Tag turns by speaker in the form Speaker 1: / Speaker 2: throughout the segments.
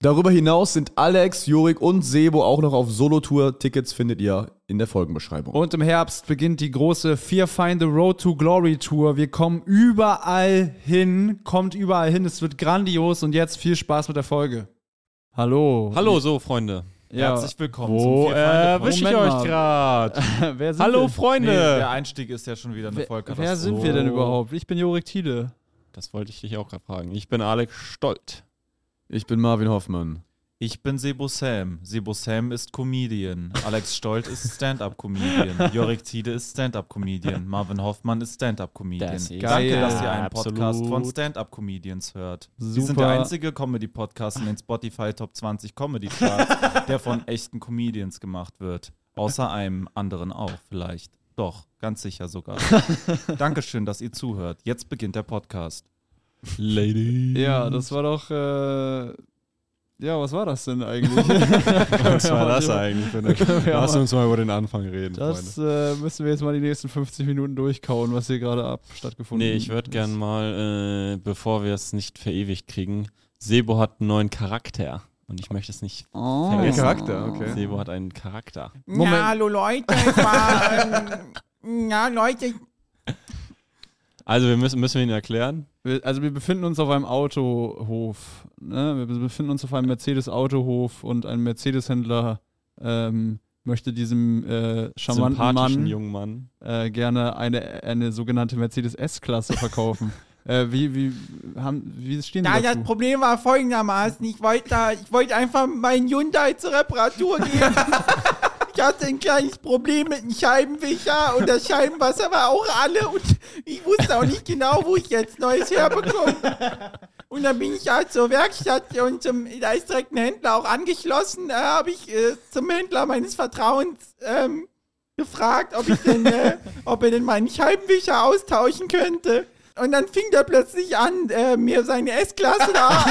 Speaker 1: Darüber hinaus sind Alex, Jurik und Sebo auch noch auf Solo-Tour. Tickets findet ihr in der Folgenbeschreibung.
Speaker 2: Und im Herbst beginnt die große Fear Find the Road to Glory Tour. Wir kommen überall hin, kommt überall hin. Es wird grandios und jetzt viel Spaß mit der Folge. Hallo.
Speaker 3: Hallo, so Freunde.
Speaker 2: Ja.
Speaker 4: Herzlich willkommen
Speaker 2: Wo
Speaker 4: Vier Feinde Podcast.
Speaker 2: erwische
Speaker 3: ich
Speaker 2: Moment
Speaker 3: euch
Speaker 2: mal.
Speaker 3: gerade.
Speaker 2: Wer sind
Speaker 3: Hallo,
Speaker 2: wir?
Speaker 4: Nee, der
Speaker 3: Freunde.
Speaker 4: Einstieg ist ja schon wieder eine
Speaker 2: Wer,
Speaker 4: Vollkatastrophe.
Speaker 2: wer sind wir denn überhaupt? Ich bin Jorik Tiede.
Speaker 3: Das wollte ich dich auch gerade fragen. Ich bin Alex Stolt.
Speaker 1: Ich bin Marvin Hoffmann.
Speaker 4: Ich bin Sebo Sam. Sebo Sam ist Comedian. Alex Stolt ist Stand-Up-Comedian. Jorik Tiede ist Stand-Up-Comedian. Marvin Hoffmann ist Stand-Up-Comedian.
Speaker 3: Das ist
Speaker 4: Danke,
Speaker 2: geil.
Speaker 4: dass ihr einen Podcast
Speaker 3: Absolut.
Speaker 4: von Stand-Up-Comedians hört. Wir
Speaker 2: Super.
Speaker 4: sind der einzige Comedy-Podcast in den Spotify Top 20 Comedy-Charts, der von echten Comedians gemacht wird. Außer einem anderen auch, vielleicht. Doch, ganz sicher sogar. Dankeschön, dass ihr zuhört. Jetzt beginnt der Podcast.
Speaker 3: Lady.
Speaker 2: Ja, das war doch. Äh, ja, was war das denn eigentlich?
Speaker 3: Was war das eigentlich? für eine-
Speaker 2: ja
Speaker 3: Lass
Speaker 2: mal-
Speaker 3: uns mal über den Anfang reden, Freunde.
Speaker 2: Das äh, müssen wir jetzt mal die nächsten 50 Minuten durchkauen, was hier gerade ab stattgefunden
Speaker 3: Nee, ich würde gern
Speaker 2: ist.
Speaker 3: mal, äh, bevor wir es nicht verewigt kriegen, Sebo hat einen neuen Charakter. Und ich möchte es nicht.
Speaker 2: Oh.
Speaker 3: Welcher
Speaker 1: Charakter? Okay.
Speaker 3: Sebo hat einen Charakter.
Speaker 2: Moment.
Speaker 5: Ja, hallo Leute, ich war, ähm, ja, Leute, ich
Speaker 3: Also, wir müssen, müssen wir ihn erklären.
Speaker 2: Wir, also wir befinden uns auf einem Autohof. Ne? Wir befinden uns auf einem Mercedes-Autohof und ein Mercedes-Händler ähm, möchte diesem äh, charmanten
Speaker 3: Sympathischen
Speaker 2: Mann
Speaker 3: jungen Mann.
Speaker 2: äh, gerne eine, eine sogenannte Mercedes S-Klasse verkaufen. äh, wie, wie, haben, wie stehen
Speaker 5: ja,
Speaker 2: Sie
Speaker 5: das
Speaker 2: dazu?
Speaker 5: Problem war folgendermaßen, ich wollte, da- ich wollte einfach meinen Hyundai zur Reparatur geben. Ich hatte ein kleines Problem mit dem Scheibenwischer und das Scheibenwasser war auch alle und ich wusste auch nicht genau, wo ich jetzt Neues herbekomme. Und dann bin ich halt zur Werkstatt und zum, da ist direkt ein Händler auch angeschlossen, da habe ich äh, zum Händler meines Vertrauens ähm, gefragt, ob ich denn, äh, ob er denn meinen Scheibenwischer austauschen könnte. Und dann fing der plötzlich an, äh, mir seine S-Klasse da.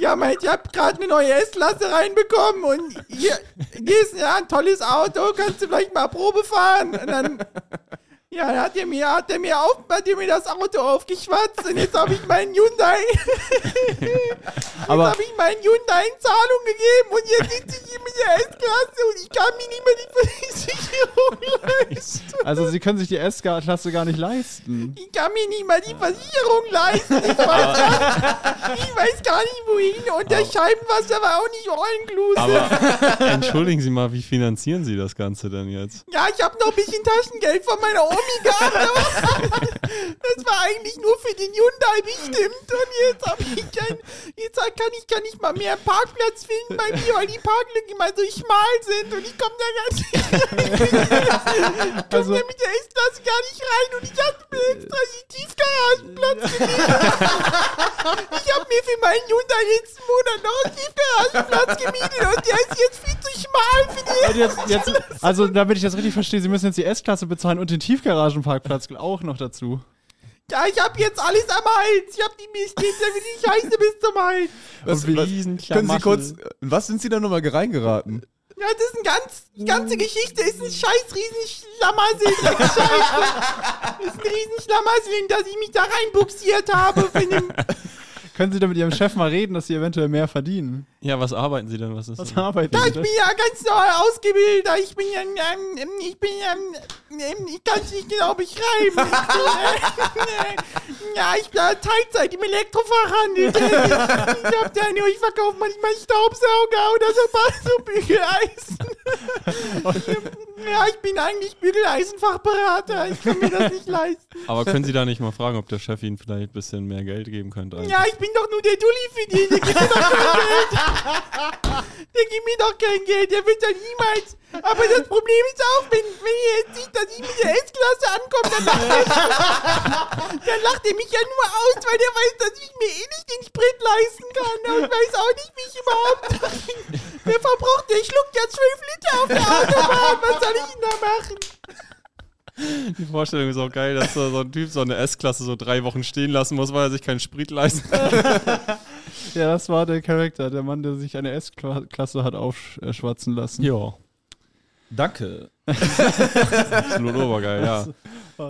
Speaker 5: ja, meint, ich hab gerade eine neue S-Klasse reinbekommen und hier, hier ist ja ein tolles Auto, kannst du vielleicht mal Probe fahren? Und dann, ja, dann hat er mir, hat er mir auf, hat er mir das Auto aufgeschwatzt und jetzt habe ich meinen Hyundai, jetzt
Speaker 2: Aber
Speaker 5: habe ich meinen Hyundai in Zahlung gegeben und jetzt sitze ich hier mit der S-Klasse und ich kann mir nicht mehr die Versicherung leisten.
Speaker 2: also Sie können sich die S-Klasse gar nicht leisten.
Speaker 5: Ich kann mir nicht mal die Versicherung leisten. Ich weiß, gar, ich weiß gar nicht, wohin. Und der Scheibenwasser war auch nicht all inclusive.
Speaker 3: Aber entschuldigen Sie mal, wie finanzieren Sie das Ganze denn jetzt?
Speaker 5: Ja, ich habe noch ein bisschen Taschengeld von meiner Omi gehabt. Aber das war eigentlich nur für den Hyundai bestimmt. Und jetzt, hab ich kein, jetzt kann ich gar nicht mal mehr einen Parkplatz finden bei mir, weil die Parklücken immer so schmal sind. Und ich komme da gar nicht
Speaker 2: Also,
Speaker 5: Also, mit der S-Klasse gar nicht rein und ich hatte mir extra die Tiefgaragenplatz gegeben. ich habe mir für meinen Hyundai letzten Monat noch einen Tiefgaragenplatz gemietet und der ist jetzt viel zu schmal für die.
Speaker 2: und jetzt, jetzt, also damit ich das richtig verstehe, Sie müssen jetzt die S-Klasse bezahlen und den Tiefgaragenparkplatz auch noch dazu.
Speaker 5: Ja, ich habe jetzt alles am Hals. Ich habe die mir steht ja wie die Scheiße bis zum Hals.
Speaker 1: Was,
Speaker 3: Und
Speaker 1: was,
Speaker 3: riesen
Speaker 1: können Sie
Speaker 3: Schlamassel.
Speaker 1: kurz, in was sind Sie da nochmal reingeraten?
Speaker 5: Ja, das ist ein ganz, die ganze Geschichte ist ein scheiß Riesenschlammersel. Das ist scheiße. Das ist ein Riesenschlammersel, in das ich mich da reinbuxiert habe. Für einen
Speaker 2: Können Sie da mit Ihrem Chef mal reden, dass Sie eventuell mehr verdienen?
Speaker 3: Ja, was arbeiten Sie denn? Was ist
Speaker 2: Was
Speaker 3: denn?
Speaker 2: arbeiten
Speaker 5: Ja,
Speaker 2: Sie
Speaker 5: ich
Speaker 2: da?
Speaker 5: bin ja ganz normal ausgebildet. Ich bin ja, ähm, ähm, ich bin ja, ähm, ähm, ich kann es nicht genau beschreiben. Ich bin, äh, äh, ja, ich bin Teilzeit im Elektrofachhandel. Ich, ich hab da nur, ich verkaufe manchmal Staubsauger oder so Bügeleisen. Ja, ich bin eigentlich Bügeleisenfachberater. Ich kann mir das nicht leisten.
Speaker 3: Aber können Sie da nicht mal fragen, ob der Chef Ihnen vielleicht ein bisschen mehr Geld geben könnte? Also eigentlich?
Speaker 5: Ja, ich bin doch nur der Dulli für den. Der gibt mir doch kein Geld. Der gibt mir doch kein Geld. Der wird ja niemals. Aber das Problem ist auch, wenn, wenn ihr jetzt sieht, dass ich mit der S-Klasse ankomme, dann lacht, er, dann lacht er mich ja nur aus, weil der weiß, dass ich mir eh nicht den Sprit leisten kann. Und weiß auch nicht, wie ich überhaupt. Der verbraucht, der schluckt ja 12 Liter auf der Autobahn. Was soll ich denn da machen?
Speaker 3: Die Vorstellung ist auch geil, dass da so ein Typ so eine S-Klasse so drei Wochen stehen lassen muss, weil er sich keinen Sprit leisten kann.
Speaker 2: Ja, das war der Charakter, der Mann, der sich eine S-Klasse hat aufschwatzen lassen.
Speaker 3: Ja.
Speaker 1: Danke.
Speaker 3: Absolut obergeil, ja.
Speaker 1: Also,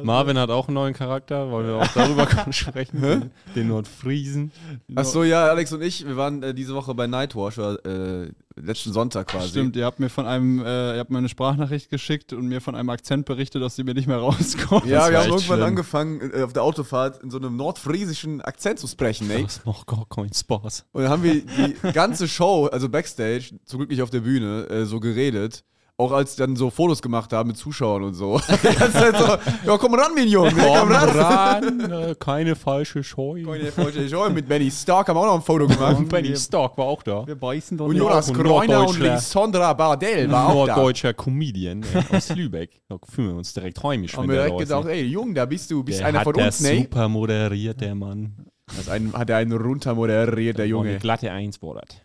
Speaker 3: Marvin hat auch einen neuen Charakter, wollen wir auch darüber sprechen. Den Nordfriesen.
Speaker 1: Achso, ja, Alex und ich, wir waren äh, diese Woche bei Nightwatcher, äh, letzten Sonntag quasi.
Speaker 2: Stimmt, ihr habt mir von einem, äh, ihr habt mir eine Sprachnachricht geschickt und mir von einem Akzent berichtet, aus dem ihr nicht mehr rauskommt.
Speaker 1: Ja,
Speaker 3: Das
Speaker 1: wir haben
Speaker 3: war echt
Speaker 1: irgendwann
Speaker 3: schlimm.
Speaker 1: angefangen, äh, auf der Autofahrt in so einem nordfriesischen Akzent zu sprechen, ey.
Speaker 3: Das macht gar keinen Spaß.
Speaker 1: Und dann haben wir die ganze Show, also Backstage, zum Glück nicht auf der Bühne, äh, so geredet. Auch als dann so Fotos gemacht haben mit Zuschauern und so. Die ganze Zeit so, ja, komm ran, mein Junge, komm ran.
Speaker 3: Ran, äh, keine falsche Scheu.
Speaker 1: Freunde, Freunde, ich auch mit Benny Stark haben wir auch noch ein Foto gemacht.
Speaker 3: Und Benny Stark war auch da.
Speaker 2: Wir beißen doch
Speaker 1: Und
Speaker 2: nicht
Speaker 1: Jonas
Speaker 3: und
Speaker 1: Kreuner und
Speaker 3: Norddeutscher.
Speaker 1: Lisandra Bardell war auch da.
Speaker 3: Norddeutscher Comedian ey, aus Lübeck. Da fühlen wir uns direkt heimisch.
Speaker 1: Haben
Speaker 3: wenn
Speaker 1: wir
Speaker 3: der
Speaker 1: direkt
Speaker 3: da ist,
Speaker 1: gedacht,
Speaker 3: ne?
Speaker 1: ey, Junge, da bist du, bist
Speaker 3: der
Speaker 1: einer
Speaker 3: hat
Speaker 1: von
Speaker 3: das
Speaker 1: uns, ne?
Speaker 3: super moderiert, der Mann.
Speaker 1: Das einen, hat er einen runter moderiert, der
Speaker 3: Und eine
Speaker 1: Junge.
Speaker 3: glatte Eins bordert.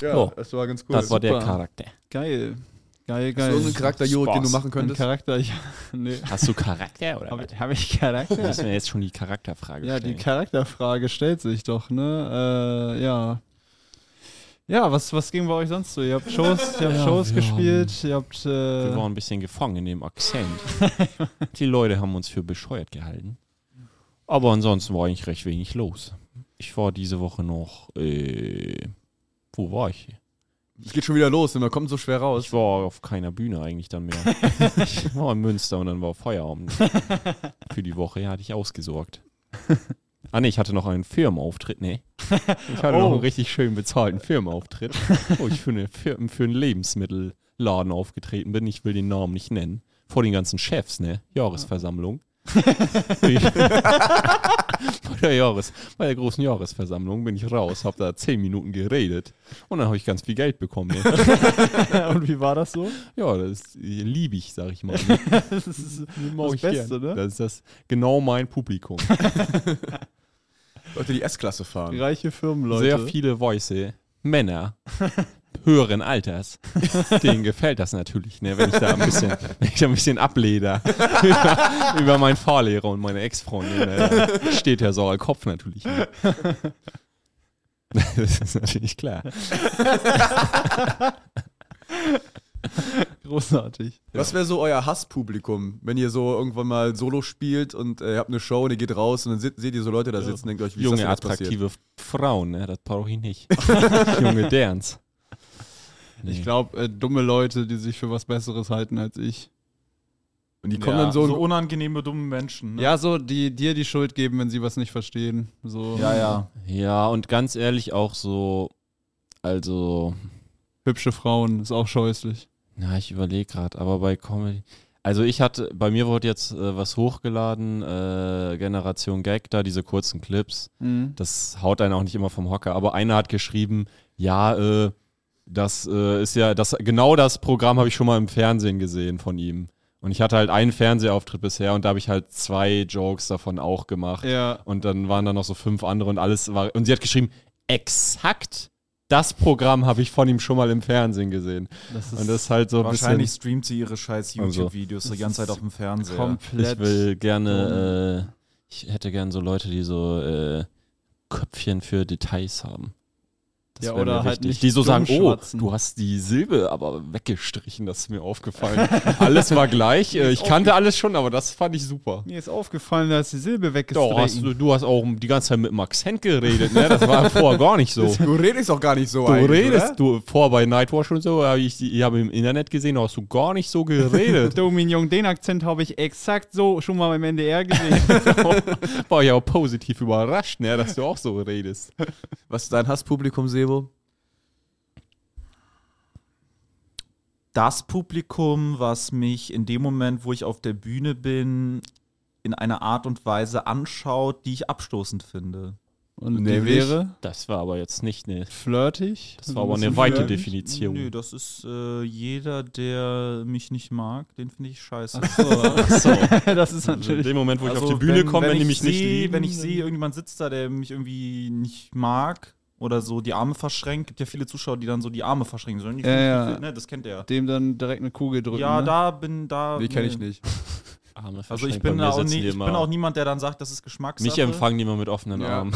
Speaker 1: Ja,
Speaker 3: So.
Speaker 1: das war ganz cool.
Speaker 3: Das war der
Speaker 2: super.
Speaker 3: Charakter.
Speaker 2: Geil. Geil,
Speaker 1: so
Speaker 2: geil.
Speaker 1: ein Charakter, Jorik, den du machen
Speaker 2: Ein
Speaker 1: könntest.
Speaker 2: Charakter, ja. Nee.
Speaker 3: Hast du Charakter oder was?
Speaker 2: Habe ich Charakter?
Speaker 3: Müssen wir jetzt schon die Charakterfrage
Speaker 2: Ja, die
Speaker 3: stellen.
Speaker 2: Charakterfrage stellt sich doch, ne? Äh, ja. Ja, was, was ging bei euch sonst so? Ihr habt Shows, ihr habt
Speaker 3: Ja,
Speaker 2: Shows
Speaker 3: wir
Speaker 2: gespielt, ihr habt. Äh,
Speaker 3: wir waren ein bisschen gefangen in dem Akzent. die Leute haben uns für bescheuert gehalten. Aber ansonsten war eigentlich recht wenig los. Ich war diese Woche noch. Äh, wo war ich?
Speaker 1: Es geht schon wieder los, man kommt so schwer raus.
Speaker 3: Ich war auf keiner Bühne eigentlich dann mehr. ich war in Münster und dann war Feierabend. Für die Woche hatte ich ausgesorgt. Ah ne, ich hatte noch einen Firmenauftritt, ne. Ich hatte noch einen richtig schön bezahlten Firmenauftritt, wo ich für, eine, Fir- für einen Lebensmittelladen aufgetreten bin. Ich will den Namen nicht nennen. Vor den ganzen Chefs, ne? Jahresversammlung. Ich- bei, der Jahres, bei der großen Jahresversammlung bin ich raus, hab da zehn Minuten geredet und dann habe ich ganz viel Geld bekommen. Ne?
Speaker 2: und wie war das so?
Speaker 3: Ja, das liebe ich, sag ich mal.
Speaker 2: Das ist
Speaker 3: Mag
Speaker 2: das
Speaker 3: ich gern.
Speaker 2: Beste, ne?
Speaker 3: Das ist das genau mein Publikum.
Speaker 1: Leute, die S-Klasse fahren.
Speaker 2: Reiche Firmenleute.
Speaker 3: Sehr viele weiße Männer höheren Alters. Denen gefällt das natürlich, ne, wenn ich da ein bisschen, wenn ich da ein bisschen ableder über, über meinen Fahrlehrer und meine Ex-Freundin. Ne, da steht der Saal Kopf natürlich. Ne. Das ist natürlich klar.
Speaker 2: Großartig.
Speaker 1: Was wäre so euer Hasspublikum, wenn ihr so irgendwann mal Solo spielt und äh, ihr habt eine Show und ihr geht raus und dann se- seht ihr so Leute da sitzen und denkt euch, wie ist
Speaker 3: Junge,
Speaker 1: das denn jetzt passiert?
Speaker 3: attraktive Frauen, ne, das brauche ich nicht. Junge Derns.
Speaker 2: Ich
Speaker 3: Nee.
Speaker 2: glaube, äh, dumme Leute, die sich für was Besseres halten als ich.
Speaker 1: Und die kommen
Speaker 6: Ja,
Speaker 1: dann so,
Speaker 6: so unangenehme, dumme Menschen. Ne?
Speaker 2: Ja, so, die dir die Schuld geben, wenn sie was nicht verstehen. So
Speaker 6: ja, ja.
Speaker 3: Ja, und ganz ehrlich auch so, also,
Speaker 2: hübsche Frauen, ist auch scheußlich.
Speaker 3: na, ich überlege gerade, aber bei Comedy. Also ich hatte, bei mir wurde jetzt äh, was hochgeladen, äh, Generation Gag, da diese kurzen Clips. Das haut einen auch nicht immer vom Hocker. Aber einer hat geschrieben, ja, äh, das äh, ist ja, das genau das Programm habe ich schon mal im Fernsehen gesehen von ihm. Und ich hatte halt einen Fernsehauftritt bisher und da habe ich halt zwei Jokes davon auch gemacht.
Speaker 2: Ja.
Speaker 3: Und dann waren da noch so fünf andere und alles war. Und sie hat geschrieben, exakt das Programm habe ich von ihm schon mal im Fernsehen gesehen.
Speaker 2: Das ist
Speaker 3: und das ist halt so ein
Speaker 6: Wahrscheinlich
Speaker 3: bisschen.
Speaker 6: streamt sie ihre scheiß
Speaker 3: Also,
Speaker 6: YouTube-Videos die ganze Zeit auf dem Fernseher.
Speaker 3: Ich will gerne, äh, ich hätte gerne so Leute, die so äh, Köpfchen für Details haben. Das
Speaker 2: Ja,
Speaker 3: wär
Speaker 2: oder
Speaker 3: mir
Speaker 2: halt
Speaker 3: wichtig.
Speaker 2: nicht
Speaker 3: Die so sagen,
Speaker 2: dumm
Speaker 3: oh,
Speaker 2: schwatzen.
Speaker 3: du hast die Silbe aber weggestrichen, das ist mir aufgefallen. alles war gleich. Äh, Ich kannte alles schon, aber das fand ich super.
Speaker 2: Mir ist aufgefallen, dass die Silbe
Speaker 3: Doch, hast,
Speaker 2: weggestrichen.
Speaker 3: du, du hast auch die ganze Zeit mit Max Hent geredet, ne? Das war vorher gar nicht so.
Speaker 1: du redest doch gar nicht so
Speaker 3: Du
Speaker 1: eigentlich,
Speaker 3: redest
Speaker 1: oder?
Speaker 3: du vor bei Nightwatch und so, habe ich, ich habe im Internet gesehen, da hast du gar nicht so geredet.
Speaker 2: Dominion, den Akzent habe ich exakt so schon mal beim NDR gesehen.
Speaker 3: War ja auch positiv überrascht, ne, dass du auch so redest.
Speaker 1: Was ist dein Hasspublikum, Sebo?
Speaker 4: das Publikum, was mich in dem Moment, wo ich auf der Bühne bin, in einer Art und Weise anschaut, die ich abstoßend finde.
Speaker 2: Und die
Speaker 1: Nämlich?
Speaker 2: wäre
Speaker 3: Das war aber jetzt nicht eine.
Speaker 2: flirtig.
Speaker 3: Das war aber
Speaker 2: Ein bisschen
Speaker 3: eine weite
Speaker 2: flirten.
Speaker 3: Definition.
Speaker 4: Nö, das ist äh, jeder, der mich nicht mag, den finde ich scheiße.
Speaker 3: So.
Speaker 2: das ist
Speaker 3: Also in
Speaker 2: natürlich.
Speaker 3: dem Moment, wo ich auf
Speaker 4: Also,
Speaker 3: die Bühne komme, wenn, die
Speaker 4: ich
Speaker 3: mich nicht
Speaker 4: sehe-
Speaker 3: lieben,
Speaker 4: Wenn ich
Speaker 3: dann-
Speaker 4: sehe, irgendjemand sitzt da, der mich irgendwie nicht mag oder so die Arme verschränkt, gibt ja viele Zuschauer, die dann so die Arme verschränken sollen. Die
Speaker 2: Ja,
Speaker 4: finden-
Speaker 2: ja.
Speaker 4: die- Ne, das kennt er.
Speaker 2: Dem dann direkt eine Kugel drücken.
Speaker 4: Ja,
Speaker 2: ne?
Speaker 4: da bin da.
Speaker 1: Nee, kenne
Speaker 4: nee.
Speaker 1: ich nicht.
Speaker 3: Ah,
Speaker 4: Also
Speaker 3: Arme
Speaker 4: ich
Speaker 3: verschränkt. Bei
Speaker 4: bin,
Speaker 3: mir
Speaker 4: da auch
Speaker 3: sitzen
Speaker 4: nie,
Speaker 3: die
Speaker 4: ich bin
Speaker 3: immer-
Speaker 4: auch niemand, der dann sagt, das ist Geschmackssache.
Speaker 3: Mich empfangen die immer mit offenen
Speaker 1: Ja.
Speaker 3: Armen.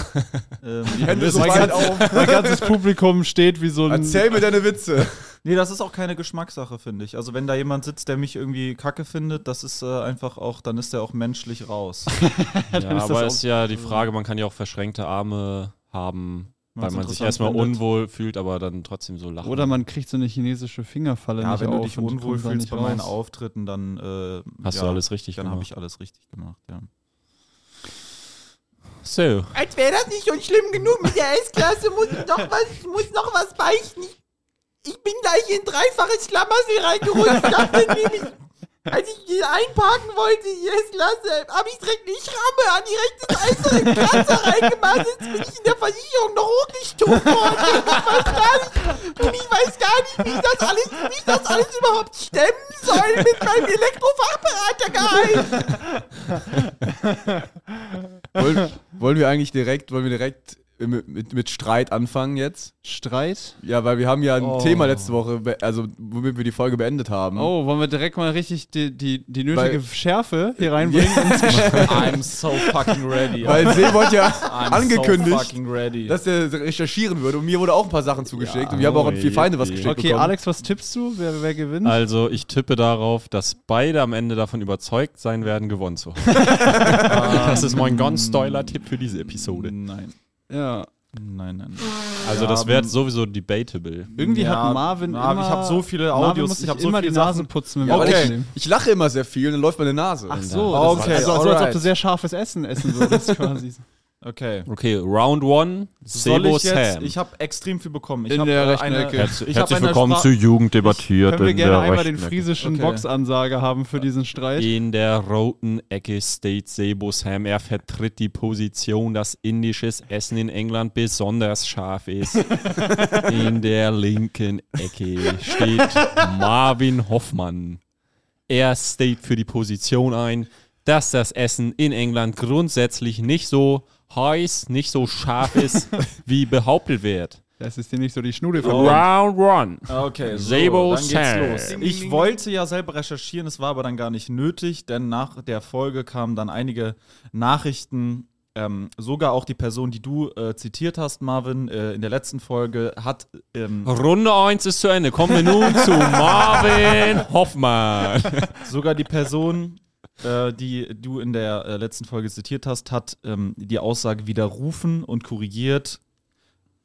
Speaker 4: Ähm,
Speaker 1: Die Hände so
Speaker 2: Mein
Speaker 1: weit
Speaker 2: Gott.
Speaker 1: auf.
Speaker 2: Mein ganzes Publikum steht wie so ein.
Speaker 1: Erzähl mir deine Witze.
Speaker 4: nee, das ist auch keine Geschmackssache, finde ich. Also wenn da jemand sitzt, der mich irgendwie kacke findet, das ist äh, einfach auch, dann ist der auch menschlich raus.
Speaker 3: Ja,
Speaker 2: ist das
Speaker 3: aber
Speaker 2: auch-
Speaker 3: ist ja die Frage, man kann ja auch verschränkte Arme haben, weil
Speaker 4: Wenn's
Speaker 3: man sich
Speaker 4: interessant
Speaker 3: erstmal
Speaker 4: findet.
Speaker 3: unwohl fühlt, aber dann trotzdem so lacht.
Speaker 2: Oder man kriegt so eine chinesische Fingerfalle
Speaker 4: Ja,
Speaker 2: nicht
Speaker 4: wenn
Speaker 2: auf
Speaker 4: du dich
Speaker 2: und kommt
Speaker 4: unwohl
Speaker 2: da
Speaker 4: fühlst
Speaker 2: nicht
Speaker 4: bei
Speaker 2: raus.
Speaker 4: meinen Auftritten, dann äh,
Speaker 3: Hast
Speaker 4: ja,
Speaker 3: du alles richtig
Speaker 4: Dann habe
Speaker 3: gemacht.
Speaker 4: ich alles richtig gemacht, ja.
Speaker 3: So.
Speaker 5: Als wäre das nicht schon schlimm genug mit der S-Klasse, muss ich noch was, ich muss noch was beichten. Ich- Ich bin gleich in dreifaches Schlamassel reingerutscht. Ich dachte nämlich, als ich hier einparken wollte, die S-Klasse, habe ich direkt eine Schramme an die rechte Seite der Klasse reingemacht. Jetzt bin ich in der Versicherung noch hochgestuft worden. Ich weiß gar nicht, und ich weiß gar nicht, wie ich das alles, wie ich das alles überhaupt stemmen soll mit meinem Elektrofachberatergehalt.
Speaker 1: Wollen, wollen wir eigentlich direkt, wollen wir direkt mit, mit, mit Streit anfangen jetzt?
Speaker 2: Streit?
Speaker 1: Ja, weil wir haben ja ein
Speaker 2: Oh.
Speaker 1: Thema letzte Woche, be- also womit wir die Folge beendet haben.
Speaker 2: Oh, wollen wir direkt mal richtig die, die, die nötige
Speaker 1: Weil-
Speaker 2: Schärfe hier reinbringen?
Speaker 4: I'm so fucking ready.
Speaker 1: Weil See wollte ja
Speaker 4: I'm
Speaker 1: angekündigt,
Speaker 4: so fucking ready.
Speaker 1: dass er recherchieren würde und mir wurde auch ein paar Sachen zugeschickt und wir haben auch an vier
Speaker 3: Oje.
Speaker 1: Feinde was geschickt
Speaker 2: okay,
Speaker 1: bekommen.
Speaker 2: Alex, was tippst du? Wer, wer gewinnt?
Speaker 3: Also ich tippe darauf, dass beide am Ende davon überzeugt sein werden, gewonnen zu haben. das ist mein ganz steuler Tipp für diese Episode.
Speaker 4: nein,
Speaker 2: Ja.
Speaker 4: nein, nein.
Speaker 3: Also das wird sowieso debatable.
Speaker 2: Irgendwie
Speaker 4: Ja,
Speaker 2: hat Marvin
Speaker 4: Marvin,
Speaker 2: immer.
Speaker 4: ich hab so viele
Speaker 2: Marvin
Speaker 4: Audios,
Speaker 2: muss
Speaker 4: ich
Speaker 2: sich
Speaker 4: hab so
Speaker 2: immer
Speaker 4: viele
Speaker 2: die
Speaker 4: Sachen-
Speaker 2: Nase putzen, wenn
Speaker 4: Ja,
Speaker 2: wir
Speaker 4: okay.
Speaker 2: aufnehmen.
Speaker 1: Ich lache immer sehr viel und dann läuft meine Nase.
Speaker 2: Ach
Speaker 3: Ah,
Speaker 2: so, das
Speaker 4: okay,
Speaker 2: ist also, so, als ob
Speaker 4: alright.
Speaker 2: du sehr scharfes Essen essen würdest, quasi.
Speaker 4: Okay.
Speaker 3: Okay, Round One,
Speaker 4: Soll
Speaker 3: Sebo
Speaker 4: ich jetzt?
Speaker 3: Sam.
Speaker 4: Ich habe extrem viel bekommen. Ich
Speaker 2: In
Speaker 4: hab,
Speaker 2: der
Speaker 4: äh,
Speaker 2: rechten
Speaker 4: eine,
Speaker 2: Ecke.
Speaker 3: Herz-
Speaker 4: ich hab
Speaker 3: Herzlich
Speaker 4: in der
Speaker 3: willkommen
Speaker 4: Spra-
Speaker 3: zu Jugend debattiert.
Speaker 2: Können wir
Speaker 3: in
Speaker 2: gerne
Speaker 3: der
Speaker 2: einmal den
Speaker 3: rechten Ecke.
Speaker 2: friesischen
Speaker 4: Okay.
Speaker 2: Boxansage haben für diesen Streit?
Speaker 3: In der roten Ecke steht Sebo Sam. Er vertritt die Position, dass indisches Essen in England besonders scharf ist. in der linken Ecke steht Marvin Hoffmann. Er steht für die Position ein, dass das Essen in England grundsätzlich nicht so heiß, nicht so scharf ist, wie behauptet wird.
Speaker 2: Das ist dir nicht so die Schnude
Speaker 4: Oh.
Speaker 2: von.
Speaker 3: Round one.
Speaker 4: Ah, Okay, so,
Speaker 3: Sebo
Speaker 4: dann
Speaker 3: Sam.
Speaker 4: geht's los. Ich wollte ja selber recherchieren, es war aber dann gar nicht nötig, denn nach der Folge kamen dann einige Nachrichten. Ähm, sogar auch die Person, die du äh, zitiert hast, Marvin, äh, in der letzten Folge, hat ähm,
Speaker 2: Oh.
Speaker 3: Runde 1 ist zu Ende. Kommen wir nun zu Marvin Hoffmann.
Speaker 4: Sogar die Person, äh, die du in der äh, letzten Folge zitiert hast, hat ähm, die Aussage widerrufen und korrigiert.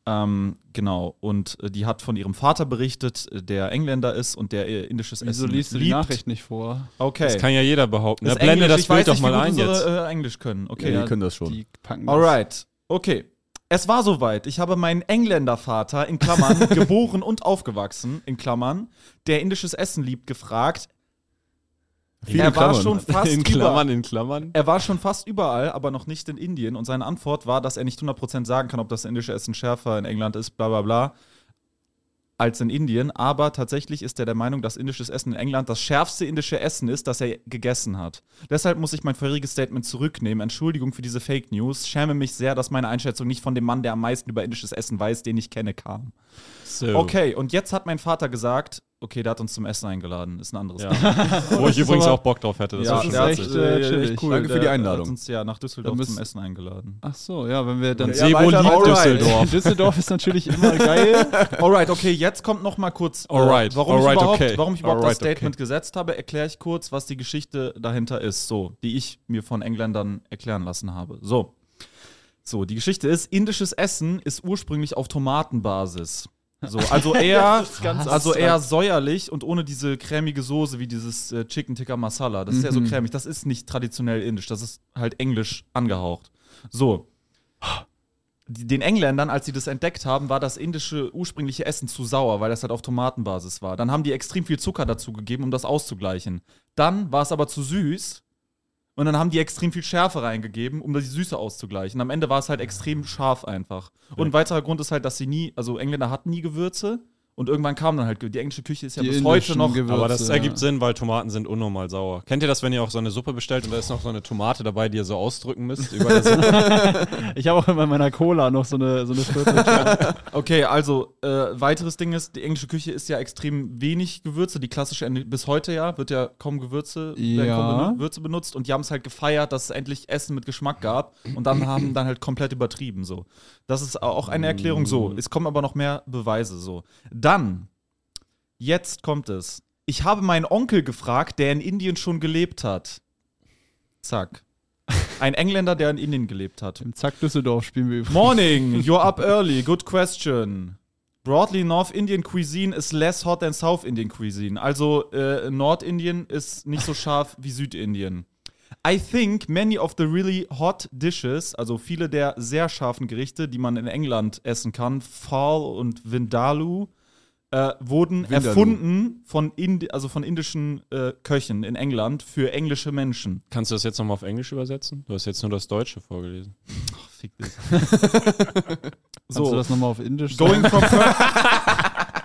Speaker 4: Ähm, genau, und äh, die hat von ihrem Vater berichtet, äh, der Engländer ist und der äh, indisches
Speaker 2: Wieso
Speaker 4: Essen
Speaker 2: liest du die
Speaker 4: liebt.
Speaker 2: Nachricht nicht vor?
Speaker 4: Okay.
Speaker 3: Das kann ja jeder behaupten.
Speaker 4: Ist
Speaker 3: Da blende
Speaker 4: Englisch.
Speaker 3: das
Speaker 4: Ich weiß
Speaker 3: Bild doch
Speaker 4: nicht,
Speaker 3: mal
Speaker 4: wie gut
Speaker 3: ein jetzt.
Speaker 4: unsere, Äh, Englisch können. Okay.
Speaker 1: Ja, die können das schon.
Speaker 2: Die packen das.
Speaker 4: Alright. Okay. Es war soweit. Ich habe meinen Engländervater in Klammern geboren und aufgewachsen in Klammern, der indisches Essen liebt, gefragt.
Speaker 1: Viele
Speaker 4: er war
Speaker 1: Klammern.
Speaker 4: schon fast
Speaker 3: in
Speaker 4: über,
Speaker 3: Klammern, in Klammern.
Speaker 4: Er war schon fast überall, aber noch nicht in Indien. Und seine Antwort war, dass er nicht 100% sagen kann, ob das indische Essen schärfer in England ist, bla bla bla, als in Indien. Aber tatsächlich ist er der Meinung, dass indisches Essen in England das schärfste indische Essen ist, das er gegessen hat. Deshalb muss ich mein vorheriges Statement zurücknehmen. Entschuldigung für diese Fake News. Schäme mich sehr, dass meine Einschätzung nicht von dem Mann, der am meisten über indisches Essen weiß, den ich kenne, kam.
Speaker 3: So.
Speaker 4: Okay, und jetzt hat mein Vater gesagt, okay, der hat uns zum Essen eingeladen. Ist ein anderes
Speaker 3: Ja.
Speaker 4: Thema.
Speaker 3: Wo ich übrigens
Speaker 2: aber-
Speaker 3: auch Bock drauf hätte. Das war
Speaker 2: ist
Speaker 3: schon
Speaker 2: der-
Speaker 3: witzig.
Speaker 2: echt, äh, chillig.
Speaker 1: Danke für
Speaker 4: Der
Speaker 1: die Einladung.
Speaker 4: Hat uns ja nach Düsseldorf
Speaker 2: Da müssen-
Speaker 4: zum Essen eingeladen.
Speaker 2: Ach so, ja, wenn wir dann.
Speaker 1: Ja,
Speaker 3: Sebo
Speaker 1: weiter-
Speaker 3: liebt
Speaker 1: Alright.
Speaker 3: Düsseldorf.
Speaker 2: Düsseldorf ist natürlich immer geil.
Speaker 4: Alright, okay, jetzt kommt noch mal kurz, äh,
Speaker 3: Alright,
Speaker 4: warum,
Speaker 3: alright,
Speaker 4: ich überhaupt,
Speaker 3: okay.
Speaker 4: warum ich überhaupt
Speaker 3: Alright,
Speaker 4: das Statement gesetzt habe, erkläre ich kurz, was die Geschichte dahinter ist, so, die ich mir von Engländern erklären lassen habe. So. So, die Geschichte ist, indisches Essen ist ursprünglich auf Tomatenbasis. So, also eher, also eher säuerlich und ohne diese cremige Soße wie dieses äh, Chicken Tikka Masala. Das ist ja so
Speaker 3: Mhm.
Speaker 4: cremig. Das ist nicht traditionell indisch, das ist halt englisch angehaucht. So. die- den Engländern, als sie das entdeckt haben, war das indische ursprüngliche Essen zu sauer, weil das halt auf Tomatenbasis war. Dann haben die extrem viel Zucker dazu gegeben, um das auszugleichen. Dann war es aber zu süß und dann haben die extrem viel Schärfe reingegeben, um die Süße auszugleichen. Am Ende war es halt extrem scharf einfach. Und ein weiterer Grund ist halt, dass sie nie, also Engländer hatten nie Gewürze und irgendwann kam dann halt, Ge- die englische Küche ist ja
Speaker 1: Die
Speaker 4: bis heute
Speaker 1: indischen
Speaker 4: noch.
Speaker 1: Gewürze.
Speaker 3: Aber
Speaker 2: äh,
Speaker 3: das
Speaker 1: Ja.
Speaker 3: ergibt Sinn, weil Tomaten sind unnormal sauer. Kennt ihr das, wenn ihr auch so eine Suppe bestellt und da ist noch so eine Tomate dabei, die ihr so ausdrücken müsst über der Suppe?
Speaker 2: Ich habe auch bei meiner Cola noch so eine, so eine Viertel.
Speaker 4: Okay, also äh, weiteres Ding ist, die englische Küche ist ja extrem wenig Gewürze. Die klassische Ende- bis heute ja wird ja kaum Gewürze, werden
Speaker 2: Ja.
Speaker 4: kaum Benu- Würze benutzt und die haben es halt gefeiert, dass es endlich Essen mit Geschmack gab und dann haben dann halt komplett übertrieben so. Das ist auch eine Erklärung so. Es kommen aber noch mehr Beweise so. Dann jetzt kommt es. Ich habe meinen Onkel gefragt, der in Indien schon gelebt hat. Zack. Ein Engländer, der in Indien gelebt hat.
Speaker 2: Im Zack Düsseldorf spielen wir übrigens.
Speaker 4: Morning, you're up early. Good question. Broadly, North Indian cuisine is less hot than South Indian cuisine. Also äh, Nordindien ist nicht so scharf wie Südindien. I think many of the really hot dishes, also viele der sehr scharfen Gerichte, die man in England essen kann, Fall und Vindaloo, äh, wurden
Speaker 1: Vindaloo.
Speaker 4: erfunden von, Indi also von indischen äh, Köchen in England für englische Menschen.
Speaker 3: Kannst du das jetzt nochmal auf Englisch übersetzen? Du hast jetzt nur das Deutsche vorgelesen.
Speaker 4: Ach, fick dich. Also,
Speaker 2: Kannst du das nochmal auf Indisch sagen?
Speaker 4: Going from per-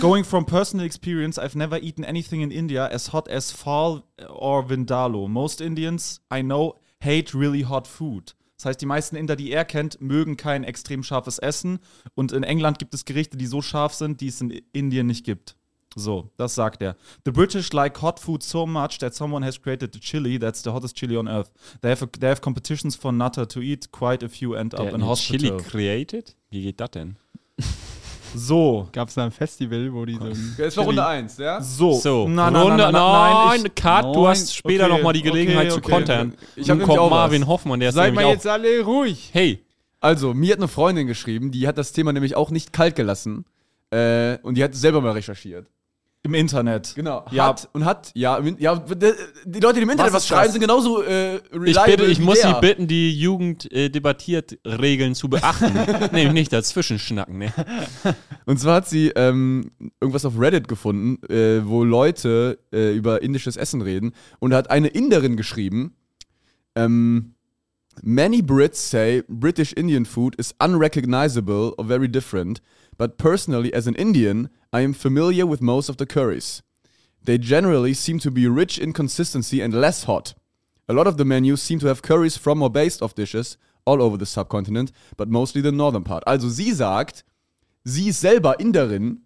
Speaker 4: Going from personal experience, I've never eaten anything in India as hot as Phal or Vindaloo. Most Indians I know hate really hot food. Das heißt, die meisten Inder, die er kennt, mögen kein extrem scharfes Essen. Und in England gibt es Gerichte, die so scharf sind, die es in Indien nicht gibt. So, das sagt er. The British like hot food so much that someone has created the chili. That's the hottest chili on earth. They have, they have competitions for nutter to eat. Quite a few end up in
Speaker 3: Chili
Speaker 4: hospital.
Speaker 3: created? Wie geht das denn?
Speaker 4: So,
Speaker 2: Gab es da ein Festival, wo die so.
Speaker 1: Ja, ist noch Runde 1, ja?
Speaker 4: So,
Speaker 3: Oh. So,
Speaker 4: nein, nein,
Speaker 3: Runde,
Speaker 4: nein, nein, nein, ich,
Speaker 3: Cut,
Speaker 2: Nein,
Speaker 3: du hast später
Speaker 4: okay,
Speaker 3: nochmal die Gelegenheit
Speaker 4: okay,
Speaker 3: zu
Speaker 4: okay.
Speaker 3: kontern.
Speaker 1: Ich hab
Speaker 3: Nun
Speaker 1: nämlich auch
Speaker 3: kommt
Speaker 1: was.
Speaker 3: Marvin Hoffmann, der ist
Speaker 2: Seid
Speaker 3: nämlich
Speaker 2: mal
Speaker 3: auch...
Speaker 2: jetzt alle ruhig!
Speaker 3: hey,
Speaker 1: Also, mir hat eine Freundin geschrieben, die hat das Thema nämlich auch nicht kalt gelassen. Äh, und die hat selber mal recherchiert.
Speaker 4: im Internet.
Speaker 1: Genau.
Speaker 4: Ja.
Speaker 1: Hat und hat, ja, im, In- ja, d- die Leute, die im Internet
Speaker 4: Was
Speaker 1: was,
Speaker 4: ist
Speaker 1: schreiben,
Speaker 4: das?
Speaker 1: sind genauso äh, reliable.
Speaker 3: ich, bitte, ich
Speaker 1: wie
Speaker 3: muss
Speaker 1: der.
Speaker 3: Sie bitten, die Jugend-Debattiert-Regeln zu beachten. Nämlich nicht dazwischen schnacken. Ne?
Speaker 1: Und zwar hat sie ähm, irgendwas auf Reddit gefunden, äh, wo Leute äh, über indisches Essen reden. Und da hat eine Inderin geschrieben, ähm, Many Brits say British Indian food is unrecognizable or very different, but personally, as an Indian, I am familiar with most of the curries. They generally seem to be rich in consistency and less hot. A lot of the menus seem to have curries from or based off dishes all over the subcontinent, but mostly the northern part. Also sie sagt, sie ist selber Inderin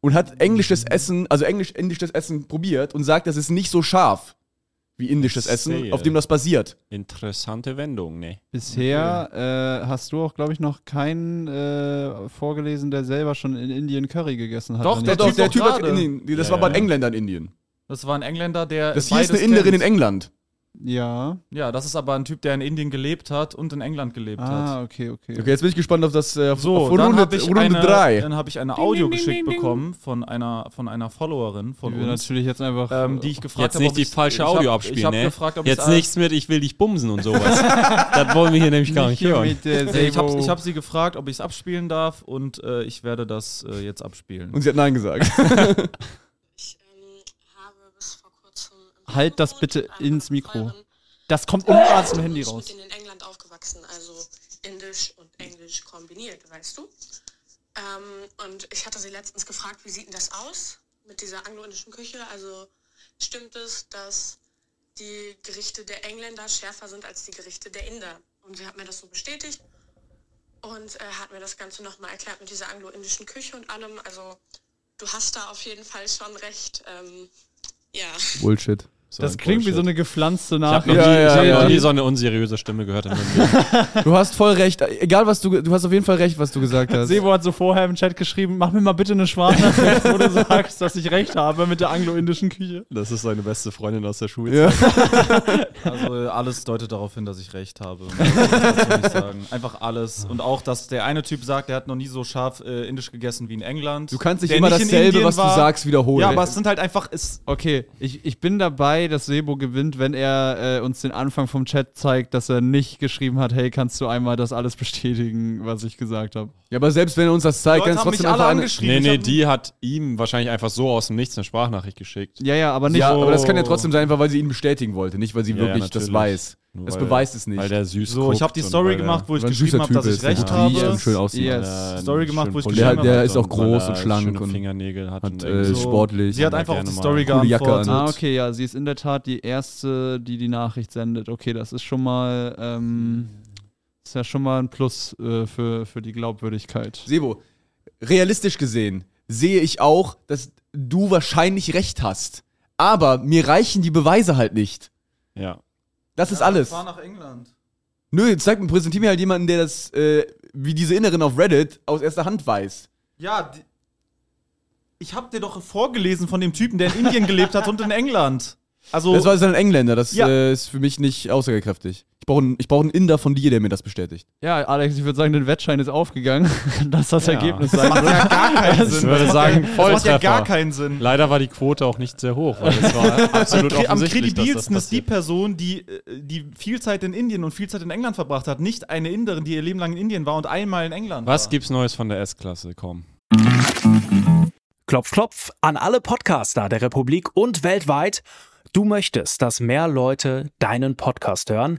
Speaker 1: und hat englisches Essen, also englisch-indisches Essen probiert und sagt, das ist nicht so scharf wie indisches Essen,
Speaker 3: Sehe.
Speaker 1: auf dem das basiert.
Speaker 3: Interessante Wendung, ne?
Speaker 2: Bisher äh, hast du auch, glaube ich, noch keinen äh, vorgelesen, der selber schon in Indien Curry gegessen hat.
Speaker 4: Doch,
Speaker 2: wenn
Speaker 4: der
Speaker 2: ich-
Speaker 1: Doch,
Speaker 4: Typ
Speaker 1: der
Speaker 4: doch
Speaker 1: Typ hat
Speaker 4: gerade.
Speaker 1: in Indien, das
Speaker 3: Ja,
Speaker 1: war bei
Speaker 3: ja.
Speaker 1: den Engländern in Indien.
Speaker 4: Das war ein Engländer, der.
Speaker 1: Das hier ist eine
Speaker 4: beides
Speaker 1: Inderin in
Speaker 4: kennt.
Speaker 1: England.
Speaker 2: Ja.
Speaker 4: Ja, das ist aber ein Typ, der in Indien gelebt hat und in England gelebt hat.
Speaker 2: Ah, okay, okay.
Speaker 1: Okay, jetzt bin ich gespannt auf das äh, auf auf
Speaker 4: So, dann
Speaker 1: Runde,
Speaker 4: habe ich,
Speaker 1: Runde
Speaker 4: eine-
Speaker 1: 3.
Speaker 4: dann hab ich eine Audio geschickt bekommen von einer, von einer Followerin von
Speaker 2: Die wir
Speaker 4: uns,
Speaker 2: natürlich jetzt einfach.
Speaker 4: ähm, die ich gefragt
Speaker 3: Jetzt
Speaker 4: habe.
Speaker 3: nicht die falsche Audio abspielen,
Speaker 4: ich hab
Speaker 3: ne?
Speaker 4: gefragt, ob
Speaker 3: jetzt
Speaker 4: ich's-
Speaker 3: nichts mit, ich will dich bumsen und sowas. das wollen wir hier nämlich gar nicht
Speaker 2: hier
Speaker 3: hören.
Speaker 2: mit der
Speaker 4: Nee, ich habe
Speaker 2: Sebo-
Speaker 4: ich hab sie gefragt, ob ich es abspielen darf und äh, ich werde das äh, jetzt abspielen.
Speaker 1: Und sie hat Nein gesagt.
Speaker 7: Ich ähm, habe bis vor kurzem. im
Speaker 2: Halt das
Speaker 7: Dortmund
Speaker 2: bitte
Speaker 7: mit einer
Speaker 2: ins Mikro.
Speaker 7: Freundin
Speaker 2: das kommt immer aus dem
Speaker 7: gewohnt.
Speaker 2: Handy
Speaker 7: Ich
Speaker 2: raus.
Speaker 7: bin in England aufgewachsen, also Indisch und Englisch kombiniert, weißt du? Ähm, und ich hatte sie letztens gefragt, wie sieht denn das aus mit dieser anglo-indischen Küche? Also stimmt es, dass die Gerichte der Engländer schärfer sind als die Gerichte der Inder? Und sie hat mir das so bestätigt und äh, hat mir das Ganze nochmal erklärt mit dieser anglo-indischen Küche und allem. Also du hast da auf jeden Fall schon recht. Ähm, ja.
Speaker 1: Bullshit.
Speaker 2: Das klingt wie so eine gepflanzte Nachricht.
Speaker 3: Ich habe
Speaker 1: Ja,
Speaker 3: noch, nie-
Speaker 1: ja,
Speaker 3: ich hab
Speaker 1: ja.
Speaker 3: noch nie so eine unseriöse Stimme gehört. in meinem Leben.
Speaker 1: Du hast voll recht. Egal was du, ge- du hast auf jeden Fall recht, was du gesagt hast.
Speaker 2: Sebo hat so vorher im Chat geschrieben, mach mir mal bitte eine Schwarznachricht, wo du sagst, dass ich recht habe mit der anglo-indischen Küche.
Speaker 3: Das ist seine beste Freundin aus der Schule.
Speaker 1: Ja.
Speaker 4: Also äh, alles deutet darauf hin, dass ich recht habe. Muss ich dazu nicht sagen. Einfach alles. Und auch, dass der eine Typ sagt, der hat noch nie so scharf äh, indisch gegessen wie in England.
Speaker 1: Du kannst nicht
Speaker 4: der
Speaker 1: immer
Speaker 4: in
Speaker 1: dasselbe,
Speaker 4: Indien
Speaker 1: was du
Speaker 4: war.
Speaker 1: sagst, wiederholen.
Speaker 4: Ja, aber es sind halt einfach. Es,
Speaker 2: Okay, ich, ich bin dabei, 3, dass Sebo gewinnt, wenn er äh, uns den Anfang vom Chat zeigt, dass er nicht geschrieben hat, hey, kannst du einmal das alles bestätigen, was ich gesagt habe.
Speaker 1: Ja, aber selbst wenn er uns das zeigt,
Speaker 4: Leute
Speaker 1: kann es
Speaker 4: haben
Speaker 1: trotzdem
Speaker 4: mich alle
Speaker 1: einfach eine.
Speaker 4: angeschrieben.
Speaker 3: Nee, nee,
Speaker 4: Ich hab-
Speaker 3: die hat ihm wahrscheinlich einfach so aus dem Nichts eine Sprachnachricht geschickt.
Speaker 2: Ja, ja, aber nicht
Speaker 1: Ja,
Speaker 2: so.
Speaker 1: aber das kann ja trotzdem sein, einfach weil sie ihn bestätigen wollte, nicht weil sie
Speaker 3: Ja,
Speaker 1: wirklich
Speaker 3: ja,
Speaker 1: das
Speaker 3: natürlich.
Speaker 1: weiß.
Speaker 3: Nur
Speaker 1: Es
Speaker 3: weil-
Speaker 1: beweist es nicht.
Speaker 3: Weil der süß
Speaker 4: So, ich habe die Story gemacht, wo ich geschrieben habe, dass ich
Speaker 3: ne?
Speaker 4: recht habe.
Speaker 1: schön aussieht.
Speaker 2: Yes.
Speaker 4: Story gemacht, wo ich
Speaker 1: Der-
Speaker 4: geschrieben
Speaker 1: der
Speaker 4: habe.
Speaker 1: ist auch groß und schlank und
Speaker 3: und Fingernägel hat,
Speaker 1: Hat
Speaker 3: und
Speaker 1: äh,
Speaker 3: irgendwie so.
Speaker 1: sportlich.
Speaker 4: Sie hat
Speaker 3: Ja,
Speaker 4: einfach auf
Speaker 3: gerne
Speaker 4: die
Speaker 3: mal.
Speaker 4: Story
Speaker 1: Coole Jacke
Speaker 4: geantwortet.
Speaker 1: an.
Speaker 2: Ah, okay, ja, sie ist in der Tat die erste, die die Nachricht sendet. Okay, das ist schon mal, ähm, ist ja schon mal ein Plus äh, für, für die Glaubwürdigkeit.
Speaker 1: Sebo, realistisch gesehen sehe ich auch, dass du wahrscheinlich recht hast. Aber mir reichen die Beweise halt nicht.
Speaker 3: Ja.
Speaker 1: Das ist alles.
Speaker 4: Fahr nach England.
Speaker 1: Nö, jetzt zeig mir, präsentier mir halt jemanden, der das, äh, wie diese Inneren auf Reddit, aus erster Hand weiß.
Speaker 4: Ja, die- ich hab dir doch vorgelesen von dem Typen, der in Indien gelebt hat und in England. Also,
Speaker 1: Das war jetzt ein Engländer, das
Speaker 4: Ja.
Speaker 1: äh, ist für mich nicht aussagekräftig. Ich brauche einen, ich brauch einen Inder von dir, der mir das bestätigt.
Speaker 2: Ja, Alex, ich würde sagen, der Wettschein ist aufgegangen, dass das
Speaker 3: Ja.
Speaker 2: Ergebnis sein
Speaker 4: macht
Speaker 2: wird.
Speaker 4: ja gar keinen Sinn.
Speaker 3: Ich würde
Speaker 4: Das macht
Speaker 3: sagen,
Speaker 4: ja, das macht ja
Speaker 3: Volltreffer.
Speaker 4: gar keinen Sinn.
Speaker 3: Leider war die Quote auch nicht sehr hoch, weil es war absolut
Speaker 4: Kre- Am
Speaker 3: offensichtlich, dass das
Speaker 4: kredibilsten ist die
Speaker 3: passiert.
Speaker 4: Person, die, äh, die viel Zeit in Indien und viel Zeit in England verbracht hat. Nicht eine Inderin, die ihr Leben lang in Indien war und einmal in England
Speaker 3: Was
Speaker 4: war.
Speaker 3: gibt's Neues von der S-Klasse? Komm.
Speaker 8: Klopf, klopf an alle Podcaster der Republik und weltweit. Du möchtest, dass mehr Leute deinen Podcast hören?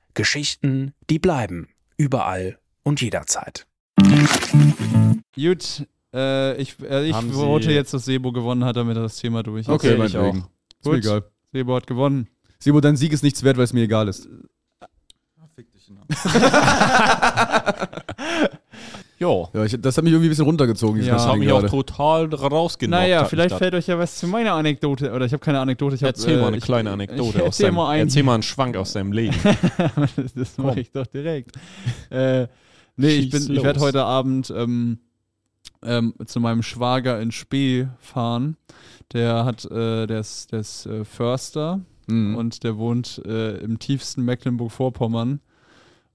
Speaker 8: Geschichten, die bleiben. Überall und jederzeit.
Speaker 2: Gut, äh, ich, äh, ich
Speaker 3: Haben Sie-
Speaker 2: vote jetzt, dass Sebo gewonnen hat, damit das Thema durch ist.
Speaker 3: Okay, ich
Speaker 1: meinetwegen. Ist mir
Speaker 2: Gut.
Speaker 1: egal.
Speaker 2: Sebo hat gewonnen.
Speaker 1: Sebo, dein Sieg ist nichts wert, weil es mir egal ist.
Speaker 2: Ah,
Speaker 3: Jo.
Speaker 1: Ja, ich, das hat mich irgendwie ein bisschen runtergezogen. dieses
Speaker 2: Ja.
Speaker 1: ganze
Speaker 3: Das hat
Speaker 1: Ding
Speaker 3: mich auch
Speaker 1: gerade.
Speaker 3: total rausgenommen.
Speaker 2: Naja, vielleicht fällt euch ja was zu meiner Anekdote, oder ich habe keine Anekdote, ich habe...
Speaker 3: Erzähl
Speaker 1: Äh,
Speaker 3: mal eine
Speaker 2: ich,
Speaker 3: kleine Anekdote
Speaker 2: ich
Speaker 3: aus
Speaker 2: erzähl
Speaker 3: deinem,
Speaker 2: mal einen.
Speaker 3: Erzähl mal einen Schwank aus deinem Leben.
Speaker 2: das
Speaker 3: Komm.
Speaker 2: mache ich doch direkt. Äh, nee, ich,
Speaker 3: Schieß
Speaker 2: bin- ich werde
Speaker 3: los.
Speaker 2: heute Abend ähm, ähm, zu meinem Schwager in Spee fahren. Der hat, äh, der ist, der ist äh, Förster
Speaker 1: Mhm.
Speaker 2: und der wohnt äh, im tiefsten Mecklenburg-Vorpommern.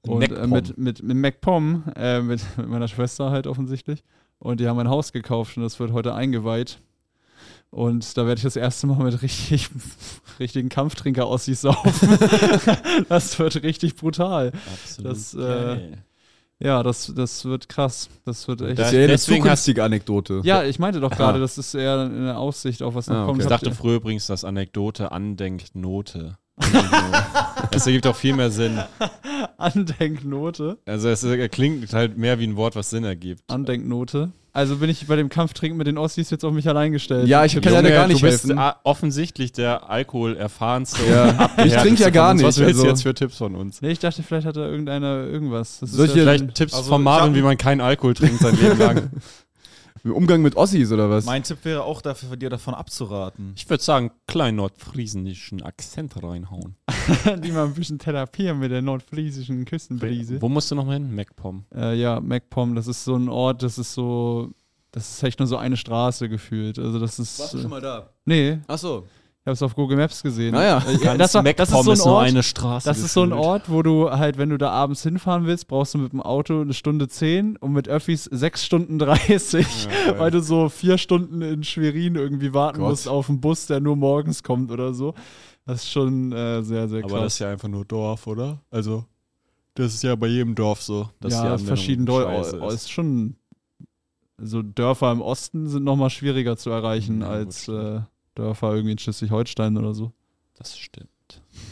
Speaker 2: Und äh,
Speaker 3: Meckpomm.
Speaker 2: mit, mit, mit MacPom, äh, mit, mit meiner Schwester halt offensichtlich. Und die haben ein Haus gekauft und das wird heute eingeweiht. Und da werde ich das erste Mal mit richtig, richtigen Kampftrinker aus sich saufen. das wird richtig brutal.
Speaker 3: Absolut.
Speaker 2: Das, äh, Ja, das, das wird krass. Das wird echt.
Speaker 1: Das
Speaker 3: Das-
Speaker 1: ist ja eine
Speaker 3: Deswegen hast-
Speaker 1: zukünftige Anekdote.
Speaker 2: ja, ich meinte doch gerade, das ist eher eine Aussicht auf was noch
Speaker 1: Ah,
Speaker 2: kommt.
Speaker 1: okay.
Speaker 3: ich
Speaker 2: Habt
Speaker 3: dachte
Speaker 2: ihr-
Speaker 3: früher übrigens, dass Anekdote andenkt Note. das ergibt auch viel mehr Sinn.
Speaker 2: Andenknote.
Speaker 3: Also es äh, klingt halt mehr wie ein Wort, was Sinn ergibt.
Speaker 2: Andenknote. Also bin ich bei dem Kampftrinken mit den Ossis jetzt auf mich allein gestellt.
Speaker 1: Ja, ich kann leider gar nicht
Speaker 3: du bist
Speaker 1: helfen.
Speaker 3: a- offensichtlich der alkoholerfahrenste.
Speaker 1: Ja.
Speaker 3: und abgehärteste
Speaker 1: Ich trink ja
Speaker 3: von
Speaker 1: gar
Speaker 3: uns. Was
Speaker 1: nicht,
Speaker 3: willst du
Speaker 1: also-
Speaker 3: jetzt für Tipps von uns?
Speaker 2: Nee, ich dachte, vielleicht hat da irgendeiner irgendwas. Das
Speaker 1: Solche-
Speaker 2: ja
Speaker 3: Vielleicht
Speaker 2: schon-
Speaker 3: Tipps
Speaker 4: Also,
Speaker 3: von
Speaker 4: ich
Speaker 3: Marvin,
Speaker 4: hab-
Speaker 3: wie man keinen Alkohol trinkt sein Leben lang.
Speaker 1: Umgang mit Ossis oder was?
Speaker 4: mein Tipp wäre auch, dafür, dir davon abzuraten.
Speaker 3: Ich würde sagen, kleinen nordfriesischen Akzent reinhauen.
Speaker 2: die mal ein bisschen therapieren mit der nordfriesischen Küstenbrise.
Speaker 3: Wo musst du nochmal hin? MacPom.
Speaker 2: Äh, ja, MacPom, das ist so ein Ort, das ist so. Das ist echt nur so eine Straße gefühlt. Also das ist. äh,
Speaker 1: mal da?
Speaker 2: nee, ich
Speaker 1: Achso.
Speaker 2: habe es auf Google Maps gesehen. Äh,
Speaker 1: Naja.
Speaker 2: Ja, das, war, das ist so ein
Speaker 3: nur
Speaker 2: Ort,
Speaker 3: eine Straße.
Speaker 2: Das ist so ein
Speaker 3: gefühlt.
Speaker 2: Ort, wo du halt, wenn du da abends hinfahren willst, brauchst du mit dem Auto eine Stunde 10 und mit Öffis 6 Stunden 30, weil du so vier Stunden in Schwerin irgendwie warten
Speaker 1: Gott.
Speaker 2: musst auf einen Bus, der nur morgens kommt oder so. Das ist schon äh, sehr, sehr krass.
Speaker 3: Aber das ist ja einfach nur Dorf, oder? Also, das ist ja bei jedem Dorf so. Dass die
Speaker 2: ja,
Speaker 3: Anwendung
Speaker 2: verschieden doll.
Speaker 3: scheiße
Speaker 2: Ist.
Speaker 3: ist.
Speaker 2: ist schon. So Dörfer im Osten sind nochmal schwieriger zu erreichen
Speaker 3: Ja, gut,
Speaker 2: als äh,
Speaker 3: stimmt.
Speaker 2: Dörfer irgendwie in Schleswig-Holstein oder so.
Speaker 3: Das stimmt.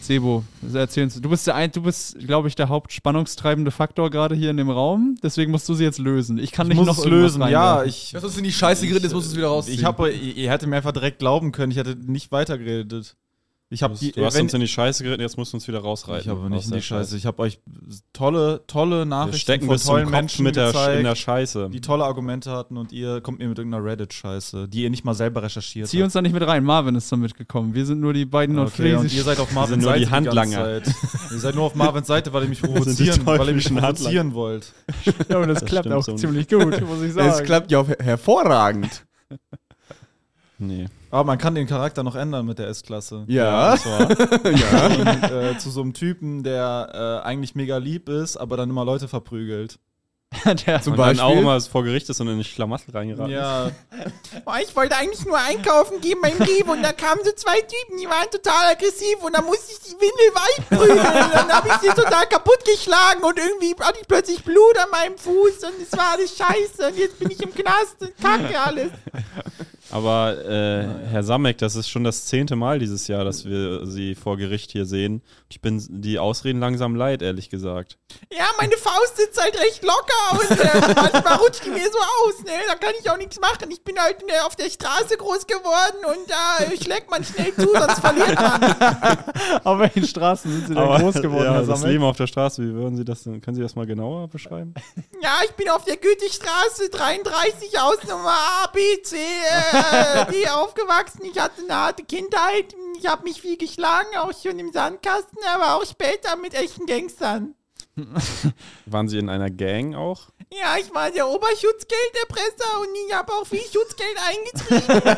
Speaker 2: Sebo, erzähl uns. Du bist, der ein, du bist, glaube ich, der hauptspannungstreibende Faktor gerade hier in dem Raum. Deswegen musst du sie jetzt lösen. Ich kann
Speaker 4: Ich
Speaker 2: nicht
Speaker 4: muss
Speaker 2: noch
Speaker 4: es
Speaker 2: irgendwas
Speaker 4: lösen, ja.
Speaker 2: reinwerfen.
Speaker 4: Ich,
Speaker 1: Das hast du in die Scheiße geritten, jetzt musst du es wieder rausziehen.
Speaker 4: ich habe, ihr, ihr hättet mir einfach direkt glauben können. Ich hätte nicht weitergeredet. Ich habe die.
Speaker 3: du hast
Speaker 4: wenn-
Speaker 3: uns in die Scheiße geritten, jetzt musst du uns wieder rausreiten.
Speaker 4: ich habe nicht
Speaker 3: Aus
Speaker 4: in
Speaker 3: der
Speaker 4: die Scheiße. Ich habe euch tolle, tolle
Speaker 3: Wir
Speaker 4: Nachrichten
Speaker 3: stecken
Speaker 4: von
Speaker 3: bis zum
Speaker 4: tollen
Speaker 3: Kopf
Speaker 4: Menschen
Speaker 3: mit der,
Speaker 4: gezeigt,
Speaker 3: in der Scheiße.
Speaker 4: die tolle Argumente hatten und ihr kommt mir mit irgendeiner Reddit-Scheiße, die ihr nicht mal selber recherchiert
Speaker 2: Zieh uns da nicht mit rein. Marvin ist da mitgekommen. Wir sind nur die beiden
Speaker 4: Okay, und
Speaker 2: Nordfriesischen.
Speaker 4: ihr seid auf
Speaker 3: sind
Speaker 4: Marvins
Speaker 3: nur
Speaker 4: Seite.
Speaker 3: die
Speaker 4: ganze
Speaker 3: Handlanger.
Speaker 4: Zeit. Ihr seid nur auf Marvins Seite, weil ihr mich provozieren,
Speaker 3: sind die
Speaker 4: weil ihr mich
Speaker 3: teuflischen
Speaker 4: provozieren wollt.
Speaker 2: Ja, und das, klappt
Speaker 3: stimmt
Speaker 2: auch
Speaker 3: so.
Speaker 2: ziemlich gut, muss ich sagen.
Speaker 1: Es klappt ja auch her- hervorragend.
Speaker 3: Nee.
Speaker 4: Aber man kann den Charakter noch ändern mit der S-Klasse.
Speaker 1: Ja.
Speaker 4: Das war ja. Und, äh, zu so einem Typen, der äh, eigentlich mega lieb ist, aber dann immer Leute verprügelt.
Speaker 2: Der-
Speaker 1: Zum
Speaker 3: Und dann auch
Speaker 1: Beispiel?
Speaker 3: immer vor Gericht ist und in den Schlamassel reingeraten ist.
Speaker 4: Ja,
Speaker 5: Boah, ich wollte eigentlich nur einkaufen gehen beim Rewe und da kamen so zwei Typen, die waren total aggressiv und da musste ich die Windel weichprügeln und dann habe ich sie total kaputtgeschlagen und irgendwie hatte ich plötzlich Blut an meinem Fuß und es war alles scheiße und jetzt bin ich im Knast und kacke alles.
Speaker 3: Aber äh, Herr Samek, das ist schon das zehnte Mal dieses Jahr, dass wir Sie vor Gericht hier sehen. Ich bin die Ausreden langsam leid, ehrlich gesagt.
Speaker 5: Ja, meine Faust sitzt halt recht locker und äh, manchmal rutscht die mir so aus, ne? Da kann ich auch nichts machen. Ich bin halt ne, auf der Straße groß geworden und da äh, schlägt man schnell zu, sonst verliert man.
Speaker 2: Auf welchen Straßen sind sie denn
Speaker 3: Aber-
Speaker 2: groß geworden,
Speaker 3: ja,
Speaker 2: Herr
Speaker 3: das
Speaker 2: Samek?
Speaker 3: Leben auf der Straße, wie würden Sie das denn, können Sie das mal genauer beschreiben?
Speaker 5: Ja, ich bin auf der Goethestraße 33 Hausnummer A, B, C, äh, D aufgewachsen. Ich hatte eine harte Kindheit. Ich habe mich viel geschlagen, auch schon im Sandkasten, aber auch später mit echten Gangstern.
Speaker 3: Waren Sie in einer Gang auch?
Speaker 5: Ja, ich war der Oberschutzgelderpresser und ich habe auch viel Schutzgeld eingetrieben.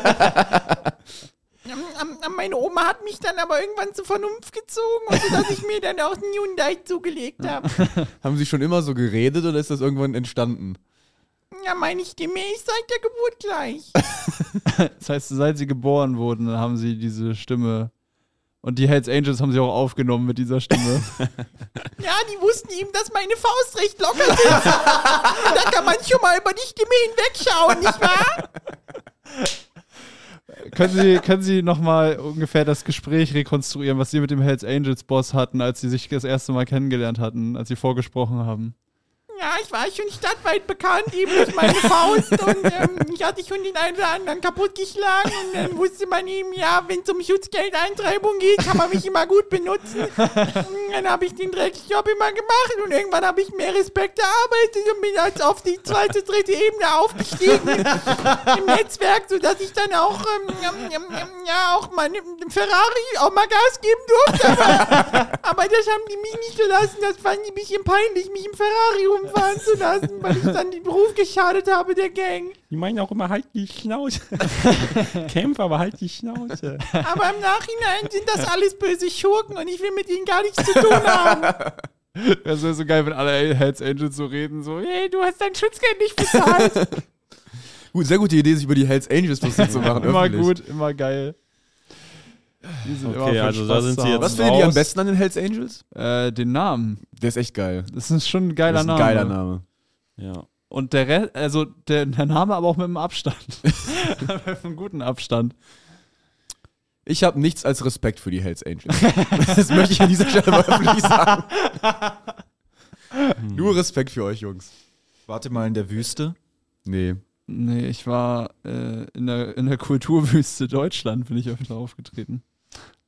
Speaker 5: Ähm, ähm, ähm, Meine Oma hat mich dann aber irgendwann zur Vernunft gezogen, und so, dass ich mir dann auch einen Hyundai zugelegt habe.
Speaker 1: Haben Sie schon immer so geredet oder ist das irgendwann entstanden?
Speaker 5: Ja, meine ich gemäß seit der Geburt gleich.
Speaker 2: Das heißt, seit sie geboren wurden, haben sie diese Stimme. Und die Hells Angels haben sie auch aufgenommen mit dieser Stimme.
Speaker 5: Ja, die wussten eben, dass meine Faust recht locker sitzt. da kann man schon mal über die Stimme hinwegschauen, nicht wahr?
Speaker 2: können Sie, können sie nochmal ungefähr das Gespräch rekonstruieren, was Sie mit dem Hells Angels Boss hatten, als Sie sich das erste Mal kennengelernt hatten, als Sie vorgesprochen haben?
Speaker 5: Ja, ich war schon stadtweit bekannt, eben durch meine Faust. Und ähm, ich hatte schon den einen oder anderen kaputtgeschlagen. Und dann wusste man eben, ja, wenn es um Schutzgeldeintreibung geht, kann man mich immer gut benutzen. Und dann habe ich den Drecksjob immer gemacht. Und irgendwann habe ich mehr Respekt erarbeitet und bin halt auf die zweite, dritte Ebene aufgestiegen. im Netzwerk, sodass ich dann auch, ähm, ähm, ähm, ähm, ja, auch meine Ferrari auch mal Gas geben durfte. Aber, aber das haben die mich nicht gelassen. Das fanden die ein bisschen peinlich, mich im Ferrari rumfahren zu lassen, weil ich dann den Ruf geschadet habe der Gang.
Speaker 3: Die meinen auch immer, halt die Schnauze. Kämpfer, aber halt die Schnauze.
Speaker 5: Aber im Nachhinein sind das alles böse Schurken und ich will mit ihnen gar nichts zu tun haben.
Speaker 2: Das wäre so geil, wenn alle Hells Angels so reden, so,
Speaker 5: Hey, du hast dein Schutzgeld nicht bezahlt.
Speaker 1: Gut, sehr gute Idee, sich über die Hells Angels lustig zu machen.
Speaker 2: immer
Speaker 1: öffentlich.
Speaker 2: gut, immer geil. Die sind
Speaker 3: Okay,
Speaker 2: für
Speaker 3: also da
Speaker 2: Spaß
Speaker 3: sind
Speaker 2: zu
Speaker 3: sie
Speaker 2: haben.
Speaker 3: jetzt
Speaker 1: Was findet ihr am
Speaker 3: Raus.
Speaker 1: besten an den Hells Angels?
Speaker 2: Äh, den Namen.
Speaker 1: Der ist echt geil.
Speaker 2: Das ist schon ein geiler
Speaker 1: das ist ein
Speaker 2: Name.
Speaker 1: geiler Name.
Speaker 3: Ja.
Speaker 2: Und der Rest, also der, der Name aber auch mit einem Abstand. mit einem guten Abstand.
Speaker 1: Ich habe nichts als Respekt für die Hells Angels. das möchte ich an dieser Stelle mal öffentlich sagen.
Speaker 2: Hm.
Speaker 1: Nur Respekt für euch, Jungs. Hm.
Speaker 4: warte mal in der Wüste.
Speaker 1: Nee.
Speaker 2: Nee, ich war äh, in, der, in der Kulturwüste Deutschland, bin ich öfter aufgetreten.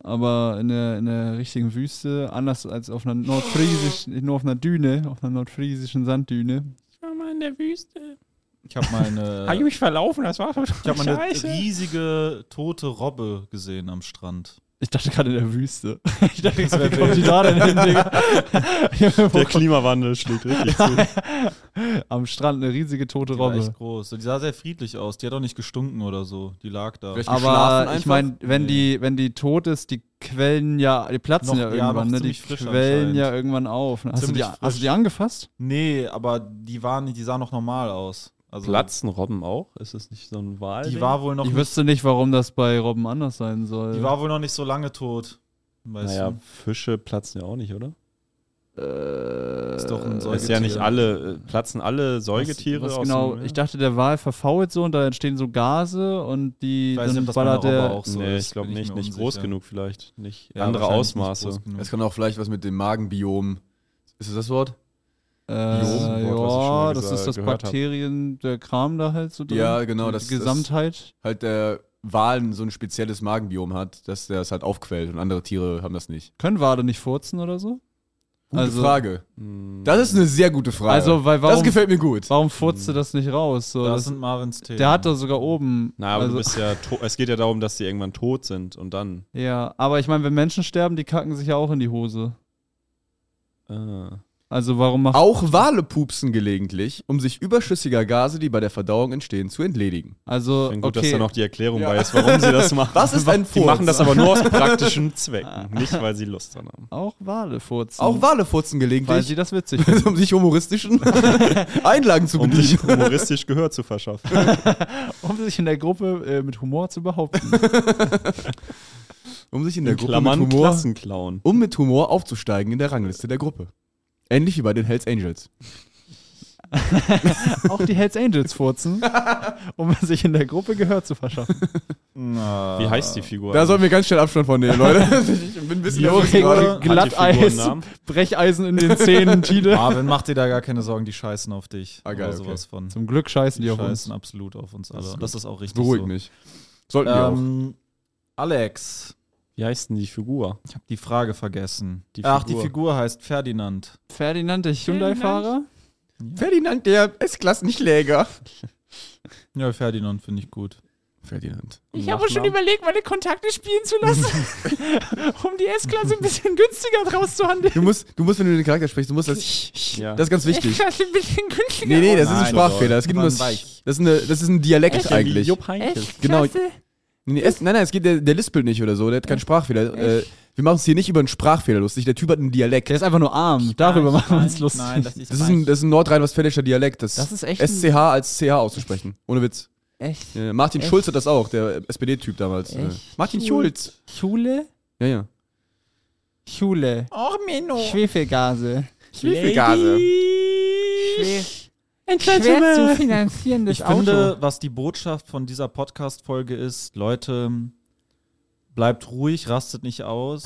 Speaker 2: Aber in der, in der richtigen Wüste, anders als auf einer nordfriesischen, nur auf einer Düne, auf einer nordfriesischen Sanddüne.
Speaker 4: Ich habe mal eine,
Speaker 3: mich verlaufen? Das war
Speaker 4: ich hab mal eine riesige tote Robbe gesehen am Strand.
Speaker 2: Ich dachte gerade in der Wüste. Ich dachte, wo kommt die da denn hin, Digga? Junge, wo
Speaker 3: Der
Speaker 2: kommt-
Speaker 3: Klimawandel schlägt richtig zu.
Speaker 2: Am Strand eine riesige tote
Speaker 4: Die war
Speaker 2: Robbe.
Speaker 4: echt groß. Die sah sehr friedlich aus. Die hat auch nicht gestunken oder so. Die lag da.
Speaker 1: Vielleicht
Speaker 2: Aber ich meine, wenn die, wenn die tot ist, die Quellen ja, die platzen
Speaker 4: Noch-
Speaker 2: ja
Speaker 4: ja,
Speaker 2: irgendwann,
Speaker 4: noch
Speaker 2: ne? Die
Speaker 4: ziemlich frisch
Speaker 2: Quellen
Speaker 4: anscheinend.
Speaker 2: ja irgendwann auf. ne? Hast du, die,
Speaker 4: Ziemlich
Speaker 2: hast du
Speaker 4: frisch.
Speaker 2: die angefasst?
Speaker 4: Nee, aber die war nicht, die sah noch normal aus. Also
Speaker 3: Platzen Robben auch? Ist das nicht so ein Wal?
Speaker 4: Die war wohl noch
Speaker 2: ich
Speaker 4: nicht,
Speaker 2: wüsste nicht, warum das bei Robben anders sein soll.
Speaker 4: die war wohl noch nicht so lange tot. Weißt
Speaker 3: Naja,
Speaker 4: du?
Speaker 3: Fische platzen ja auch nicht, oder?
Speaker 4: Ist doch ein
Speaker 3: Ist ja nicht
Speaker 4: Säugetier.
Speaker 3: alle, äh, platzen alle Säugetiere
Speaker 2: was
Speaker 3: aus
Speaker 2: genau,
Speaker 3: dem
Speaker 2: ich dachte, der Wal verfault so und da entstehen so Gase und die
Speaker 4: Ich weiß
Speaker 2: dann
Speaker 4: nicht, ob das bei
Speaker 2: ballert
Speaker 4: einer Robbe
Speaker 2: der.
Speaker 1: äh,
Speaker 4: auch so
Speaker 3: nee,
Speaker 4: ist,
Speaker 3: ich glaube
Speaker 4: bin ich
Speaker 3: nicht.
Speaker 4: mir
Speaker 3: Nicht groß
Speaker 4: unsicher.
Speaker 3: genug vielleicht. Nicht
Speaker 4: Ja,
Speaker 3: andere
Speaker 4: wahrscheinlich nicht
Speaker 3: Ausmaße.
Speaker 4: groß genug.
Speaker 1: Es kann auch vielleicht was mit dem Magenbiom. Ist das das Wort?
Speaker 2: Äh,
Speaker 1: Wort, was ich schon
Speaker 2: ja,
Speaker 1: mal
Speaker 2: das
Speaker 1: gesagt-
Speaker 2: ist das
Speaker 1: gehört hab.
Speaker 2: Bakterien, der Kram da halt so drin.
Speaker 1: Ja, genau,
Speaker 2: Die
Speaker 1: das ist-
Speaker 2: Gesamtheit.
Speaker 1: Halt der Walen so ein spezielles Magenbiom hat, dass der es halt aufquellt und andere Tiere haben das nicht?
Speaker 2: Können Wale nicht furzen oder so?
Speaker 1: Gute
Speaker 2: Also-
Speaker 1: Frage.
Speaker 3: Hm.
Speaker 1: Das ist eine sehr gute Frage.
Speaker 2: Also, weil warum-
Speaker 1: das gefällt mir gut.
Speaker 2: Warum furzt du das nicht raus? So,
Speaker 4: Das
Speaker 2: das,
Speaker 4: sind Marvins Themen.
Speaker 2: der hat da sogar oben.
Speaker 3: Na, aber
Speaker 2: also,
Speaker 3: du bist ja to- Es geht ja darum, dass sie irgendwann tot sind und dann.
Speaker 2: ja, aber ich meine, wenn Menschen sterben, die kacken sich ja auch in die Hose.
Speaker 3: Ah.
Speaker 2: Also warum macht.
Speaker 1: Auch Wale pupsen gelegentlich, um sich überschüssiger Gase, die bei der Verdauung entstehen, zu entledigen.
Speaker 2: Also,
Speaker 3: Dann gut, dass
Speaker 2: okay.
Speaker 3: da noch die Erklärung bei ist, warum sie das machen.
Speaker 1: Was ist ein
Speaker 3: Die
Speaker 1: Furz?
Speaker 3: machen das aber nur aus praktischen Zwecken, nicht weil sie Lust dran haben.
Speaker 2: auch Wale furzen.
Speaker 3: Mhm.
Speaker 1: Auch Wale furzen
Speaker 2: Weil sie
Speaker 1: gelegentlich,
Speaker 2: das witzig
Speaker 1: um sich humoristischen Einlagen zu
Speaker 3: Um
Speaker 1: bedienen.
Speaker 3: sich humoristisch Gehör zu verschaffen.
Speaker 2: um sich in der Gruppe äh, mit Humor zu behaupten.
Speaker 1: um sich in der
Speaker 3: In
Speaker 1: Gruppe mit
Speaker 3: Klammern
Speaker 1: Humor,
Speaker 3: Klassenclown.
Speaker 1: um mit Humor aufzusteigen in der Rangliste der Gruppe. Ähnlich wie bei den Hells Angels.
Speaker 2: auch die Hells Angels furzen, um sich in der Gruppe Gehör zu verschaffen.
Speaker 4: Äh,
Speaker 3: Wie heißt die Figur?
Speaker 1: Da sollen wir ganz schnell Abstand von nehmen, Leute. Ich bin ein bisschen nervös gerade.
Speaker 2: Jorik,
Speaker 3: ne?
Speaker 2: Glatteis, Brecheisen in den Zähnen, Tide.
Speaker 4: Marvin, mach dir da gar keine Sorgen, die scheißen auf dich.
Speaker 1: Ah, geil,
Speaker 4: Oder
Speaker 1: okay.
Speaker 4: sowas von.
Speaker 2: Zum Glück scheißen die
Speaker 4: Die
Speaker 2: auf uns.
Speaker 4: scheißen absolut auf uns alle.
Speaker 3: ist
Speaker 4: Das ist auch richtig
Speaker 1: Beruhigt
Speaker 4: so.
Speaker 1: mich. Sollten wir auch.
Speaker 4: Ähm, Alex,
Speaker 3: Wie heißt denn die Figur?
Speaker 4: ich habe die Frage vergessen.
Speaker 3: Die
Speaker 4: Ach, die
Speaker 3: Figur.
Speaker 4: Figur heißt Ferdinand.
Speaker 2: Ferdinand, der Hyundai-Fahrer.
Speaker 1: Ferdinand, der S-Klassenschläger.
Speaker 4: Ja, Ferdinand finde ich gut.
Speaker 1: Ferdinand.
Speaker 3: Ich habe schon überlegt.
Speaker 1: Du musst, du musst, wenn du den Charakter sprichst, du musst das.
Speaker 3: Ja.
Speaker 1: Das ist ganz wichtig. Nee, nee, das ist ein
Speaker 2: oh
Speaker 4: Nein,
Speaker 1: Sprachfehler. Das, gibt nur
Speaker 4: Mann,
Speaker 1: das,
Speaker 4: weich.
Speaker 1: das, ist eine, das ist ein Dialekt eigentlich.
Speaker 3: Jupp Heynckes.
Speaker 1: Genau. Nee, nee, es, nein, nein, es geht, der, der lispelt nicht oder so, der hat keinen Sprachfehler. Äh, wir machen es hier nicht über einen Sprachfehler lustig, der Typ hat einen Dialekt.
Speaker 2: Der ist einfach nur arm. Darüber machen wir uns lustig.
Speaker 4: Nein, das ist,
Speaker 1: Das ist ein, das ist ein nordrhein-westfälischer Dialekt, das,
Speaker 2: Das ist echt ein-
Speaker 1: SCH als CH auszusprechen. Ohne Witz.
Speaker 2: Echt?
Speaker 1: Ja, Martin
Speaker 2: Echt?
Speaker 1: Schulz hat das auch, der SPD-Typ damals. Äh,
Speaker 2: Echt?
Speaker 1: Martin Schulz.
Speaker 2: Schule?
Speaker 1: Ja, ja.
Speaker 2: Schule.
Speaker 5: Och, Menno.
Speaker 2: Schwefelgase.
Speaker 5: Schwer zu
Speaker 2: finanzierendes
Speaker 4: ich finde, was die Botschaft von dieser Podcast-Folge ist, Leute, bleibt ruhig, rastet nicht aus,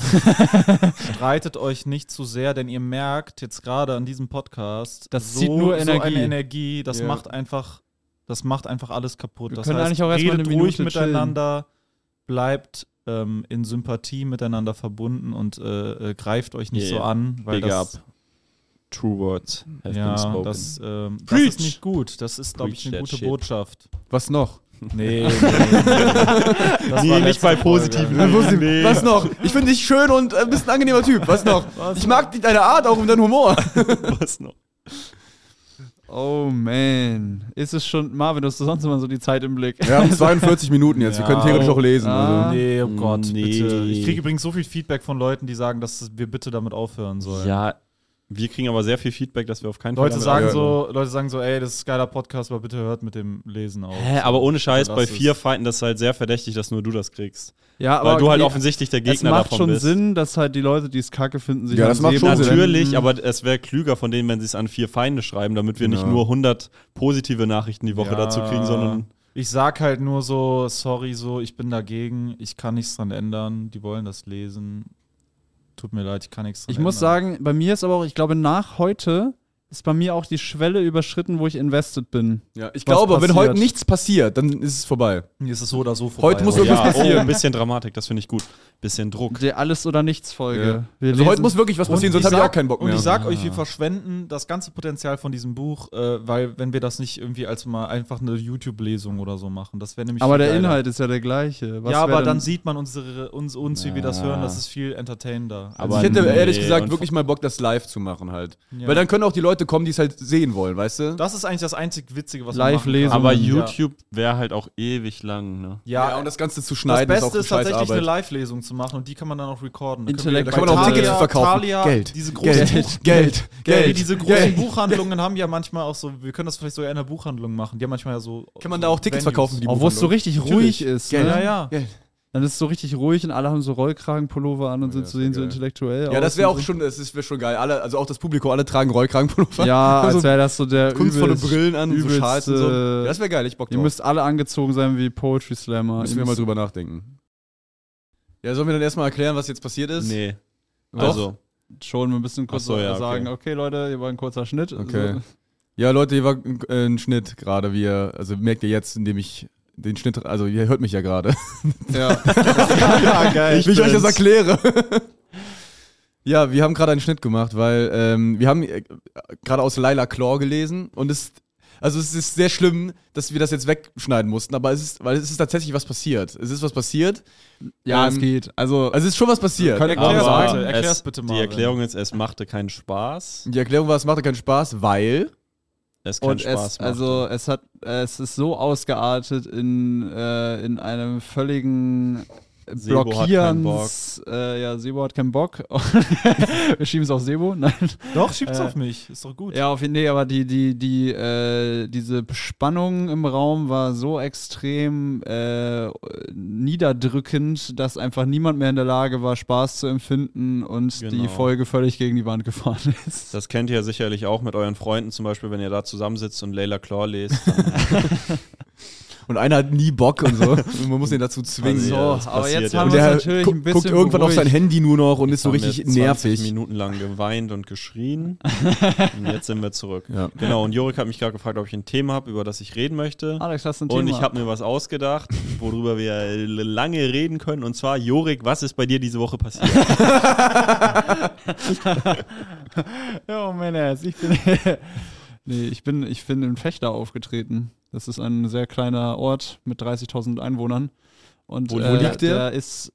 Speaker 4: streitet euch nicht zu sehr, denn ihr merkt jetzt gerade an diesem Podcast,
Speaker 2: Das zieht
Speaker 4: so
Speaker 2: nur Energie.
Speaker 4: eine Energie, das
Speaker 1: Ja.
Speaker 4: macht einfach, das macht einfach alles kaputt.
Speaker 2: Wir
Speaker 4: das
Speaker 2: können
Speaker 4: heißt,
Speaker 2: eigentlich auch erst mal
Speaker 4: redet
Speaker 2: eine
Speaker 4: ruhig
Speaker 2: Minute chillen.
Speaker 4: miteinander, bleibt ähm, in Sympathie miteinander verbunden und äh, äh, greift euch nicht
Speaker 3: Yeah.
Speaker 4: so an, weil
Speaker 3: Big
Speaker 4: das
Speaker 3: up. True words have been
Speaker 4: ja,
Speaker 3: spoken.
Speaker 4: das, ähm, das ist
Speaker 3: Preach.
Speaker 4: nicht gut. Das ist, glaube ich,
Speaker 3: Preach
Speaker 4: eine
Speaker 3: that
Speaker 4: gute
Speaker 3: shit.
Speaker 4: Botschaft.
Speaker 1: Was noch?
Speaker 4: Nee, nee, nee nicht bei positiven.
Speaker 1: Äh, wo sind- Was noch? Ich finde dich schön und äh, bist ein angenehmer Typ. Was noch? ich mag dich- deine Art auch und deinen Humor.
Speaker 3: Was noch?
Speaker 2: Oh man. Ist es schon. Marvin, du hast doch sonst immer so die Zeit im Blick.
Speaker 1: Wir haben 42 Minuten jetzt, wir können theoretisch auch lesen.
Speaker 2: Ah.
Speaker 1: Also.
Speaker 4: Nee, oh Gott,
Speaker 3: Nee.
Speaker 4: bitte. Ich kriege übrigens so viel Feedback von Leuten, die sagen, dass wir bitte damit aufhören sollen.
Speaker 3: Ja, wir kriegen aber sehr viel Feedback, dass wir auf keinen
Speaker 4: Leute
Speaker 3: Fall. damit
Speaker 4: sagen
Speaker 1: ja.
Speaker 4: so, Leute sagen so, ey, das ist ein geiler Podcast, aber bitte hört mit dem Lesen auf.
Speaker 3: Hä, aber ohne Scheiß,
Speaker 4: Lass
Speaker 3: bei
Speaker 4: es.
Speaker 3: vier Fighten das ist halt sehr verdächtig, dass nur du das kriegst.
Speaker 2: Ja,
Speaker 3: Weil du halt
Speaker 2: nee,
Speaker 3: offensichtlich der
Speaker 2: Es
Speaker 3: Gegner
Speaker 2: macht
Speaker 3: davon
Speaker 2: schon
Speaker 3: bist.
Speaker 2: Sinn, dass halt die Leute, die es kacke finden, sich
Speaker 1: Ja,
Speaker 2: dann
Speaker 1: das macht
Speaker 2: sehen, also
Speaker 1: schon Sinn.
Speaker 3: Natürlich, aber es wäre klüger von denen, wenn sie es an vier Feinde schreiben, damit wir nicht
Speaker 1: Ja.
Speaker 3: nur 100 positive Nachrichten die Woche
Speaker 4: Ja.
Speaker 3: dazu kriegen, sondern
Speaker 4: Ich sag halt nur so, sorry, so, ich bin dagegen, ich kann nichts dran ändern, die wollen das lesen. Tut mir leid, ich kann nichts dran
Speaker 2: Ich
Speaker 4: ändern.
Speaker 2: muss sagen, bei mir ist aber auch, ich glaube, nach heute ist bei mir auch die Schwelle überschritten, wo ich invested bin.
Speaker 1: Ja, ich
Speaker 2: Was
Speaker 1: glaube, wenn
Speaker 2: passiert?
Speaker 1: heute nichts passiert, dann ist es vorbei.
Speaker 4: Mir ist es so oder so
Speaker 1: Heute muss
Speaker 4: also.
Speaker 1: irgendwas
Speaker 3: ja, oh,
Speaker 1: passieren.
Speaker 3: ein bisschen Dramatik, das finde ich gut. Bisschen Druck.
Speaker 2: Der Alles- oder Nichts-Folge. Wir
Speaker 1: Also heute
Speaker 2: lesen-
Speaker 1: muss wirklich was passieren, sonst habe ich auch keinen Bock mehr.
Speaker 4: Und ich sag euch, wir verschwenden das ganze Potenzial von diesem Buch, äh, weil wenn wir das nicht irgendwie als mal einfach eine YouTube-Lesung oder so machen, das wäre nämlich
Speaker 2: aber
Speaker 4: viel
Speaker 2: der
Speaker 4: geiler.
Speaker 2: Inhalt ist ja der gleiche. Was
Speaker 4: ja,
Speaker 2: wär
Speaker 4: aber
Speaker 2: denn-
Speaker 4: dann sieht man unsere, uns, uns wie wir das
Speaker 3: Ja.
Speaker 4: hören, das ist viel entertainender. Also
Speaker 3: Aber
Speaker 1: ich hätte
Speaker 3: nee,
Speaker 1: ehrlich
Speaker 3: und
Speaker 1: gesagt wirklich mal Bock, das live zu machen halt.
Speaker 4: Ja.
Speaker 1: Weil dann können auch die Leute kommen, die es halt sehen wollen, weißt du?
Speaker 4: das ist eigentlich das einzig Witzige, was
Speaker 2: Live
Speaker 4: man machen
Speaker 2: lesen.
Speaker 4: kann.
Speaker 3: Aber
Speaker 2: Ja.
Speaker 3: YouTube wäre halt auch ewig lang, ne?
Speaker 4: Ja,
Speaker 1: und das Ganze zu
Speaker 4: das
Speaker 1: schneiden
Speaker 4: Beste ist
Speaker 1: ist auch eine
Speaker 4: tatsächlich
Speaker 1: scheiß Arbeit.
Speaker 4: eine Live-Lesung zu machen und die kann man dann auch recorden. Dann
Speaker 2: Intellekt-
Speaker 1: da
Speaker 4: können
Speaker 1: kann
Speaker 4: wir-
Speaker 1: man auch
Speaker 4: bei
Speaker 1: Tickets
Speaker 4: Thalia-
Speaker 1: verkaufen.
Speaker 4: Thalia,
Speaker 1: Geld,
Speaker 4: diese großen
Speaker 1: Geld, Geld, Geld,
Speaker 4: Geld.
Speaker 1: Geld.
Speaker 4: Diese großen
Speaker 1: Geld.
Speaker 4: Buchhandlungen haben ja manchmal auch so, wir können das vielleicht sogar in einer Buchhandlung machen, die haben manchmal ja so.
Speaker 1: Kann man da auch Tickets
Speaker 4: Venues.
Speaker 1: verkaufen, die
Speaker 2: Auch Oh, wo es so
Speaker 1: Buchhandlung?
Speaker 2: richtig ruhig ist. Ne?
Speaker 4: Ja, ja.
Speaker 1: Geld.
Speaker 2: Dann ist es so richtig ruhig und alle haben so Rollkragenpullover an und sind
Speaker 1: das
Speaker 2: zu
Speaker 1: wär
Speaker 2: sehen so
Speaker 1: geil.
Speaker 2: intellektuell.
Speaker 1: Oh Ja, das wäre
Speaker 2: aus
Speaker 1: auch
Speaker 2: und
Speaker 1: schon, das ist- wär schon geil. Alle, also auch das Publikum, alle tragen Rollkragenpullover.
Speaker 2: so. Ja,
Speaker 1: Also
Speaker 2: als wäre das so der
Speaker 1: kunstvolle
Speaker 2: übelst-
Speaker 1: Brillen an, so
Speaker 2: übelst,
Speaker 1: Schals und so.
Speaker 2: äh,
Speaker 1: Ja, das wäre geil, ich Bock
Speaker 2: Ihr
Speaker 1: drauf.
Speaker 2: müsst alle angezogen sein wie Poetry Slammer.
Speaker 1: Müssen
Speaker 2: Ihr
Speaker 1: wir mal
Speaker 2: müsst-
Speaker 1: drüber nachdenken. Ja, sollen wir dann erstmal erklären, was jetzt passiert ist?
Speaker 3: Nee.
Speaker 1: Doch.
Speaker 3: Also,
Speaker 2: schon mal ein bisschen kurz
Speaker 3: Ach so, ja, okay.
Speaker 2: sagen, okay. Leute, hier war ein kurzer Schnitt.
Speaker 1: Okay.
Speaker 2: So.
Speaker 1: Ja, Leute, hier war äh, ein Schnitt gerade, wie ihr, also merkt ihr jetzt, indem ich den Schnitt, also ihr hört mich ja gerade.
Speaker 2: Ja.
Speaker 1: ja, geil. Ich, Wie ich euch das erkläre. ja, wir haben gerade einen Schnitt gemacht, weil ähm, wir haben äh, gerade aus Lila Claw gelesen und es, also es ist sehr schlimm, dass wir das jetzt wegschneiden mussten, aber es ist, weil es ist tatsächlich was passiert. Es ist was passiert.
Speaker 2: Ja, es
Speaker 1: Ähm,
Speaker 2: geht. Also,
Speaker 1: Also es ist schon was passiert.
Speaker 2: Kann-
Speaker 4: Erklär's
Speaker 3: Aber
Speaker 4: bitte, erklär's
Speaker 3: es,
Speaker 4: bitte,
Speaker 3: Die
Speaker 4: Marvin.
Speaker 3: Erklärung ist, es machte keinen Spaß.
Speaker 1: Die Erklärung war, es machte keinen Spaß, weil
Speaker 3: Es keinen
Speaker 2: und
Speaker 3: Spaß
Speaker 2: es, also es hat, es ist so ausgeartet in, äh, in einem völligen
Speaker 3: Sebo hat keinen
Speaker 2: Blockieren. Äh, ja, Sebo hat keinen Bock. Wir schieben es auf Sebo. Nein.
Speaker 4: Doch, schiebt's
Speaker 2: Äh,
Speaker 4: auf mich. Ist doch gut.
Speaker 2: Ja, auf jeden Fall, aber die, die, die, äh, diese Spannung im Raum war so extrem äh, niederdrückend, dass einfach niemand mehr in der Lage war, Spaß zu empfinden und
Speaker 3: Genau.
Speaker 2: die Folge völlig gegen die Wand gefahren ist.
Speaker 3: Das kennt ihr sicherlich auch mit euren Freunden, zum Beispiel, wenn ihr da zusammensitzt und Layla Claw lest. Dann,
Speaker 1: und einer hat nie Bock und so. Und man muss ihn dazu zwingen.
Speaker 3: Also, ja, das
Speaker 2: aber
Speaker 3: passiert
Speaker 2: jetzt
Speaker 3: ja.
Speaker 2: haben
Speaker 1: Und
Speaker 2: wir
Speaker 1: der
Speaker 2: uns natürlich
Speaker 1: gu-
Speaker 2: ein bisschen
Speaker 1: guckt irgendwann auf sein
Speaker 2: beruhigt.
Speaker 1: Handy nur noch und ist so
Speaker 3: haben
Speaker 1: richtig
Speaker 3: wir 20
Speaker 1: nervig.
Speaker 3: Minuten lang geweint und geschrien. und jetzt sind wir zurück.
Speaker 1: Ja.
Speaker 3: Genau, und Jorik hat mich gerade gefragt, ob ich ein Thema habe, über das ich reden möchte.
Speaker 2: Alex, hast du Ah, ein
Speaker 3: Und
Speaker 2: Thema?
Speaker 3: ich habe mir was ausgedacht, worüber wir l- lange reden können. Und zwar, Jorik, was ist bei dir diese Woche passiert?
Speaker 2: Ja, Männer, ich bin. nee, ich bin, ich bin in Fechter aufgetreten. Das ist ein sehr kleiner Ort mit 30.000 Einwohnern. Und
Speaker 1: Wo- wo
Speaker 2: äh,
Speaker 1: liegt der?
Speaker 2: der ist.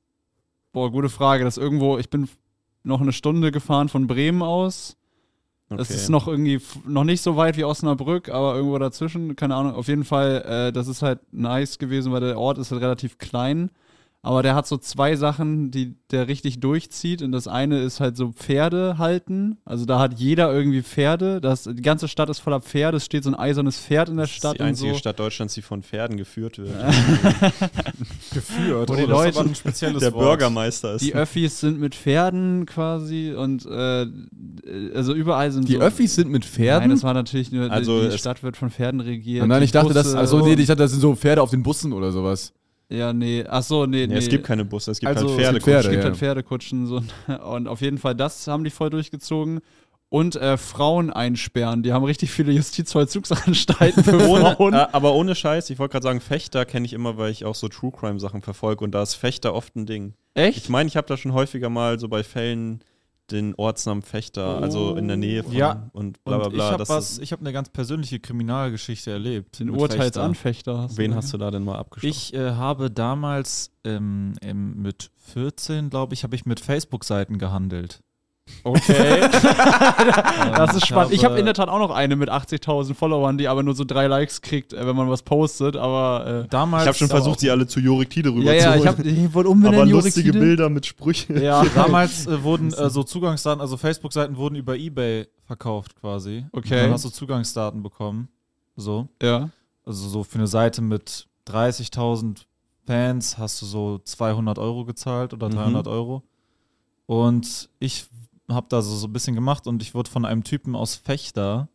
Speaker 2: Boah, gute Frage. Das ist irgendwo. Ich bin noch eine Stunde gefahren von Bremen aus. Das ist noch irgendwie f- noch nicht so weit wie Osnabrück, aber irgendwo dazwischen, keine Ahnung. Auf jeden Fall, äh, das ist halt nice gewesen, weil der Ort ist halt relativ klein. Aber der hat so zwei Sachen, die der richtig durchzieht. Und das eine ist halt so Pferde halten. Also da hat jeder irgendwie Pferde. Das, die ganze Stadt ist voller Pferde. Es steht so ein eisernes Pferd in der
Speaker 3: Das ist
Speaker 2: Stadt
Speaker 3: die einzige
Speaker 2: und so.
Speaker 3: Stadt Deutschlands, die von Pferden geführt wird.
Speaker 4: Geführt.
Speaker 2: Wo
Speaker 4: das
Speaker 2: die
Speaker 4: ist
Speaker 2: Leute-
Speaker 4: aber ein spezielles
Speaker 3: Der
Speaker 4: Wort.
Speaker 3: Bürgermeister ist
Speaker 2: Die Öffis sind mit Pferden quasi und äh, also überall sind
Speaker 1: Die
Speaker 2: so.
Speaker 1: Öffis sind mit Pferden.
Speaker 2: Nein, das war natürlich nur,
Speaker 3: Also
Speaker 2: die
Speaker 3: es-
Speaker 2: Stadt wird von Pferden regiert.
Speaker 1: Ah, Nein,
Speaker 2: die
Speaker 1: ich dachte, das,
Speaker 2: Busse-
Speaker 1: also, nee, ich dachte, das sind so Pferde auf den Bussen oder sowas.
Speaker 2: Ja, nee, ach so, nee,
Speaker 3: Ja,
Speaker 2: nee.
Speaker 3: Es gibt keine Busse, es gibt
Speaker 1: Also, es
Speaker 3: halt Pferde.
Speaker 1: gibt Pferde,
Speaker 2: Es
Speaker 1: ja.
Speaker 2: gibt halt Pferdekutschen so. und auf jeden Fall das haben die voll durchgezogen. Und äh, Frauen einsperren. Die haben richtig viele Justizvollzugsanstalten für
Speaker 3: Ohne,
Speaker 2: Frauen.
Speaker 3: äh, aber ohne Scheiß, ich wollte gerade sagen, Fechter kenne ich immer, weil ich auch so True Crime Sachen verfolge und da ist Fechter oft ein Ding. Ich
Speaker 2: Echt?
Speaker 3: meine, ich habe da schon häufiger mal so bei Fällen den Ortsnamen Fechter, also in der Nähe von
Speaker 4: Ja.
Speaker 3: und bla bla
Speaker 4: Und ich
Speaker 3: bla.
Speaker 4: habe
Speaker 3: das
Speaker 4: was,
Speaker 3: ist,
Speaker 4: ich habe eine ganz persönliche Kriminalgeschichte erlebt.
Speaker 2: Den
Speaker 4: mit Fechter.
Speaker 2: Urteilsanfechter. hast
Speaker 3: wen hast du da denn mal abgeschossen?
Speaker 4: Ich äh, habe damals ähm, ähm, mit 14, glaube ich, habe ich mit Facebook-Seiten gehandelt.
Speaker 2: Okay. das ist
Speaker 4: Ich
Speaker 2: spannend. Ich habe
Speaker 4: habe-
Speaker 2: in der Tat auch noch eine mit 80.000 Followern, die aber nur so drei Likes kriegt, äh, wenn man was postet. Aber
Speaker 4: Damals
Speaker 3: Ich habe schon versucht, die alle zu Jorik Tide
Speaker 2: äh,
Speaker 3: rüberzuholen.
Speaker 2: ich wollte
Speaker 3: aber
Speaker 2: Jurik
Speaker 3: lustige
Speaker 2: Tiede.
Speaker 3: Bilder mit Sprüchen.
Speaker 2: Ja.
Speaker 4: Damals äh, wurden äh, so Zugangsdaten, also Facebook-Seiten wurden über Ebay verkauft quasi.
Speaker 2: Okay.
Speaker 4: Dann hast du Zugangsdaten bekommen. So.
Speaker 2: ja.
Speaker 4: Also so für eine Seite mit 30.000 Fans hast du so 200 Euro gezahlt oder
Speaker 3: Mhm.
Speaker 4: 300 Euro. Und ich habe da so, so ein bisschen gemacht und ich wurde von einem Typen aus Fechter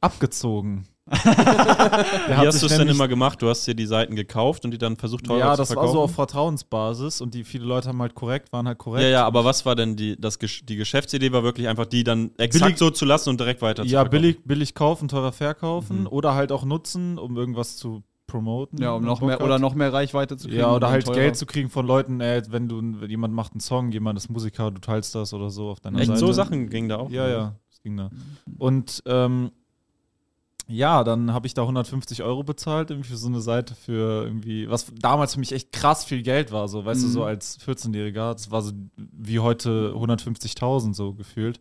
Speaker 4: abgezogen.
Speaker 3: Wie
Speaker 4: hat
Speaker 3: hast
Speaker 4: sich
Speaker 3: du es denn
Speaker 4: nämlich-
Speaker 3: immer gemacht? Du hast dir die Seiten gekauft und die dann versucht teurer
Speaker 4: ja,
Speaker 3: zu
Speaker 4: das
Speaker 3: verkaufen?
Speaker 4: war so auf Vertrauensbasis und die viele Leute haben halt korrekt, waren halt korrekt.
Speaker 3: Ja, ja, aber was war denn die, das, Gesch- die Geschäftsidee? War wirklich einfach die dann exakt
Speaker 4: Billig-
Speaker 3: so zu lassen und direkt weiter zu
Speaker 4: Ja,
Speaker 3: verkaufen?
Speaker 4: billig, billig kaufen, teurer verkaufen
Speaker 3: Mhm.
Speaker 4: oder halt auch nutzen, um irgendwas zu promoten.
Speaker 2: ja, um
Speaker 4: wenn
Speaker 2: noch
Speaker 4: man
Speaker 2: mehr
Speaker 4: Bock
Speaker 2: oder
Speaker 4: hat.
Speaker 2: noch mehr Reichweite zu kriegen.
Speaker 4: Ja,
Speaker 2: und
Speaker 4: oder
Speaker 2: dann
Speaker 4: halt
Speaker 2: teurer.
Speaker 4: Geld zu kriegen von Leuten, ey, wenn du wenn jemand macht einen Song, jemand ist Musiker, du teilst das oder so auf deiner
Speaker 3: Echt
Speaker 4: Seite.
Speaker 3: so Sachen gingen da auch?
Speaker 4: Ja, ja, das ging da.
Speaker 2: Mhm.
Speaker 4: Und ähm, ja, dann habe ich da 150 Euro bezahlt irgendwie für so eine Seite für irgendwie, was damals für mich echt krass viel Geld war, so, weißt du,
Speaker 2: Mhm.
Speaker 4: so als 14-Jähriger, das war so wie heute 150.000 so gefühlt.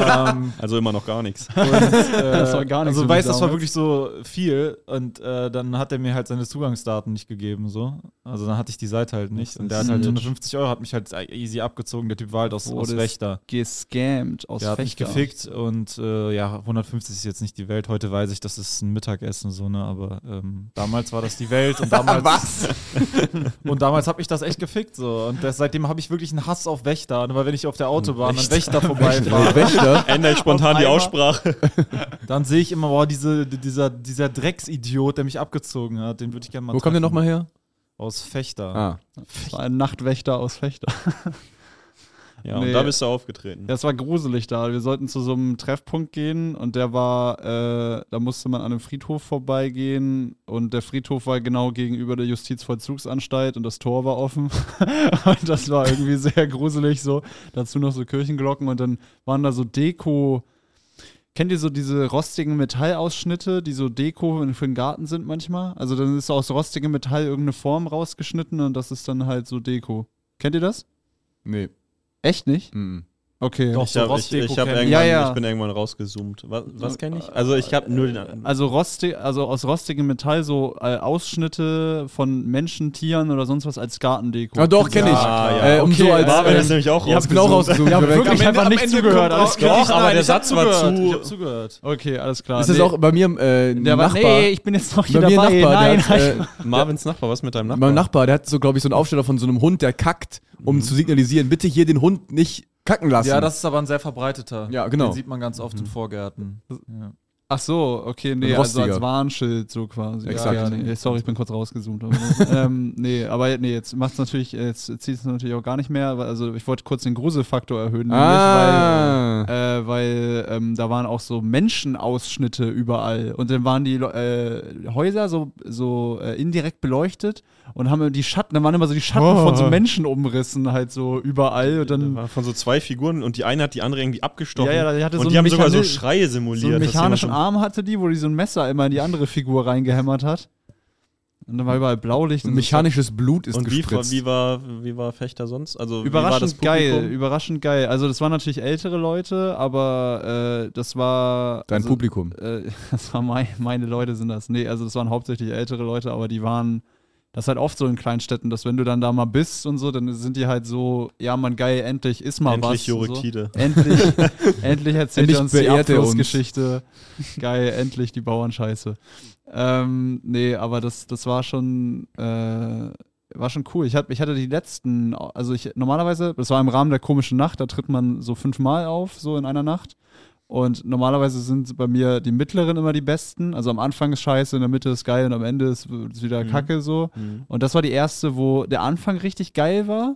Speaker 4: ähm,
Speaker 3: Also immer noch gar nichts.
Speaker 4: und, äh,
Speaker 2: Das war gar nicht
Speaker 4: Also
Speaker 2: so wie
Speaker 4: weiß, das war
Speaker 2: damals.
Speaker 4: wirklich so viel und äh, dann hat er mir halt seine Zugangsdaten nicht gegeben so. Also dann hatte ich die Seite halt nicht und der hat halt
Speaker 2: Snitch.
Speaker 4: 150 Euro, hat mich halt easy abgezogen. Der Typ war halt aus, aus
Speaker 2: Wurdest
Speaker 4: Wächter.
Speaker 2: Gescammt aus
Speaker 4: Der hat mich
Speaker 2: Fechter.
Speaker 4: gefickt und äh, ja, 150 ist jetzt nicht die Welt. Heute weiß ich, das ist ein Mittagessen so ne, aber ähm, damals war das die Welt und damals
Speaker 1: Was?
Speaker 4: und damals habe ich das echt gefickt so und das, seitdem habe ich wirklich einen Hass auf Wächter, Und weil wenn ich auf der Autobahn an Wächter vorbeifahre,
Speaker 1: Wächter?
Speaker 3: Ändere ich spontan
Speaker 4: Auf
Speaker 3: die
Speaker 4: einmal-
Speaker 3: Aussprache.
Speaker 4: Dann sehe ich immer, boah, diese, dieser, dieser Drecksidiot, der mich abgezogen hat, den würde ich gerne mal
Speaker 1: Wo kommt der
Speaker 4: treffen.
Speaker 1: nochmal her?
Speaker 4: Aus Fechter.
Speaker 1: Ah.
Speaker 2: Das war ein Nachtwächter aus Fechter.
Speaker 3: Ja,
Speaker 2: Nee.
Speaker 3: und da bist du aufgetreten.
Speaker 2: Das war gruselig da. Wir sollten zu so einem Treffpunkt gehen und der war, äh, da musste man an einem Friedhof vorbeigehen und der Friedhof war genau gegenüber der Justizvollzugsanstalt und das Tor war offen. und das war irgendwie sehr gruselig so. Dazu noch so Kirchenglocken und dann waren da so Deko. Kennt ihr so diese rostigen Metallausschnitte, die so Deko für den Garten sind manchmal? Also dann ist aus rostigem Metall irgendeine Form rausgeschnitten und das ist dann halt so Deko. Kennt ihr das?
Speaker 1: Nee.
Speaker 2: Echt nicht?
Speaker 1: Mhm.
Speaker 2: Okay.
Speaker 3: ich, hab, ich, ich, hab irgendwann,
Speaker 2: Ja, ja.
Speaker 3: ich bin irgendwann rausgezoomt. Was, was kenne ich? Also ich habe nur den.
Speaker 2: Also, rosti also aus rostigem Metall so äh, Ausschnitte von Menschen, Tieren oder sonst was als Gartendeko.
Speaker 1: Ja, doch, kenne ich.
Speaker 3: Ah, ja.
Speaker 1: Äh, um
Speaker 2: Okay,
Speaker 1: so als,
Speaker 3: Marvin ist
Speaker 1: äh,
Speaker 3: nämlich auch
Speaker 1: ich hab's genau rausgesucht.
Speaker 3: rausgezoomt.
Speaker 2: Ich habe
Speaker 1: Rebecca.
Speaker 2: wirklich einfach nichts zugehört. Alles klar.
Speaker 3: Doch, aber der Satz war
Speaker 4: Ich
Speaker 3: zu.
Speaker 4: hab zugehört.
Speaker 2: Okay, alles klar.
Speaker 1: Ist das
Speaker 2: Nee,
Speaker 1: auch bei mir äh, ein
Speaker 2: der war,
Speaker 1: Nachbar?
Speaker 2: Nee, ich bin jetzt noch hier
Speaker 1: bei mir
Speaker 2: dabei.
Speaker 1: ein Nachbar,
Speaker 2: Nein,
Speaker 1: der hat, äh,
Speaker 3: Marvins Nachbar, was mit deinem Nachbar?
Speaker 1: mein Nachbar, der hat so, glaube ich, so einen Aufsteller von so einem Hund, der kackt,
Speaker 2: Mhm.
Speaker 1: um zu signalisieren, bitte hier den Hund nicht kacken lassen.
Speaker 4: Ja, das ist aber ein sehr verbreiteter.
Speaker 1: Ja, genau.
Speaker 4: Den sieht man ganz oft in Vorgärten. Ja.
Speaker 2: Ach so, okay, nee,
Speaker 1: Ein
Speaker 2: also als
Speaker 1: rostiger.
Speaker 2: Warnschild so quasi.
Speaker 1: Exakt.
Speaker 2: Ja, ja, nee, sorry, ich bin kurz rausgezoomt. Aber, ähm, nee, aber nee, jetzt macht's natürlich, jetzt zieht es natürlich auch gar nicht mehr. aber- Also ich wollte kurz den Gruselfaktor erhöhen, nämlich,
Speaker 1: Ah.
Speaker 2: weil, äh, weil ähm, da waren auch so Menschenausschnitte überall. Und dann waren die Le- äh, Häuser so, so äh, indirekt beleuchtet und haben die Schatten, da waren immer so die Schatten von
Speaker 1: Oh.
Speaker 2: so Menschen umrissen, halt so überall. Und dann
Speaker 3: War von so zwei Figuren und die eine hat die andere irgendwie abgestochen.
Speaker 2: Ja, ja, die hatte so
Speaker 3: und die
Speaker 2: einen
Speaker 3: haben sogar so
Speaker 2: Mechani-
Speaker 3: Schreie
Speaker 2: so einen
Speaker 3: simuliert. dass jemand
Speaker 2: mechanischen Arm hatte die, wo die so ein Messer immer in die andere Figur reingehämmert hat. Und dann war überall Blaulicht.
Speaker 1: Ein
Speaker 2: Und
Speaker 1: mechanisches Blut ist
Speaker 3: Und wie,
Speaker 1: gespritzt.
Speaker 3: wie, war, wie war Fechter sonst? Also, wie war das
Speaker 2: überraschend geil,
Speaker 3: Publikum?
Speaker 2: überraschend geil. Also das waren natürlich ältere Leute, aber äh, das war...
Speaker 1: Dein
Speaker 2: also,
Speaker 1: Publikum.
Speaker 2: Äh, das war mein, meine Leute sind das. Nee, also das waren hauptsächlich ältere Leute, aber die waren... Das ist halt oft so in Kleinstädten, dass wenn du dann da mal bist und so, dann sind die halt so, ja man geil, endlich ist mal
Speaker 3: Endlich
Speaker 2: was. und
Speaker 3: Jurektide.
Speaker 2: So. Endlich, endlich erzählt
Speaker 1: Endlich
Speaker 2: er uns die
Speaker 1: beehrt er uns.
Speaker 2: Abflussgeschichte. Geil, endlich die Bauernscheiße. Ähm, nee, aber das, das war schon, äh, war schon cool. Ich, hab, ich hatte die letzten, also ich normalerweise, das war im Rahmen der komischen Nacht, da tritt man so fünfmal auf, so in einer Nacht. Und normalerweise sind bei mir die mittleren immer die besten. Also am Anfang ist scheiße, in der Mitte ist geil und am Ende ist ist wieder
Speaker 1: Mhm.
Speaker 2: Kacke so. Und das war die erste, wo der Anfang richtig geil war.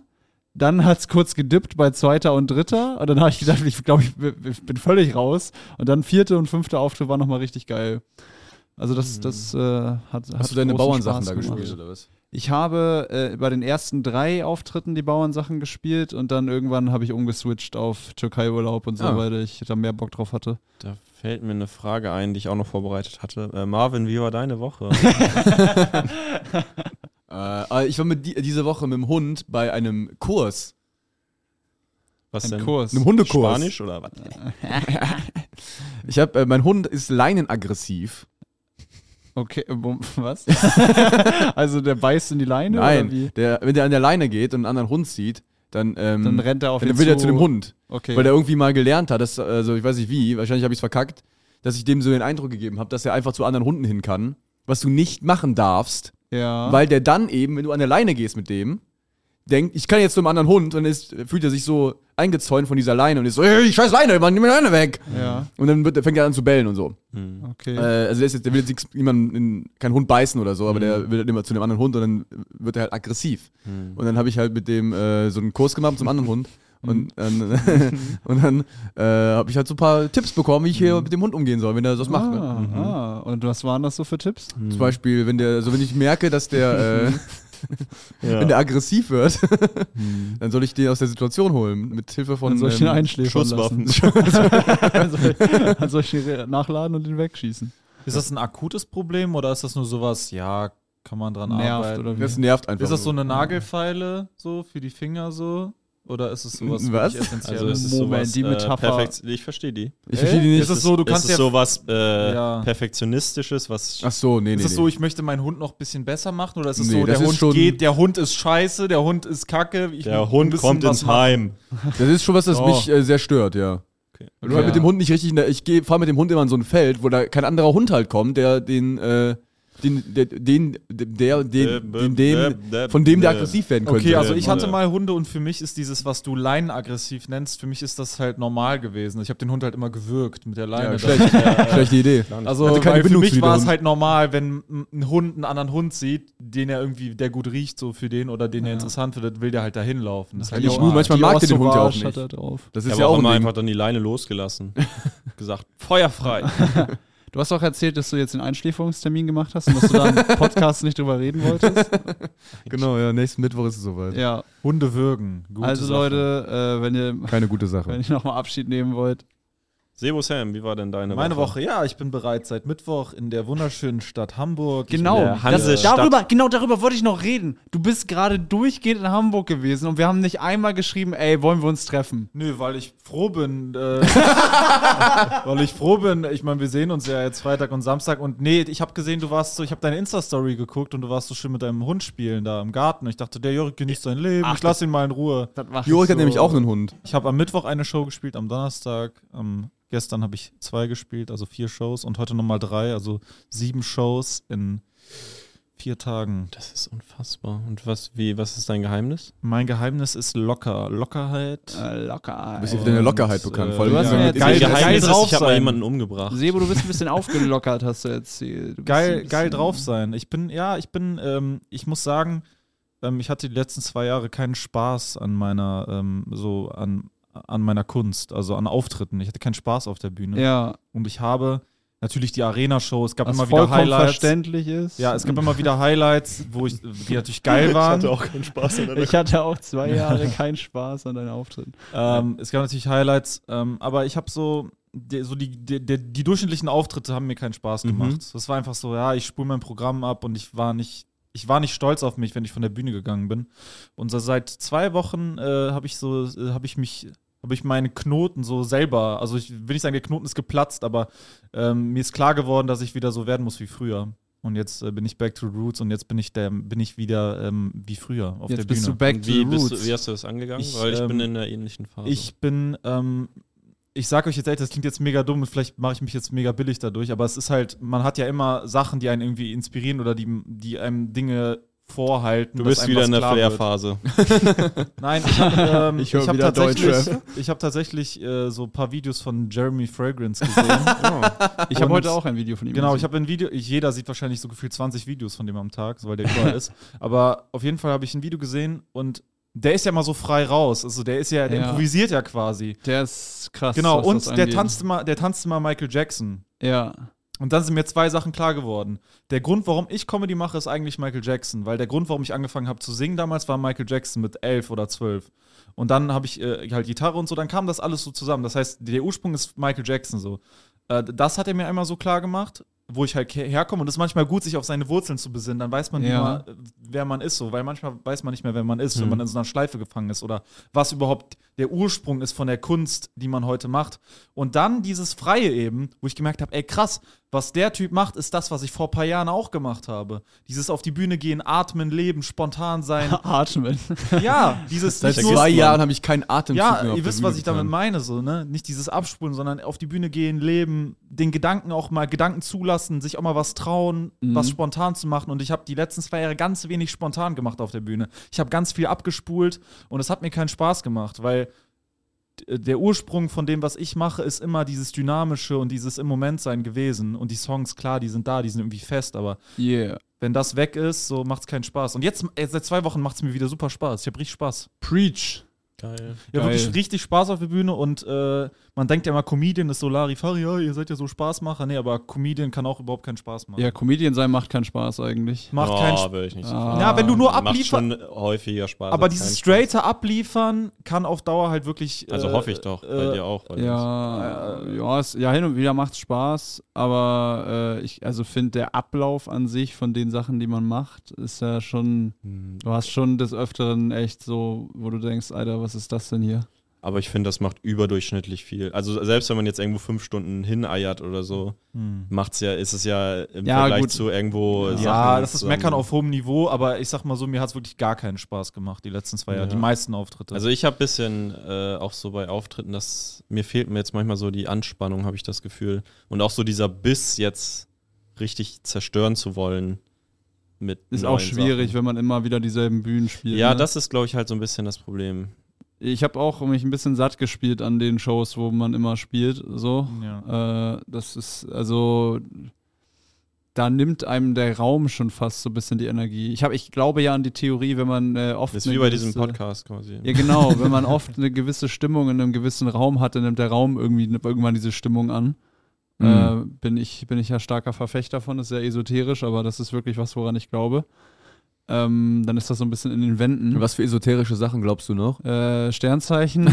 Speaker 2: Dann hat es kurz gedippt bei zweiter und dritter. Und dann habe ich gedacht, ich glaube, ich, b- ich bin völlig raus. Und dann vierte und fünfte Auftritt war nochmal richtig geil. Also das, das äh, hat, hat
Speaker 1: Mhm. Hast du deine
Speaker 2: großen
Speaker 1: Bauernsachen
Speaker 2: Spaß
Speaker 1: da
Speaker 2: gemacht.
Speaker 1: gespielt oder was?
Speaker 2: Ich habe äh, bei den ersten drei Auftritten die Bauernsachen gespielt und dann irgendwann habe ich umgeswitcht auf Türkei-Urlaub und so,
Speaker 1: Ah.
Speaker 2: weil ich da mehr Bock drauf hatte.
Speaker 3: Da fällt mir eine Frage ein, die ich auch noch vorbereitet hatte. Äh, Marvin, wie war deine Woche?
Speaker 1: Äh, äh, ich war mit die, diese Woche mit dem Hund bei einem Kurs,
Speaker 3: Was
Speaker 2: Ein
Speaker 3: denn?
Speaker 2: Kurs.
Speaker 1: einem Hundekurs.
Speaker 3: Spanisch oder was?
Speaker 1: Ich habe, äh, mein Hund ist leinenaggressiv.
Speaker 2: Okay, äh, bum- was? also der beißt in die Leine oder wie?
Speaker 1: Nein, der, wenn der an der Leine geht und einen anderen Hund sieht, dann, ähm,
Speaker 2: Dann rennt er auf
Speaker 1: dann
Speaker 2: ihn
Speaker 1: will er
Speaker 2: zu.
Speaker 1: zu dem Hund.
Speaker 2: Okay.
Speaker 1: Weil der irgendwie mal gelernt hat, dass, also ich weiß nicht wie, wahrscheinlich habe ich es verkackt, dass ich dem so den Eindruck gegeben habe, dass er einfach zu anderen Hunden hin kann, was du nicht machen darfst,
Speaker 2: ja.
Speaker 1: weil der dann eben, wenn du an der Leine gehst mit dem, denkt, ich kann jetzt zu einem anderen Hund und dann ist, fühlt er sich so eingezäunt von dieser Leine und ist so, hey, scheiß Leine, Mann, nimm mir die Leine weg.
Speaker 2: ja,
Speaker 1: Und dann wird, fängt er an zu bellen und so.
Speaker 2: okay.
Speaker 1: Äh, also der, ist jetzt, der will jetzt nix- niemanden, in, keinen Hund beißen oder so, aber der will dann immer zu einem anderen Hund und dann wird er halt aggressiv. Und dann habe ich halt mit dem äh, so einen Kurs gemacht zum anderen Hund. Und dann, und dann äh, habe ich halt so ein paar Tipps bekommen, wie ich hier mit dem Hund umgehen soll, wenn er das
Speaker 2: ah,
Speaker 1: macht. Ne?
Speaker 2: ah. Und was waren das so für Tipps?
Speaker 1: Zum Beispiel, wenn der, so wenn ich merke, dass der, äh, wenn der aggressiv wird,
Speaker 4: Hm.
Speaker 1: dann soll ich den aus der Situation holen, mit Hilfe von
Speaker 2: An solchen
Speaker 1: ähm,
Speaker 2: Einschläfern lassen.
Speaker 3: Schusswaffen.
Speaker 2: An solche- An solche nachladen und den wegschießen.
Speaker 4: Ist das ein akutes Problem oder ist das nur sowas, ja, kann man dran
Speaker 2: Nervt
Speaker 4: arbeiten?
Speaker 2: oder wie?
Speaker 1: Das nervt einfach.
Speaker 4: Ist das so eine Nagelfeile so für die Finger so? Oder ist es sowas
Speaker 1: Was?
Speaker 4: wirklich essentielles?
Speaker 3: Also es ist
Speaker 2: Moment,
Speaker 3: sowas,
Speaker 2: die Metapher-
Speaker 3: perfekt, ich verstehe die.
Speaker 1: Ich verstehe die nicht.
Speaker 4: Ist es so, du kannst
Speaker 3: es
Speaker 4: ja.
Speaker 3: ist sowas äh,
Speaker 4: Ja.
Speaker 3: perfektionistisches, was
Speaker 1: Ach so, nee, nee.
Speaker 4: ist es
Speaker 1: nee.
Speaker 4: so, ich möchte meinen Hund noch ein bisschen besser machen? Oder ist es
Speaker 1: Nee,
Speaker 4: so,
Speaker 1: das
Speaker 4: der
Speaker 1: ist
Speaker 4: Hund
Speaker 1: schon-
Speaker 4: geht, der Hund ist scheiße, der Hund ist kacke? Ich muss
Speaker 3: der
Speaker 4: ein
Speaker 3: Hund
Speaker 4: bisschen
Speaker 3: kommt
Speaker 4: was
Speaker 3: ins Heim.
Speaker 1: Das ist schon was, das
Speaker 4: Oh.
Speaker 1: mich äh, sehr stört, ja. Wenn du halt mit dem Hund nicht richtig, in der, ich fahre mit dem Hund immer in so ein Feld, wo da kein anderer Hund halt kommt, der den, äh, den, der, den, der, den, den, den, von dem der aggressiv werden könnte.
Speaker 4: Okay, also ich hatte mal Hunde und für mich ist dieses, was du leinenaggressiv nennst, für mich ist das halt normal gewesen. Ich habe den Hund halt immer gewürgt mit der Leine.
Speaker 1: ja, schlecht, schlechte Idee.
Speaker 4: Also
Speaker 1: Hatte keine
Speaker 4: weil für
Speaker 1: Bindung zu
Speaker 4: mich
Speaker 1: den
Speaker 4: war es
Speaker 1: Hunden.
Speaker 4: halt normal, wenn ein Hund einen anderen Hund sieht, den er irgendwie, der gut riecht so für den oder den er interessant findet, will der halt dahin laufen. Das ist halt
Speaker 2: Oh,
Speaker 1: Die
Speaker 4: normal.
Speaker 1: Schwul, manchmal mag der den Hund ja auch
Speaker 2: Hat
Speaker 1: nicht.
Speaker 2: er drauf.
Speaker 1: Das
Speaker 3: Ich
Speaker 1: ist
Speaker 3: habe
Speaker 1: ja
Speaker 3: auch
Speaker 1: auch
Speaker 3: immer
Speaker 1: ein Ding.
Speaker 3: einfach dann die Leine losgelassen. gesagt, feuerfrei.
Speaker 2: Du hast auch erzählt, dass du jetzt den Einschläferungstermin gemacht hast und dass du da im Podcast nicht drüber reden wolltest.
Speaker 1: Genau, ja, nächsten Mittwoch ist es soweit.
Speaker 2: Ja.
Speaker 4: Hunde würgen. Gute
Speaker 2: also
Speaker 4: Sache.
Speaker 2: Leute, äh, wenn ihr,
Speaker 1: Keine gute Sache.
Speaker 2: wenn ihr nochmal Abschied nehmen wollt,
Speaker 3: Sebo Sam, wie war denn deine
Speaker 4: Meine Woche, ja, ich bin bereits seit Mittwoch in der wunderschönen Stadt Hamburg. Ich
Speaker 2: Genau,
Speaker 4: bin-
Speaker 3: der Hansestadt.
Speaker 2: darüber, genau darüber wollte ich noch reden. Du bist gerade durchgehend in Hamburg gewesen und wir haben nicht einmal geschrieben, ey, wollen wir uns treffen?
Speaker 4: Nö, weil ich froh bin. Äh, weil ich froh bin. Ich meine, wir sehen uns ja jetzt Freitag und Samstag. Und nee, ich habe gesehen, du warst so, ich habe deine Insta-Story geguckt und du warst so schön mit deinem Hund spielen da im Garten. Ich dachte, der Jorik genießt sein Leben. ich lass ihn mal in Ruhe.
Speaker 2: Das macht
Speaker 1: Jurek hat nämlich auch einen Hund.
Speaker 4: Ich habe am Mittwoch eine Show gespielt, am Donnerstag. Ähm, gestern habe ich zwei gespielt, also vier Shows. Und heute nochmal drei, also sieben Shows in vier Tagen.
Speaker 3: Das ist unfassbar. Und was, wie, was ist dein Geheimnis?
Speaker 4: Mein Geheimnis ist locker. Lockerheit.
Speaker 2: äh, locker.
Speaker 1: Du bist ja für deine
Speaker 4: Und,
Speaker 1: Lockerheit bekannt.
Speaker 4: äh,
Speaker 1: Vor allem,
Speaker 2: du hast
Speaker 1: wenn
Speaker 2: mir
Speaker 1: man mit
Speaker 2: Geil-
Speaker 3: Mein
Speaker 2: geil
Speaker 3: Geheimnis
Speaker 4: drauf
Speaker 3: ist, ich habe mal
Speaker 4: sein.
Speaker 3: jemanden umgebracht.
Speaker 2: Sebo, du bist ein bisschen aufgelockert, hast du erzählt. Du bist ein
Speaker 4: geil,
Speaker 2: bisschen-
Speaker 4: geil drauf sein. Ich bin, ja, ich bin, ähm, ich muss sagen, ähm, ich hatte die letzten zwei Jahre keinen Spaß an meiner, ähm, so an, an meiner Kunst, also an Auftritten. Ich hatte keinen Spaß auf der Bühne.
Speaker 2: Ja,
Speaker 4: Und ich habe natürlich die Arena-Show, es gab
Speaker 2: was
Speaker 4: immer wieder
Speaker 2: vollkommen
Speaker 4: Highlights.
Speaker 2: verständlich ist.
Speaker 4: Ja, es gab immer wieder Highlights, wo ich, die natürlich geil waren.
Speaker 3: auch keinen Spaß an
Speaker 2: ich hatte auch zwei Jahre keinen Spaß an deinen Auftritten.
Speaker 4: Ähm, es gab natürlich Highlights, ähm, aber ich habe so, die, so die, die, die, die durchschnittlichen Auftritte haben mir keinen
Speaker 2: Mhm.
Speaker 4: Spaß gemacht. Das war einfach so, ja, ich spule mein Programm ab und ich war nicht, ich war nicht stolz auf mich, wenn ich von der Bühne gegangen bin. Und so seit zwei Wochen äh, habe ich so, äh, habe ich mich, habe ich meine Knoten so selber, also ich will nicht sagen, der Knoten ist geplatzt, aber ähm, mir ist klar geworden, dass ich wieder so werden muss wie früher. Und jetzt äh, bin ich back to roots und jetzt bin ich der, bin ich wieder ähm, wie früher auf der
Speaker 2: Jetzt
Speaker 4: Bühne.
Speaker 2: bist du back to
Speaker 3: Wie,
Speaker 2: roots.
Speaker 3: bist du, wie hast du das angegangen?
Speaker 4: Ich,
Speaker 3: Weil ich
Speaker 4: ähm,
Speaker 3: bin in einer ähnlichen Phase.
Speaker 4: Ich bin, ähm, ich sag euch jetzt ehrlich, das klingt jetzt mega dumm und vielleicht mache ich mich jetzt mega billig dadurch, aber es ist halt, man hat ja immer Sachen, die einen irgendwie inspirieren oder die, die einem Dinge vorhalten.
Speaker 3: du
Speaker 4: dass
Speaker 3: bist
Speaker 4: einem
Speaker 3: wieder
Speaker 4: was
Speaker 3: in der
Speaker 4: klar wird.
Speaker 3: Flair-Phase.
Speaker 4: Nein, ich habe ähm,
Speaker 1: Ich
Speaker 4: ich
Speaker 1: hör
Speaker 4: hab
Speaker 1: wieder
Speaker 4: tatsächlich,
Speaker 1: Deutschrap.
Speaker 4: ich hab tatsächlich äh, so ein paar Videos von Jeremy Fragrance gesehen.
Speaker 2: ich habe
Speaker 4: Und-
Speaker 2: heute auch ein Video von ihm
Speaker 4: Genau, ich
Speaker 2: gesehen.
Speaker 4: habe ein Video, ich, jeder sieht wahrscheinlich so gefühlt 20 Videos von dem am Tag, so, weil der überall ist. Aber auf jeden Fall habe ich ein Video gesehen und der ist ja mal so frei raus. Also der ist ja, der
Speaker 2: Ja.
Speaker 4: improvisiert ja quasi.
Speaker 2: Der ist krass.
Speaker 4: Genau,
Speaker 2: was das
Speaker 4: und der
Speaker 2: angeht.
Speaker 4: tanzte, mal, der tanzte mal Michael Jackson.
Speaker 2: Ja.
Speaker 4: Und dann sind mir zwei Sachen klar geworden. Der Grund, warum ich Comedy mache, ist eigentlich Michael Jackson, weil der Grund, warum ich angefangen habe zu singen damals, war Michael Jackson mit elf oder zwölf. Und dann habe ich äh, halt Gitarre und so, dann kam das alles so zusammen. Das heißt, der Ursprung ist Michael Jackson so. Äh, das hat er mir einmal so klar gemacht, wo ich halt her- herkomme. Und es ist manchmal gut, sich auf seine Wurzeln zu besinnen. Dann weiß man, wie
Speaker 2: Ja.
Speaker 4: man, äh, wer man ist so, weil manchmal weiß man nicht mehr, wer man
Speaker 1: Hm.
Speaker 4: ist, wenn man in so einer Schleife gefangen ist oder was überhaupt der Ursprung ist von der Kunst, die man heute macht. Und dann dieses Freie eben, wo ich gemerkt habe, ey krass, was der Typ macht, ist das, was ich vor ein paar Jahren auch gemacht habe. Dieses auf die Bühne gehen, atmen, leben, spontan sein.
Speaker 2: Atmen.
Speaker 4: ja, dieses
Speaker 1: Seit
Speaker 4: nicht nur-
Speaker 1: zwei Jahren habe ich keinen Atemzug mehr.
Speaker 4: ja,
Speaker 1: auf
Speaker 4: ihr
Speaker 1: der
Speaker 4: wisst,
Speaker 1: Bühne
Speaker 4: was ich damit
Speaker 1: getan.
Speaker 4: meine, so, ne? Nicht dieses Abspulen, sondern auf die Bühne gehen, leben, den Gedanken auch mal, Gedanken zulassen, sich auch mal was trauen,
Speaker 1: Mhm.
Speaker 4: was spontan zu machen. Und ich habe die letzten zwei Jahre ganz wenig spontan gemacht auf der Bühne. Ich habe ganz viel abgespult und es hat mir keinen Spaß gemacht, weil d- der Ursprung von dem, was ich mache, ist immer dieses Dynamische und dieses im Moment sein gewesen. Und die Songs, klar, die sind da, die sind irgendwie fest, aber
Speaker 2: Yeah.
Speaker 4: wenn das weg ist, so macht's keinen Spaß. Und jetzt, äh, seit zwei Wochen macht's mir wieder super Spaß. Ich habe richtig Spaß.
Speaker 2: Preach.
Speaker 3: Geil.
Speaker 4: Ja,
Speaker 2: Geil.
Speaker 4: wirklich richtig Spaß auf der Bühne und äh, man denkt ja immer, Comedian ist so Larifari, ja, ihr seid ja so Spaßmacher. Nee, aber Comedian kann auch überhaupt keinen Spaß machen.
Speaker 2: Ja, Comedian sein macht keinen Spaß eigentlich.
Speaker 4: Macht keinen Spaß.
Speaker 3: will ich nicht.
Speaker 2: Ah.
Speaker 4: Ja, wenn du nur
Speaker 3: Oh, Macht
Speaker 4: ablieferst.
Speaker 3: schon häufiger Spaß.
Speaker 4: Aber
Speaker 3: als
Speaker 4: dieses
Speaker 3: keinen Spaß.
Speaker 4: straighte Abliefern kann auf Dauer halt wirklich. äh,
Speaker 3: Also hoffe ich doch, bei
Speaker 4: äh,
Speaker 3: dir auch. weil
Speaker 2: Ja, äh, ja, es, ja, hin und wieder macht's Spaß, aber äh, ich also finde der Ablauf an sich von den Sachen, die man macht, ist ja schon,
Speaker 3: das- Hm.
Speaker 2: du hast schon des Öfteren echt so, wo du denkst, Alter, was ist das denn hier?
Speaker 3: Aber ich finde, das macht überdurchschnittlich viel. Also selbst wenn man jetzt irgendwo fünf Stunden hineiert oder so,
Speaker 4: hm.
Speaker 3: macht's ja, ist es ja im
Speaker 2: Ja,
Speaker 3: Vergleich
Speaker 2: gut.
Speaker 3: zu irgendwo Sachen
Speaker 4: Ja, das ist
Speaker 3: zusammen-
Speaker 4: Meckern auf hohem Niveau, aber ich sag mal so, mir hat's wirklich gar keinen Spaß gemacht, die letzten zwei Jahre,
Speaker 3: Ja.
Speaker 4: die meisten Auftritte.
Speaker 3: Also ich habe bisschen äh, auch so bei Auftritten, dass mir fehlt mir jetzt manchmal so die Anspannung, habe ich das Gefühl. Und auch so dieser Biss jetzt
Speaker 9: richtig zerstören zu wollen. Mit
Speaker 2: Ist
Speaker 9: neuen
Speaker 2: auch schwierig,
Speaker 9: Sachen.
Speaker 2: wenn man immer wieder dieselben Bühnen spielt.
Speaker 9: Ja,
Speaker 2: ne?
Speaker 9: das ist, glaube ich, halt so ein bisschen das Problem.
Speaker 2: Ich habe auch mich ein bisschen satt gespielt an den Shows, wo man immer spielt. So.
Speaker 4: Ja.
Speaker 2: Äh, das ist, also, da nimmt einem der Raum schon fast so ein bisschen die Energie. Ich, hab, ich glaube ja an die Theorie, wenn man äh, oft.
Speaker 9: Das ist
Speaker 2: eine
Speaker 9: wie bei diesem
Speaker 2: gewisse-
Speaker 9: Podcast quasi.
Speaker 2: Ja, genau. Wenn man oft eine gewisse Stimmung in einem gewissen Raum hat, dann nimmt der Raum irgendwie irgendwann diese Stimmung an. Äh, bin, ich, bin ich ja starker Verfechter von, ist sehr esoterisch, aber das ist wirklich was, woran ich glaube. Ähm, dann ist das so ein bisschen in den Wänden.
Speaker 1: Was für esoterische Sachen glaubst du noch?
Speaker 2: Äh, Sternzeichen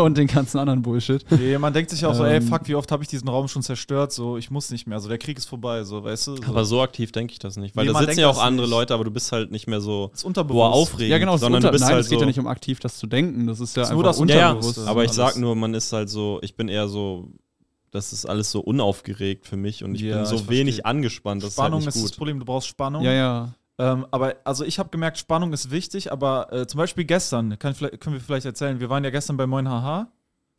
Speaker 2: und den ganzen anderen Bullshit.
Speaker 4: Nee, man denkt sich auch so, ey,
Speaker 2: Ähm.
Speaker 4: fuck, wie oft habe ich diesen Raum schon zerstört? So, ich muss nicht mehr. So, der Krieg ist vorbei, so, weißt du? So,
Speaker 9: Aber so aktiv denke ich das nicht. Weil
Speaker 4: Nee,
Speaker 9: da
Speaker 4: man
Speaker 9: sitzen
Speaker 4: denkt
Speaker 9: ja auch
Speaker 4: das
Speaker 9: andere
Speaker 4: nicht.
Speaker 9: Leute, aber du bist halt nicht mehr so
Speaker 4: das ist unterbewusst.
Speaker 9: boah, aufregend.
Speaker 2: Ja, genau, es, ist
Speaker 9: sondern
Speaker 2: unter
Speaker 9: du bist
Speaker 2: Nein,
Speaker 9: halt
Speaker 2: es geht
Speaker 9: so,
Speaker 2: ja nicht um aktiv das zu denken. Das ist ja
Speaker 4: Ist
Speaker 2: einfach
Speaker 4: nur das
Speaker 9: Ja, ja,
Speaker 2: unterbewusst.
Speaker 9: aber ich
Speaker 4: alles.
Speaker 9: sag nur, man ist halt so, ich bin eher so, das ist alles so unaufgeregt für mich und ich
Speaker 4: Ja,
Speaker 9: bin so
Speaker 4: ich
Speaker 9: wenig
Speaker 4: verstehe.
Speaker 9: angespannt, das
Speaker 4: Spannung
Speaker 9: ist
Speaker 4: ist,
Speaker 9: halt nicht
Speaker 4: das
Speaker 9: gut.
Speaker 4: Problem, du brauchst Spannung.
Speaker 2: ja, ja.
Speaker 4: Ähm, aber also ich habe gemerkt, Spannung ist wichtig, aber äh, zum Beispiel gestern, kann, vielleicht- können wir vielleicht erzählen, wir waren ja gestern bei Moin Haha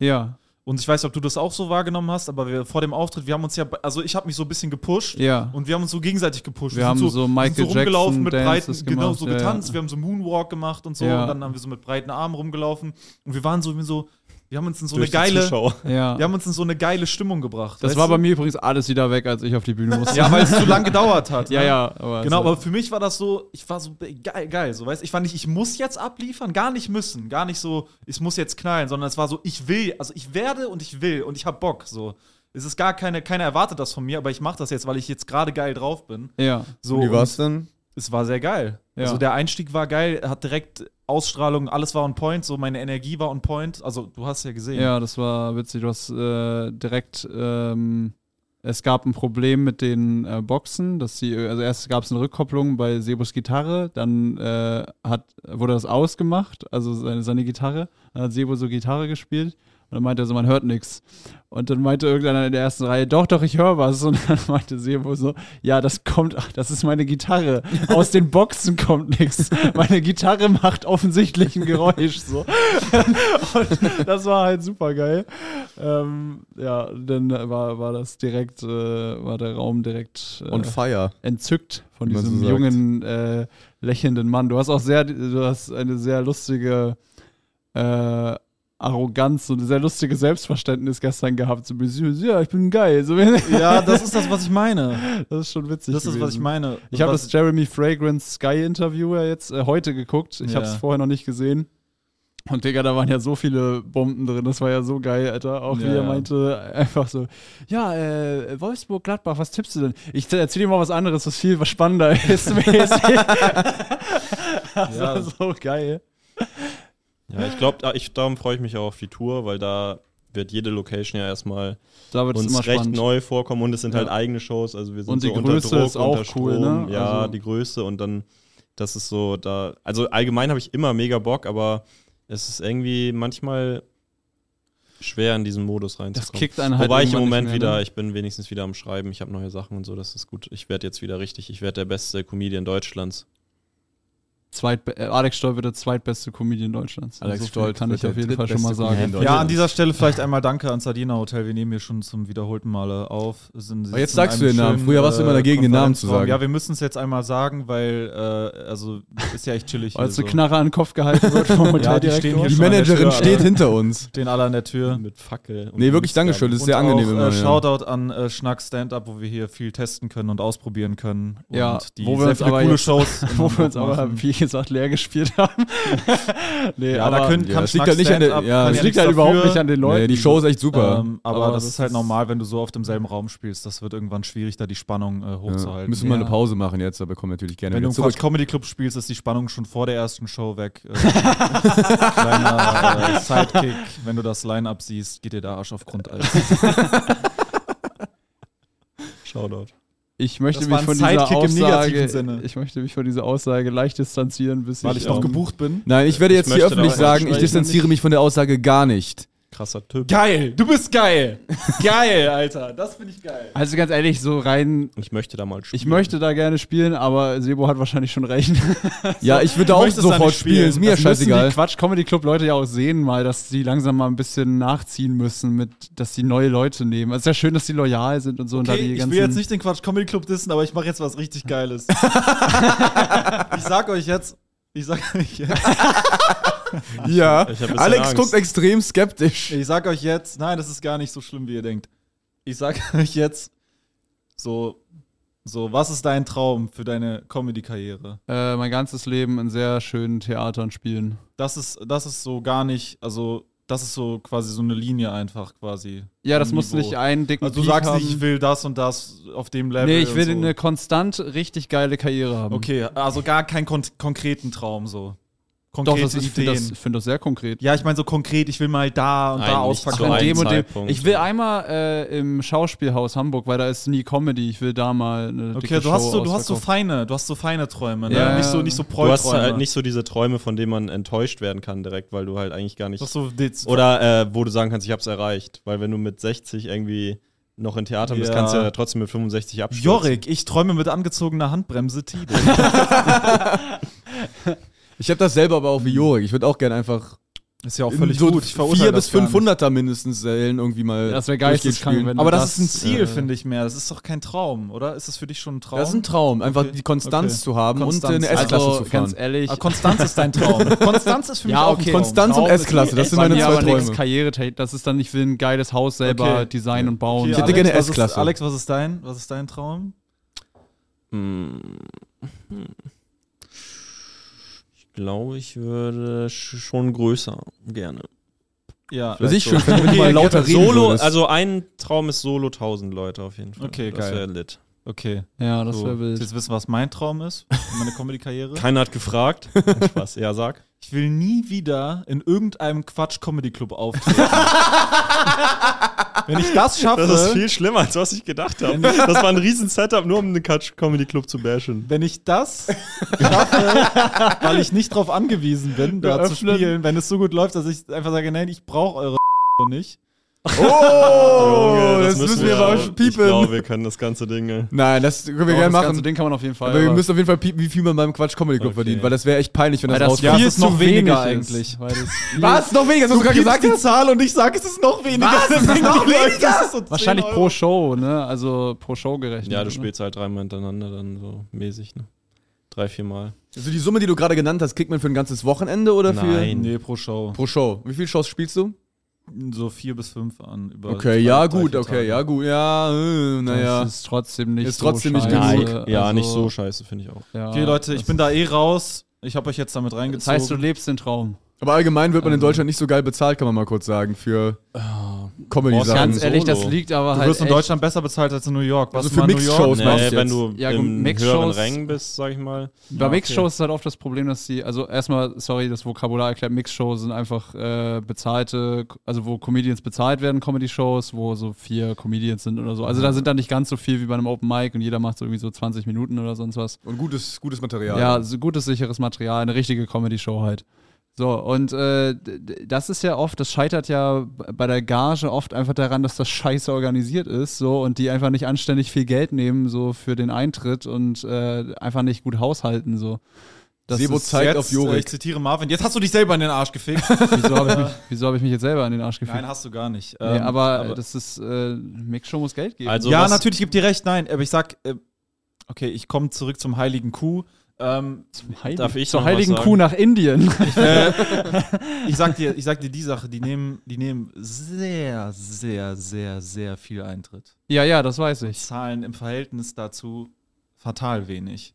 Speaker 2: Ja,
Speaker 4: und ich weiß nicht, ob du das auch so wahrgenommen hast, aber wir, vor dem Auftritt, wir haben uns ja, also ich habe mich so ein bisschen gepusht
Speaker 2: ja.
Speaker 4: und wir haben uns so gegenseitig gepusht.
Speaker 2: Wir haben
Speaker 4: sind
Speaker 2: so
Speaker 4: wir
Speaker 2: Michael
Speaker 4: sind so rumgelaufen
Speaker 2: Jackson
Speaker 4: mit breiten,
Speaker 2: Dances
Speaker 4: genau,
Speaker 2: gemacht,
Speaker 4: so
Speaker 2: ja, ja.
Speaker 4: getanzt, wir haben so Moonwalk gemacht und so
Speaker 2: Ja.
Speaker 4: und dann haben wir so mit breiten Armen rumgelaufen und wir waren so, wir so wir haben uns in so
Speaker 9: Durch die
Speaker 4: eine geile,
Speaker 9: Zuschauer.
Speaker 2: ja.
Speaker 4: wir haben uns in so eine geile Stimmung gebracht.
Speaker 2: das
Speaker 4: weißt
Speaker 2: war
Speaker 4: du?
Speaker 2: bei mir übrigens alles wieder weg, als ich auf die Bühne musste.
Speaker 4: ja, weil es zu lang gedauert hat.
Speaker 2: ja,
Speaker 4: ne?
Speaker 2: ja. Aber
Speaker 4: Genau,
Speaker 2: also-
Speaker 4: aber für mich war das so, ich war so be- geil, geil, so weißt, ich war nicht, ich muss jetzt abliefern, gar nicht müssen, gar nicht so, ich muss jetzt knallen, sondern es war so, ich will, also ich werde und ich will und ich hab Bock, so. Es ist gar keine, keiner erwartet das von mir, aber ich mache das jetzt, weil ich jetzt gerade geil drauf bin.
Speaker 2: Ja.
Speaker 4: So,
Speaker 1: Wie
Speaker 4: und
Speaker 1: war's denn?
Speaker 4: Es war sehr geil.
Speaker 2: Ja.
Speaker 4: Also der Einstieg war geil, hat direkt Ausstrahlung, alles war on point, so meine Energie war on point. Also du hast ja gesehen.
Speaker 2: Ja, das war witzig. Du hast äh, direkt, ähm, es gab ein Problem mit den äh, Boxen, dass sie, also erst gab es eine Rückkopplung bei Sebus Gitarre, dann äh, hat, wurde das ausgemacht, also seine, seine Gitarre, dann hat Sebo so Gitarre gespielt. Und dann meinte er so, man hört nichts. Und dann meinte irgendeiner in der ersten Reihe, doch, doch, ich höre was. Und dann meinte Sebo so, ja, das kommt, ach, das ist meine Gitarre. Aus den Boxen kommt nichts. Meine Gitarre macht offensichtlich ein Geräusch. So. Und das war halt super geil. Ähm, ja, dann war, war das direkt, äh, war der Raum direkt äh,
Speaker 1: On fire.
Speaker 2: entzückt von
Speaker 1: Wie man
Speaker 2: diesem
Speaker 1: so sagt.
Speaker 2: jungen, äh, lächelnden Mann. Du hast auch sehr, du hast eine sehr lustige äh, Arroganz und ein sehr lustiges Selbstverständnis gestern gehabt. So, ja, ich bin geil. So,
Speaker 4: Ja, das ist das, was ich meine.
Speaker 2: das ist schon witzig.
Speaker 4: Das ist, was ich
Speaker 2: gewesen.
Speaker 4: meine.
Speaker 2: Ich habe
Speaker 4: Was-
Speaker 2: das Jeremy Fragrance Sky Interview ja jetzt äh, heute geguckt. Ich
Speaker 4: Ja.
Speaker 2: habe es vorher noch nicht gesehen. Und Digga, da waren ja so viele Bomben drin. Das war ja so geil, Alter. Auch wie
Speaker 4: Ja,
Speaker 2: er
Speaker 4: ja.
Speaker 2: meinte, einfach so: Ja, äh, Wolfsburg, Gladbach, was tippst du denn? Ich erzähl dir mal was anderes, was viel spannender ist. mäßig. das war so geil.
Speaker 9: Ja, ich glaube, ich, darum freue ich mich auch auf die Tour, weil da wird jede Location ja erstmal
Speaker 2: Da wird es
Speaker 9: uns
Speaker 2: immer
Speaker 9: recht
Speaker 2: spannend.
Speaker 9: neu vorkommen und es sind
Speaker 2: Ja.
Speaker 9: halt eigene Shows, also wir sind
Speaker 2: Und die
Speaker 9: so unter
Speaker 2: Größe
Speaker 9: Druck,
Speaker 2: ist auch
Speaker 9: unter
Speaker 2: cool, ne?
Speaker 9: Ja,
Speaker 2: Also-
Speaker 9: die Größe und dann das ist so da, also allgemein habe ich immer mega Bock, aber es ist irgendwie manchmal schwer in diesen Modus reinzukommen.
Speaker 2: Das kickt einen halt.
Speaker 9: Wobei ich im
Speaker 2: irgendwann
Speaker 9: Moment
Speaker 2: nicht mehr,
Speaker 9: wieder,
Speaker 2: ne?
Speaker 9: ich bin wenigstens wieder am Schreiben, ich habe neue Sachen und so, das ist gut. Ich werde jetzt wieder richtig, ich werde der beste Comedian Deutschlands.
Speaker 2: Zweitbe äh, Alex Stoll wird der zweitbeste Comedian Deutschlands.
Speaker 1: Alex
Speaker 2: viel
Speaker 1: Stoll
Speaker 2: kann
Speaker 1: wird
Speaker 2: ich auf
Speaker 1: der
Speaker 2: jeden Fall schon mal
Speaker 1: drittbeste
Speaker 2: sagen.
Speaker 1: Comedian
Speaker 4: Ja, an dieser Stelle vielleicht einmal Danke ans Sardina Hotel. Wir nehmen hier schon zum wiederholten Male auf. Sind,
Speaker 1: Aber jetzt
Speaker 4: sitzen
Speaker 1: sagst
Speaker 4: in
Speaker 1: du
Speaker 4: einem
Speaker 1: den Namen.
Speaker 4: schönen, äh,
Speaker 1: Früher warst du immer dagegen, den Namen zu
Speaker 4: Konferenzraum.
Speaker 1: sagen.
Speaker 4: Ja, wir müssen es jetzt einmal sagen, weil, äh, also, ist ja echt chillig.
Speaker 2: Als
Speaker 4: hier
Speaker 2: eine Knarre an den Kopf gehalten wird vom Hoteldirektor.
Speaker 4: Also stehen hier
Speaker 1: Die
Speaker 4: schon an der Tür,
Speaker 1: Managerin
Speaker 4: aber-
Speaker 1: steht hinter uns.
Speaker 4: Stehen alle an der Tür.
Speaker 9: Mit Fackel. und
Speaker 1: Nee,
Speaker 9: Münzgarten.
Speaker 1: wirklich Dankeschön. Das ist sehr angenehm
Speaker 4: auch,
Speaker 1: immer.
Speaker 4: äh,
Speaker 1: ja.
Speaker 4: Shoutout an äh, Schnack Stand-Up, wo wir hier viel testen können und ausprobieren können.
Speaker 2: Ja,
Speaker 4: und die
Speaker 2: wo wir
Speaker 4: sehr
Speaker 2: uns
Speaker 4: viele
Speaker 2: aber
Speaker 4: coole
Speaker 2: jetzt-
Speaker 4: Shows. in
Speaker 2: wo wir uns
Speaker 4: Hamburg machen.
Speaker 2: aber, wie gesagt, leer gespielt haben. nee,
Speaker 4: ja, da können,
Speaker 1: Ja,
Speaker 4: kann
Speaker 1: das liegt halt nicht an der-
Speaker 4: Schnack Stand-Up, kann
Speaker 1: ja,
Speaker 2: das
Speaker 1: ja
Speaker 2: liegt
Speaker 4: nichts
Speaker 2: halt überhaupt
Speaker 4: dafür.
Speaker 2: nicht an den Leuten.
Speaker 1: Nee, die Show ist echt super.
Speaker 4: Ähm, aber,
Speaker 2: Aber
Speaker 4: das,
Speaker 2: das
Speaker 4: ist halt
Speaker 2: ist-
Speaker 4: normal, wenn du so auf demselben Raum spielst. Das wird irgendwann schwierig, da die Spannung äh,
Speaker 1: ja.
Speaker 4: hochzuhalten.
Speaker 1: Müssen wir mal
Speaker 2: Ja.
Speaker 1: eine Pause machen jetzt, aber kommen natürlich gerne
Speaker 4: Wenn du
Speaker 1: wieder
Speaker 4: im
Speaker 1: zurück.
Speaker 4: Quatsch Comedy Club spielst, ist die Spannung schon vor der ersten Show weg. Äh, kleiner äh, Sidekick. Wenn du das Line-Up siehst, geht dir der Arsch auf Grundeis.
Speaker 9: Shoutout.
Speaker 2: Ich möchte
Speaker 4: Das
Speaker 2: mich
Speaker 4: war ein
Speaker 2: von dieser
Speaker 4: Sidekick im
Speaker 2: Aussage,
Speaker 4: negativen Sinne.
Speaker 2: ich möchte mich von dieser Aussage leicht distanzieren, bis
Speaker 4: Weil
Speaker 2: ich,
Speaker 4: ich noch
Speaker 2: ähm,
Speaker 4: gebucht bin.
Speaker 1: Nein, ich werde
Speaker 9: Ich
Speaker 1: jetzt hier
Speaker 9: möchte
Speaker 1: öffentlich
Speaker 9: darauf
Speaker 1: sagen, ich
Speaker 9: ansprechen.
Speaker 1: distanziere mich von der Aussage gar nicht.
Speaker 3: krasser Typ.
Speaker 4: Geil, du bist geil. geil, Alter. Das finde ich geil.
Speaker 2: Also ganz ehrlich, so rein.
Speaker 3: Ich möchte da mal spielen.
Speaker 2: Ich möchte da gerne spielen, aber Sebo hat wahrscheinlich schon recht.
Speaker 1: Ja, ich würde auch
Speaker 4: möchtest da
Speaker 1: sofort
Speaker 4: nicht spielen.
Speaker 1: spielen. Ist mir ja
Speaker 2: Das müssen
Speaker 1: scheißegal.
Speaker 2: Die Quatsch Comedy Club Leute ja auch sehen mal, dass die langsam mal ein bisschen nachziehen müssen mit, dass die neue Leute nehmen. Also, Es ist ja schön, dass die loyal sind und so und da
Speaker 4: Okay,
Speaker 2: die
Speaker 4: ich
Speaker 2: ganzen.
Speaker 4: will jetzt nicht den Quatsch Comedy Club dissen, aber ich mache jetzt was richtig Geiles. ich sag euch jetzt, ich sag euch jetzt,
Speaker 1: Ja.
Speaker 3: Ich hab ein bisschen
Speaker 1: Alex
Speaker 3: Angst.
Speaker 1: guckt extrem skeptisch.
Speaker 4: ich sag euch jetzt, nein, das ist gar nicht so schlimm, wie ihr denkt. Ich sag euch jetzt, so, so, was ist dein Traum für deine Comedy-Karriere?
Speaker 2: äh, mein ganzes Leben in sehr schönen Theatern spielen.
Speaker 4: Das ist, das ist so gar nicht, also, das ist so quasi so eine Linie einfach quasi.
Speaker 2: Ja, das
Speaker 4: Am
Speaker 2: muss
Speaker 4: Niveau.
Speaker 2: nicht einen dicken
Speaker 4: Also du
Speaker 2: Peak
Speaker 4: sagst
Speaker 2: haben.
Speaker 4: nicht, ich will das und das auf dem Level.
Speaker 2: Nee, ich will
Speaker 4: und so.
Speaker 2: eine konstant richtig geile Karriere haben.
Speaker 4: Okay, also gar keinen kon konkreten Traum so.
Speaker 2: Doch,
Speaker 4: Konkrete
Speaker 2: das ist, ich finde das,
Speaker 4: Ideen.
Speaker 2: ich find das sehr konkret.
Speaker 4: Ja, ich meine so konkret, ich will mal da und da
Speaker 3: Eigentlich
Speaker 4: auspacken.
Speaker 3: zu
Speaker 2: an dem
Speaker 3: einem
Speaker 2: und dem.
Speaker 3: Zeitpunkt.
Speaker 2: Ich will einmal äh, im Schauspielhaus Hamburg, weil da ist nie Comedy. Ich will da mal eine
Speaker 4: Okay,
Speaker 2: dicke
Speaker 4: du hast
Speaker 2: Show
Speaker 4: so, du hast so
Speaker 2: ausverkaufen.
Speaker 4: feine, du hast so feine Träume, ne?
Speaker 2: Ja.
Speaker 4: Nicht so nicht so
Speaker 3: Du hast
Speaker 4: Prollträume.
Speaker 3: halt nicht so diese Träume, von denen man enttäuscht werden kann direkt, weil du halt eigentlich gar nicht.
Speaker 4: Doch so Diz-
Speaker 3: Oder äh, wo du sagen kannst, ich hab's erreicht. Weil wenn du mit 60 irgendwie noch in Theater bist,
Speaker 4: Ja.
Speaker 3: kannst du ja trotzdem mit 65 abschließen.
Speaker 4: Jorik, ich träume mit angezogener Handbremse Tide.
Speaker 1: Ich habe das selber aber auch wie Jorik. Ich würde auch gerne einfach
Speaker 4: Mhm. Ist ja auch
Speaker 1: in
Speaker 4: völlig
Speaker 1: so
Speaker 4: gut. Ich verurteile
Speaker 1: 4
Speaker 4: das
Speaker 1: bis
Speaker 4: gar nicht.
Speaker 1: 500er mindestens Wellen irgendwie mal.
Speaker 2: Das wäre
Speaker 1: durchgehend
Speaker 2: geisteskrank,
Speaker 1: spielen.
Speaker 2: wenn
Speaker 4: Aber
Speaker 2: du
Speaker 4: das, ist ein Ziel,
Speaker 2: äh,
Speaker 4: finde ich mehr. Das ist doch kein Traum, oder? Ist das für dich schon ein Traum?
Speaker 1: Das ist ein Traum, einfach
Speaker 4: Okay.
Speaker 1: die Konstanz
Speaker 4: Okay.
Speaker 1: zu haben
Speaker 4: Konstanz.
Speaker 1: und äh, eine
Speaker 4: Also,
Speaker 1: S-Klasse zu
Speaker 2: Also,
Speaker 1: fahren.
Speaker 2: ganz ehrlich.
Speaker 4: Ah, Konstanz ist dein Traum. Konstanz ist für mich
Speaker 2: Ja,
Speaker 4: auch
Speaker 2: okay.
Speaker 4: ein Traum.
Speaker 1: Konstanz und
Speaker 2: Traum ist
Speaker 1: S-Klasse, das sind meine
Speaker 2: Bei mir
Speaker 1: zwei
Speaker 2: aber nichts
Speaker 1: Träume.
Speaker 2: Karriere, das ist dann, ich will ein geiles Haus selber
Speaker 4: Okay.
Speaker 2: designen und bauen.
Speaker 4: Hier,
Speaker 1: Ich hätte
Speaker 4: Alex,
Speaker 1: gerne
Speaker 4: was ist-
Speaker 1: S-Klasse.
Speaker 4: Alex, was ist dein, was ist dein Traum?
Speaker 3: Hm. Ich glaube, ich würde sch- schon größer gerne.
Speaker 4: Ja.
Speaker 1: Was ich
Speaker 3: so.
Speaker 1: schön finde, wenn du mal lauter reden
Speaker 3: Solo,
Speaker 1: würdest.
Speaker 3: also ein Traum ist Solo 1000 Leute auf jeden Fall.
Speaker 4: Okay,
Speaker 3: das
Speaker 4: geil.
Speaker 3: wär lit.
Speaker 4: also, Okay.
Speaker 2: Ja, das
Speaker 4: So,
Speaker 2: wäre wild.
Speaker 4: jetzt wissen, wir, was mein Traum ist, für meine Comedy-Karriere.
Speaker 3: Keiner hat gefragt. Spaß. Ja, sag.
Speaker 4: Ich will nie wieder in irgendeinem Quatsch-Comedy-Club auftreten. Wenn ich das schaffe,
Speaker 3: Das ist viel schlimmer, als was ich gedacht habe. Das war ein riesen Setup, nur um den Catch Comedy Club zu bashen.
Speaker 4: wenn ich das schaffe, weil ich nicht drauf angewiesen bin, da zu spielen, wenn es so gut läuft, dass ich einfach sage, nein, ich brauche eure nicht.
Speaker 1: Oh, das müssen wir aber schon
Speaker 3: Ich glaube,
Speaker 1: piepen.
Speaker 3: wir können das ganze Ding. äh,
Speaker 1: Nein, das können wir
Speaker 2: Doch,
Speaker 1: gerne
Speaker 2: Oh, das ganze
Speaker 1: machen.
Speaker 2: Ding kann man auf jeden Fall.
Speaker 1: Aber wir
Speaker 2: aber-
Speaker 1: müssen auf jeden Fall piepen, wie viel man beim Quatsch Comedy Club
Speaker 3: Okay.
Speaker 1: verdient, weil das wäre echt peinlich, wenn das
Speaker 2: weil das
Speaker 1: rauskommt.
Speaker 4: Ja,
Speaker 2: viel
Speaker 4: es ist
Speaker 2: zu
Speaker 4: noch weniger
Speaker 2: wenig ist,
Speaker 4: eigentlich.
Speaker 2: weil das viel-
Speaker 1: Was? Noch weniger? Das hast du gerade gesagt?
Speaker 4: die Zahl und ich sage, es ist noch weniger. Das ist
Speaker 1: Genau,
Speaker 4: noch weniger. Das ist so
Speaker 2: Wahrscheinlich
Speaker 4: 10 Euro.
Speaker 2: pro Show, ne? Also pro Show gerechnet.
Speaker 3: Ja, du
Speaker 2: ne?
Speaker 3: spielst halt dreimal hintereinander, dann so mäßig, ne? Drei, viermal.
Speaker 1: Also die Summe, die du gerade genannt hast, kriegt man für ein ganzes Wochenende oder für
Speaker 3: Nein.
Speaker 4: Nee, pro Show.
Speaker 1: pro Show? Wie viele Shows spielst du?
Speaker 4: So vier bis fünf an. Über
Speaker 1: Okay, ja gut, okay, ja gut, ja, äh, naja.
Speaker 2: Das ist trotzdem nicht
Speaker 1: Ist trotzdem nicht
Speaker 2: scheiße.
Speaker 3: Nein. Ja,
Speaker 2: Also,
Speaker 3: nicht so scheiße, finde ich auch.
Speaker 2: ja,
Speaker 4: Okay, Leute, ich
Speaker 2: das-
Speaker 4: bin da eh raus. Ich habe euch jetzt damit
Speaker 2: Das
Speaker 4: reingezogen.
Speaker 2: heißt, du lebst den Traum.
Speaker 1: Aber allgemein wird man in
Speaker 2: Also-
Speaker 1: Deutschland nicht so geil bezahlt, kann man mal kurz sagen, für Oh.
Speaker 3: Boah,
Speaker 1: Comedy-Sachen.
Speaker 3: ganz ehrlich, das
Speaker 2: liegt aber halt
Speaker 4: Du halt wirst in Deutschland besser bezahlt als in New York.
Speaker 1: Also
Speaker 4: Was
Speaker 1: für
Speaker 4: war New
Speaker 1: Mixed
Speaker 4: York?
Speaker 1: Shows.
Speaker 3: Nee,
Speaker 1: machst du
Speaker 3: wenn
Speaker 1: jetzt?
Speaker 3: du
Speaker 2: Ja, gut,
Speaker 3: im
Speaker 2: Mixed
Speaker 3: höheren
Speaker 2: Shows-
Speaker 3: Rang bist, sag ich mal.
Speaker 2: Bei
Speaker 4: Ja, okay.
Speaker 2: Mixshows ist halt oft das Problem, dass die, also erstmal, sorry, das Vokabular erklärt, Mixshows sind einfach äh, bezahlte, also wo Comedians bezahlt werden, Comedy-Shows, wo so vier Comedians sind oder so. Also
Speaker 4: Mhm.
Speaker 2: da sind dann nicht ganz so viel wie bei einem Open Mic und jeder macht so irgendwie so 20 Minuten oder sonst was.
Speaker 1: Und gutes, gutes Material.
Speaker 2: Ja, so gutes, sicheres Material, eine richtige Comedy-Show halt. So, und äh, d- d- das ist ja oft, das scheitert ja b- bei der Gage oft einfach daran, dass das scheiße organisiert ist, so, und die einfach nicht anständig viel Geld nehmen, so, für den Eintritt und äh, einfach nicht gut haushalten, so. Das
Speaker 1: Sebo
Speaker 2: ist-
Speaker 1: zeigt
Speaker 4: Jetzt,
Speaker 1: auf
Speaker 4: äh,
Speaker 1: Jorik.
Speaker 4: Ich zitiere Marvin. Jetzt hast du dich selber in den Arsch gefickt.
Speaker 2: Wieso habe ich, mich- wieso hab ich mich jetzt selber an den Arsch gefickt?
Speaker 4: Nein, hast du gar nicht.
Speaker 2: nee,
Speaker 4: Ähm,
Speaker 2: aber, das ist, äh, Mixshow muss Geld geben.
Speaker 3: Also
Speaker 4: ja,
Speaker 3: was,
Speaker 4: natürlich gibt dir recht. Nein, aber ich sag, äh, okay, ich komme zurück zum heiligen Kuh. Ähm, äh,
Speaker 2: Heilig-
Speaker 3: darf ich
Speaker 2: zur
Speaker 3: noch was
Speaker 2: heiligen
Speaker 3: sagen?
Speaker 2: Kuh nach Indien.
Speaker 4: ich sag dir, ich sag dir die Sache, die nehmen, die nehmen sehr, sehr, sehr, sehr viel Eintritt.
Speaker 2: ja, ja, das weiß ich.
Speaker 4: Zahlen im Verhältnis dazu fatal wenig.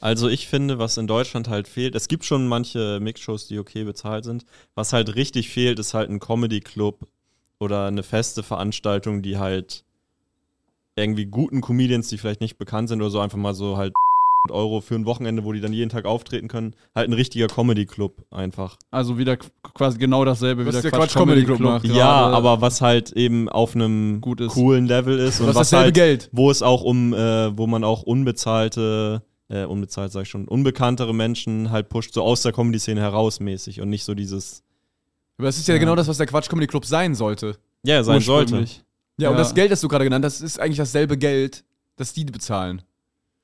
Speaker 3: Also ich finde, was in Deutschland halt fehlt, es gibt schon manche Mixshows, die okay bezahlt sind. Was halt richtig fehlt, ist halt ein Comedy-Club oder eine feste Veranstaltung, die halt irgendwie guten Comedians, die vielleicht nicht bekannt sind oder so, einfach mal so halt Euro für ein Wochenende, wo die dann jeden Tag auftreten können. Halt ein richtiger Comedy-Club einfach.
Speaker 2: Also wieder qu- quasi genau dasselbe wie
Speaker 1: Was
Speaker 2: der
Speaker 1: der Quatsch Comedy Club macht.
Speaker 2: gerade.
Speaker 3: Ja, aber was halt eben auf einem
Speaker 2: Gut ist.
Speaker 3: coolen Level ist und
Speaker 1: was
Speaker 3: was
Speaker 1: dasselbe
Speaker 3: halt
Speaker 1: Geld.
Speaker 3: wo es auch um, äh, wo man auch unbezahlte, äh, unbezahlt sag ich schon, unbekanntere Menschen halt pusht, so aus der Comedy-Szene heraus mäßig und nicht so dieses
Speaker 1: Aber das ist ja, genau das, was der Quatsch Comedy Club sein sollte.
Speaker 3: Ja, sein sollte.
Speaker 2: Ursprünglich.
Speaker 1: Ja, und
Speaker 2: Ja.
Speaker 1: das Geld, das du gerade genannt hast, ist eigentlich dasselbe Geld, das die bezahlen.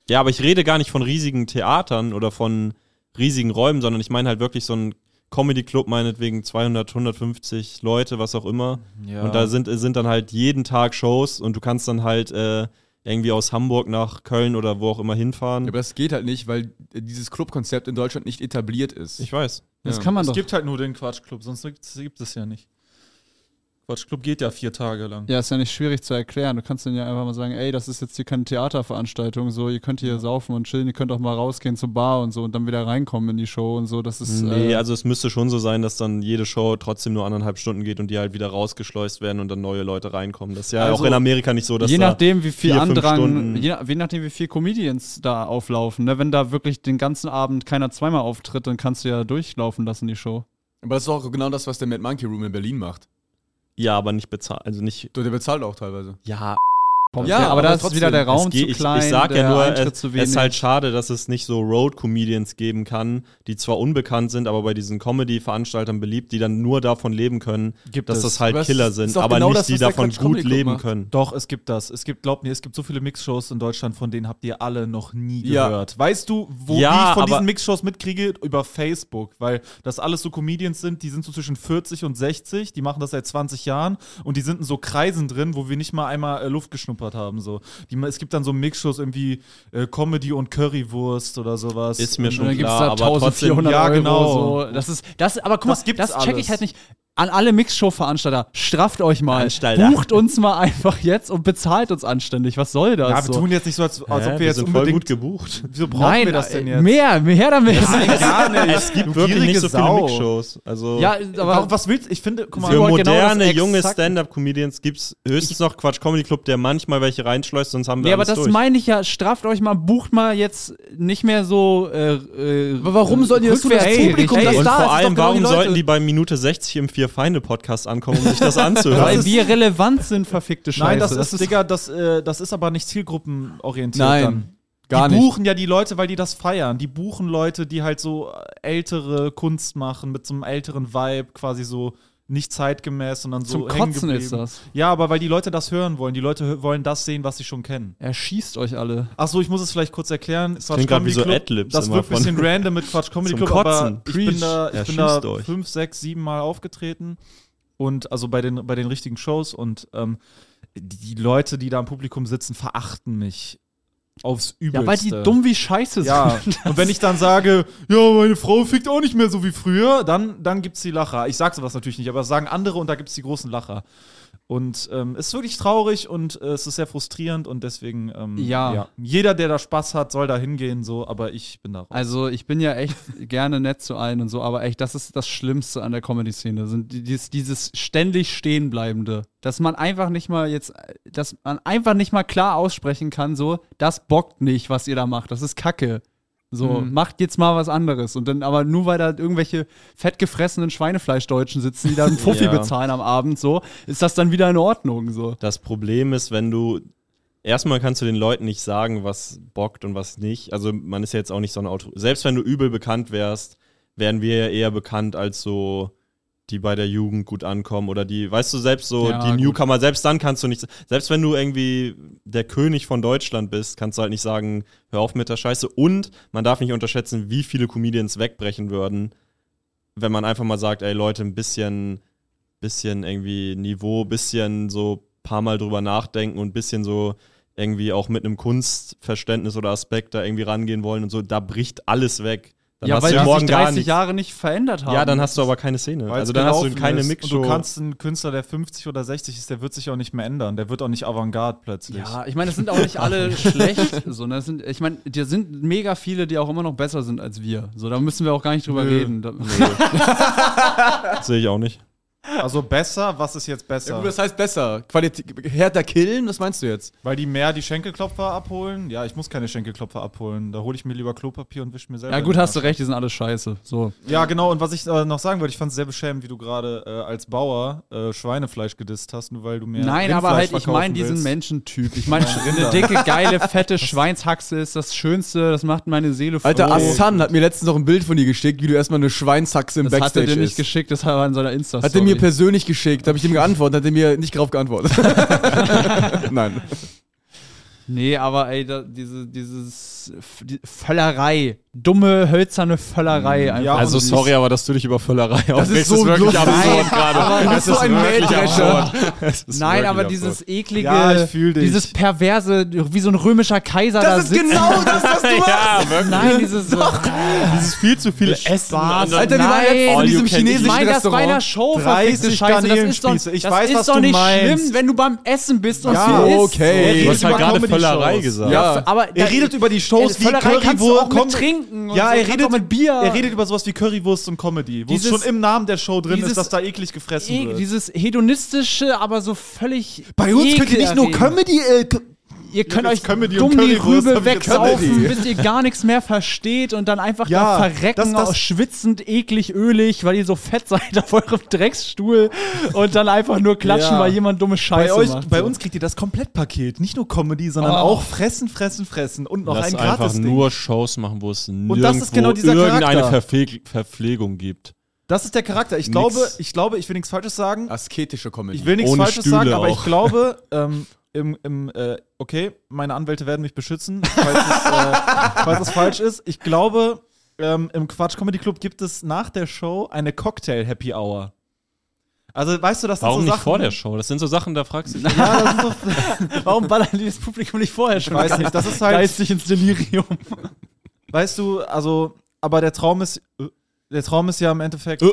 Speaker 3: Ja, aber ich rede gar nicht von riesigen Theatern oder von riesigen Räumen, sondern ich meine halt wirklich so einen Comedy-Club, meinetwegen 200, 150 Leute, was auch immer.
Speaker 4: Ja.
Speaker 3: Und da sind, sind dann halt jeden Tag Shows und du kannst dann halt äh, irgendwie aus Hamburg nach Köln oder wo auch immer hinfahren.
Speaker 1: Ja, aber das geht halt nicht, weil dieses Clubkonzept in Deutschland nicht etabliert ist.
Speaker 3: ich weiß.
Speaker 2: Das
Speaker 1: Ja.
Speaker 2: kann man
Speaker 4: es
Speaker 2: doch.
Speaker 4: gibt halt nur den Quatschclub, sonst gibt's- gibt es ja nicht. Quatschclub geht ja vier Tage lang.
Speaker 2: Ja, ist ja nicht schwierig zu erklären. Du kannst dann ja einfach mal sagen, ey, das ist jetzt hier keine Theaterveranstaltung, so, ihr könnt hier saufen und chillen, ihr könnt auch mal rausgehen zur Bar und so und dann wieder reinkommen in die Show und so. Das ist.
Speaker 3: Nee,
Speaker 2: äh,
Speaker 3: also es müsste schon so sein, dass dann jede Show trotzdem nur anderthalb Stunden geht und die halt wieder rausgeschleust werden und dann neue Leute reinkommen. Das ist ja
Speaker 2: Also,
Speaker 3: auch in Amerika nicht so, dass
Speaker 2: je
Speaker 3: da
Speaker 2: nachdem, wie viel
Speaker 3: vier, fünf
Speaker 2: Andrang,
Speaker 3: Stunden-
Speaker 2: je, nach- je nachdem, wie viel Comedians da auflaufen. Ne? Wenn da wirklich den ganzen Abend keiner zweimal auftritt, dann kannst du ja durchlaufen lassen, die Show.
Speaker 1: Aber das ist auch genau das, was der Mad Monkey Room in Berlin macht.
Speaker 3: ja, aber nicht bezahlt, also nicht
Speaker 1: Der bezahlt auch teilweise.
Speaker 3: ja,
Speaker 2: Kommt
Speaker 1: Ja,
Speaker 2: ja, aber,
Speaker 1: aber
Speaker 2: da ist
Speaker 1: trotzdem,
Speaker 2: wieder der
Speaker 3: es
Speaker 2: Raum
Speaker 3: geht-
Speaker 2: zu klein,
Speaker 3: Ich, ich sag
Speaker 2: der
Speaker 3: ja nur,
Speaker 2: Eintritt
Speaker 3: es
Speaker 2: zu
Speaker 3: es
Speaker 2: wenig.
Speaker 3: ist halt schade, dass es nicht so Road Comedians geben kann, die zwar unbekannt sind, aber bei diesen Comedy Veranstaltern beliebt, die dann nur davon leben können, dass das halt
Speaker 1: Aber es
Speaker 3: Killer
Speaker 1: ist
Speaker 3: sind,
Speaker 1: doch
Speaker 3: aber
Speaker 1: genau
Speaker 3: nicht
Speaker 1: das,
Speaker 3: die
Speaker 1: was der
Speaker 3: davon
Speaker 1: Quatsch Comedy
Speaker 3: gut
Speaker 1: Club
Speaker 3: leben
Speaker 1: macht.
Speaker 3: können.
Speaker 4: Doch, es gibt das. Es gibt, glaubt mir, es gibt so viele Mixshows in Deutschland, von denen habt ihr alle noch nie
Speaker 1: Ja.
Speaker 4: gehört. Weißt du, wo
Speaker 3: Ja,
Speaker 4: wie ich von
Speaker 3: aber-
Speaker 4: diesen Mixshows mitkriege? Über Facebook, weil das alles so Comedians sind, die sind so zwischen 40 und 60, die machen das seit 20 Jahren und die sind in so Kreisen drin, wo wir nicht mal einmal äh, Luft geschnuppert haben. So. Die, es gibt dann so Mixshows irgendwie äh, Comedy und Currywurst oder sowas.
Speaker 3: Ist mir
Speaker 4: Und-
Speaker 3: schon
Speaker 2: Und dann gibt es
Speaker 3: klar,
Speaker 2: da
Speaker 3: aber trotzdem
Speaker 2: 1400
Speaker 4: ja,
Speaker 2: Euro.
Speaker 4: genau.
Speaker 2: So. Das ist, das, aber guck
Speaker 4: Das
Speaker 2: mal,
Speaker 4: gibt's
Speaker 2: das check
Speaker 4: alles.
Speaker 2: ich halt nicht. An alle Mixshow-Veranstalter, strafft euch mal.
Speaker 3: Veranstalter.
Speaker 2: Bucht uns mal einfach jetzt und bezahlt uns anständig. Was soll das?
Speaker 4: Ja, wir
Speaker 2: so?
Speaker 4: tun jetzt nicht so, als, als
Speaker 3: Hä,
Speaker 4: ob wir,
Speaker 3: wir
Speaker 4: jetzt
Speaker 3: sind voll
Speaker 4: unbedingt.
Speaker 3: gut gebucht.
Speaker 4: Wieso brauchen
Speaker 2: Nein,
Speaker 4: wir das denn
Speaker 2: äh,
Speaker 4: jetzt?
Speaker 2: Mehr, mehr damit.
Speaker 4: Gar nicht.
Speaker 3: Es gibt wirklich
Speaker 4: gierige
Speaker 3: nicht so viele
Speaker 4: Sau.
Speaker 3: Mixshows. Also
Speaker 2: ja, aber
Speaker 4: Aber was willst du? Ich finde, guck mal,
Speaker 3: Für
Speaker 2: wollen genau
Speaker 3: moderne,
Speaker 2: das
Speaker 3: junge
Speaker 2: Exakte.
Speaker 3: Stand-Up-Comedians gibt es höchstens noch Quatsch Comedy Club, der manchmal welche reinschleust, sonst haben wir
Speaker 2: Nee, aber
Speaker 3: alles
Speaker 2: das
Speaker 3: durch.
Speaker 2: meine ich ja, straft euch mal, bucht mal jetzt nicht mehr so. Äh, äh,
Speaker 1: Aber warum sollen die das tun? Das
Speaker 2: rückwärts-
Speaker 1: Publikum,
Speaker 2: Ey,
Speaker 1: das
Speaker 3: und
Speaker 1: da ist,
Speaker 3: vor
Speaker 1: doch genau
Speaker 3: allem,
Speaker 1: die
Speaker 3: warum
Speaker 1: Leute.
Speaker 3: sollten die bei Minute 60 im Vier-Feinde-Podcast ankommen, um sich das
Speaker 2: Weil
Speaker 3: anzuhören?
Speaker 2: wir relevant sind, verfickte Scheiße.
Speaker 4: Nein, das, ist, Digga, das, äh, das ist aber nicht zielgruppenorientiert.
Speaker 1: Nein,
Speaker 4: dann.
Speaker 1: gar
Speaker 4: die
Speaker 1: nicht.
Speaker 4: buchen ja die Leute, weil die das feiern. Die buchen Leute, die halt so ältere Kunst machen, mit so einem älteren Vibe, quasi so nicht zeitgemäß, sondern so
Speaker 2: Zum
Speaker 4: hängen
Speaker 2: Kotzen
Speaker 4: geblieben.
Speaker 2: ist das.
Speaker 4: Ja, aber weil die Leute das hören wollen. Die Leute hö- wollen das sehen, was sie schon kennen.
Speaker 2: Er schießt euch alle.
Speaker 4: Achso, ich muss es vielleicht kurz erklären. Das
Speaker 3: klingt grad wie so Adlibs
Speaker 4: Das
Speaker 3: immer
Speaker 4: wirkt ein
Speaker 3: von-
Speaker 4: bisschen random mit Quatsch Comedy
Speaker 3: Zum
Speaker 4: Club, aber
Speaker 3: Kotzen.
Speaker 4: ich bin
Speaker 3: Preach.
Speaker 4: da, ich
Speaker 3: Ja,
Speaker 4: bin da
Speaker 3: schießt euch.
Speaker 4: fünf, sechs, sieben Mal aufgetreten. Und also bei den, bei den richtigen Shows und ähm, die Leute, die da im Publikum sitzen, verachten mich aufs Übelste.
Speaker 2: Ja, weil die dumm wie Scheiße sind.
Speaker 4: Ja, und wenn ich dann sage, ja, meine Frau fickt auch nicht mehr so wie früher, dann, dann gibt's die Lacher. Ich sag sowas natürlich nicht, aber das sagen andere und da gibt's die großen Lacher. Und ähm, es ist wirklich traurig und äh, es ist sehr frustrierend und deswegen, ähm,
Speaker 2: Ja.
Speaker 4: jeder, der da Spaß hat, soll da hingehen, so, aber ich bin da raus.
Speaker 2: Also ich bin ja echt gerne nett zu allen und so, aber echt, das ist das Schlimmste an der Comedy-Szene. Sind die- dieses, dieses ständig Stehenbleibende. Dass man einfach nicht mal jetzt, dass man einfach nicht mal klar aussprechen kann, so, das bockt nicht, was ihr da macht. Das ist Kacke. So,
Speaker 3: Mhm.
Speaker 2: macht jetzt mal was anderes. Und dann, aber nur weil da irgendwelche fettgefressenen Schweinefleischdeutschen sitzen, die dann Puffi
Speaker 3: Ja.
Speaker 2: bezahlen am Abend, so, ist das dann wieder in Ordnung. So.
Speaker 3: Das Problem ist, wenn du. Erstmal kannst du den Leuten nicht sagen, was bockt und was nicht. Also, man ist ja jetzt auch nicht so ein Auto. Selbst wenn du übel bekannt wärst, wären wir ja eher bekannt als so, die bei der Jugend gut ankommen oder die, weißt du, selbst so
Speaker 2: Ja,
Speaker 3: die
Speaker 2: gut.
Speaker 3: Newcomer, selbst dann kannst du nicht, selbst wenn du irgendwie der König von Deutschland bist, kannst du halt nicht sagen, hör auf mit der Scheiße. Und man darf nicht unterschätzen, wie viele Comedians wegbrechen würden, wenn man einfach mal sagt, ey Leute, ein bisschen, bisschen irgendwie Niveau, bisschen so paar Mal drüber nachdenken und bisschen so irgendwie auch mit einem Kunstverständnis oder Aspekt da irgendwie rangehen wollen und so, da bricht alles weg. Dann hast du
Speaker 2: die
Speaker 3: morgen
Speaker 2: sich
Speaker 3: gar
Speaker 2: 30
Speaker 3: nichts.
Speaker 2: Jahre nicht verändert haben.
Speaker 3: Ja, dann hast du aber keine Szene.
Speaker 4: Weil's
Speaker 3: Also dann hast du
Speaker 4: gelaufen
Speaker 3: keine
Speaker 4: ist.
Speaker 3: Mixshow.
Speaker 4: Und du kannst einen Künstler, der 50 oder 60 ist, der wird sich auch nicht mehr ändern. Der wird auch nicht Avantgarde plötzlich.
Speaker 2: Ja, ich meine, es sind auch nicht alle schlecht, so, ne? es sind, ich meine, da sind mega viele, die auch immer noch besser sind als wir. So, da müssen wir auch gar nicht drüber
Speaker 4: Nö.
Speaker 2: reden. Da,
Speaker 3: Sehe ich auch nicht.
Speaker 4: Also besser, was ist jetzt besser?
Speaker 1: Ja, gut, das heißt besser. Qualitä- härter killen, was meinst du jetzt?
Speaker 4: Weil die mehr die Schenkelklopfer abholen? Ja, ich muss keine Schenkelklopfer abholen. Da hole ich mir lieber Klopapier und wische mir selber.
Speaker 2: Ja,
Speaker 4: die
Speaker 2: gut, hast
Speaker 4: Tasche.
Speaker 2: du recht, die sind alle scheiße. So.
Speaker 4: Ja, genau. Und was ich äh, noch sagen wollte, ich fand es sehr beschämend, wie du gerade äh, als Bauer äh, Schweinefleisch gedisst hast, nur weil du mehr.
Speaker 2: Nein, aber
Speaker 4: Rindfleisch
Speaker 2: halt, ich
Speaker 4: verkaufen
Speaker 2: meine diesen
Speaker 4: willst.
Speaker 2: Menschentyp. Ich meine, eine dicke, geile, fette Schweinshaxe ist das Schönste, das macht meine Seele froh.
Speaker 1: Alter, Assan hat mir letztens noch ein Bild von dir geschickt, wie du erstmal eine Schweinshaxe im
Speaker 2: das hat er
Speaker 1: Backstage
Speaker 2: dir nicht
Speaker 1: isst.
Speaker 2: geschickt, das war in seiner insta
Speaker 1: Hat er mir persönlich geschickt, habe ich ihm geantwortet, hat er mir nicht drauf geantwortet. Nein.
Speaker 2: Nee, aber ey, da, diese dieses, f- die Völlerei. Dumme, hölzerne Völlerei. einfach.
Speaker 4: Ja,
Speaker 3: Also
Speaker 2: Und
Speaker 3: sorry, aber dass du dich über Völlerei aufregst,
Speaker 1: so
Speaker 3: wirklich
Speaker 1: lustig.
Speaker 3: absurd
Speaker 2: Nein,
Speaker 3: gerade.
Speaker 1: Du bist so ein Mähdrescher.
Speaker 3: Es ist
Speaker 2: Nein,
Speaker 3: wirklich
Speaker 2: aber
Speaker 3: absurd.
Speaker 2: dieses eklige,
Speaker 4: Ja, ich fühl dich.
Speaker 2: dieses perverse, wie so ein römischer Kaiser da
Speaker 1: Das ist
Speaker 2: sitzt.
Speaker 1: genau das, was du machst.
Speaker 3: Ja, wirklich.
Speaker 2: Nein, dieses so,
Speaker 4: ah,
Speaker 3: Dieses viel zu viel Essen. an der-
Speaker 1: Alter, wir waren
Speaker 2: Nein.
Speaker 1: letztens in
Speaker 3: All
Speaker 1: diesem
Speaker 3: Oh, you can eat.
Speaker 2: Ich
Speaker 1: chinesischen
Speaker 2: meine das bei
Speaker 1: Restaurant.
Speaker 2: einer Show
Speaker 4: 30
Speaker 2: verfickte Scheiße. Das ist doch,
Speaker 4: Garnelenspieße. Ich
Speaker 2: das
Speaker 4: weiß,
Speaker 2: ist
Speaker 4: was
Speaker 2: doch
Speaker 4: du
Speaker 2: nicht
Speaker 4: meinst.
Speaker 2: schlimm, wenn du beim Essen bist und
Speaker 4: Ja,
Speaker 2: sie isst.
Speaker 1: okay.
Speaker 4: Ey,
Speaker 3: Du hast halt
Speaker 4: über
Speaker 3: gerade
Speaker 4: Comedy-Shows.
Speaker 3: Völlerei gesagt.
Speaker 1: Ja.
Speaker 2: Ja, aber
Speaker 4: Er redet über die Shows
Speaker 2: Ey,
Speaker 4: wie
Speaker 2: Völlerei kannst du auch
Speaker 4: Currywurst.
Speaker 2: mit
Speaker 4: Com-
Speaker 2: Trinken und
Speaker 4: Ja,
Speaker 2: so,
Speaker 4: er
Speaker 2: kannst
Speaker 4: redet
Speaker 2: auch mit Bier.
Speaker 4: Er redet über sowas wie Currywurst und Comedy, wo es
Speaker 2: Dieses-
Speaker 4: schon im Namen der Show drin
Speaker 2: dieses-
Speaker 4: ist, dass da eklig gefressen
Speaker 2: E
Speaker 4: wird.
Speaker 2: dieses hedonistische, aber so völlig. ekelerregend.
Speaker 1: Comedy. Äh,
Speaker 2: Ihr könnt
Speaker 4: jetzt
Speaker 2: euch
Speaker 4: Comedy
Speaker 2: dumm
Speaker 4: und
Speaker 2: die
Speaker 4: Currywurst,
Speaker 2: Rübe
Speaker 4: hab ich jetzt
Speaker 2: wegsaufen,
Speaker 1: Comedy.
Speaker 2: bis ihr gar nichts mehr versteht und dann einfach
Speaker 4: Ja,
Speaker 2: da verrecken,
Speaker 4: das- das-
Speaker 2: aus schwitzend, eklig, ölig, weil ihr so fett seid auf eurem Drecksstuhl und dann einfach nur klatschen,
Speaker 4: Ja.
Speaker 2: weil jemand dumme Scheiße
Speaker 4: bei euch,
Speaker 2: macht.
Speaker 4: bei
Speaker 2: so.
Speaker 4: uns kriegt ihr das Komplettpaket. Nicht nur Comedy, sondern
Speaker 2: Oh.
Speaker 4: auch fressen, fressen, fressen und noch
Speaker 3: Lass
Speaker 4: ein
Speaker 3: einfach
Speaker 4: gratis
Speaker 3: nur Shows machen, wo es nirgendwo
Speaker 4: das ist genau dieser
Speaker 3: irgendeine
Speaker 4: Charakter.
Speaker 3: Verpfleg Verpflegung gibt.
Speaker 4: Das ist der Charakter. Ich
Speaker 3: Nix.
Speaker 4: glaube, ich glaube, ich will nichts Falsches sagen.
Speaker 1: Asketische Comedy.
Speaker 4: Ich will nichts
Speaker 3: Ohne
Speaker 4: Falsches
Speaker 3: Stühle
Speaker 4: sagen, aber ich
Speaker 3: auch.
Speaker 4: glaube, ähm, im, im, äh, okay, meine Anwälte werden mich beschützen, falls es, äh, falls es falsch ist. Ich glaube, ähm, im Quatsch Comedy Club gibt es nach der Show eine Cocktail Happy Hour. Also weißt du, das sind
Speaker 3: Warum
Speaker 4: so
Speaker 3: nicht
Speaker 4: Sachen.
Speaker 3: vor der Show? Das sind so Sachen, da fragst du dich.
Speaker 4: Ja, das sind so,
Speaker 2: Warum ballern die das Publikum nicht vorher schon?
Speaker 4: weiß nicht, das ist halt-
Speaker 2: geistig ins Delirium.
Speaker 4: weißt du, also, aber der Traum ist, äh, der Traum ist ja im
Speaker 3: Äh.
Speaker 4: Endeffekt. Der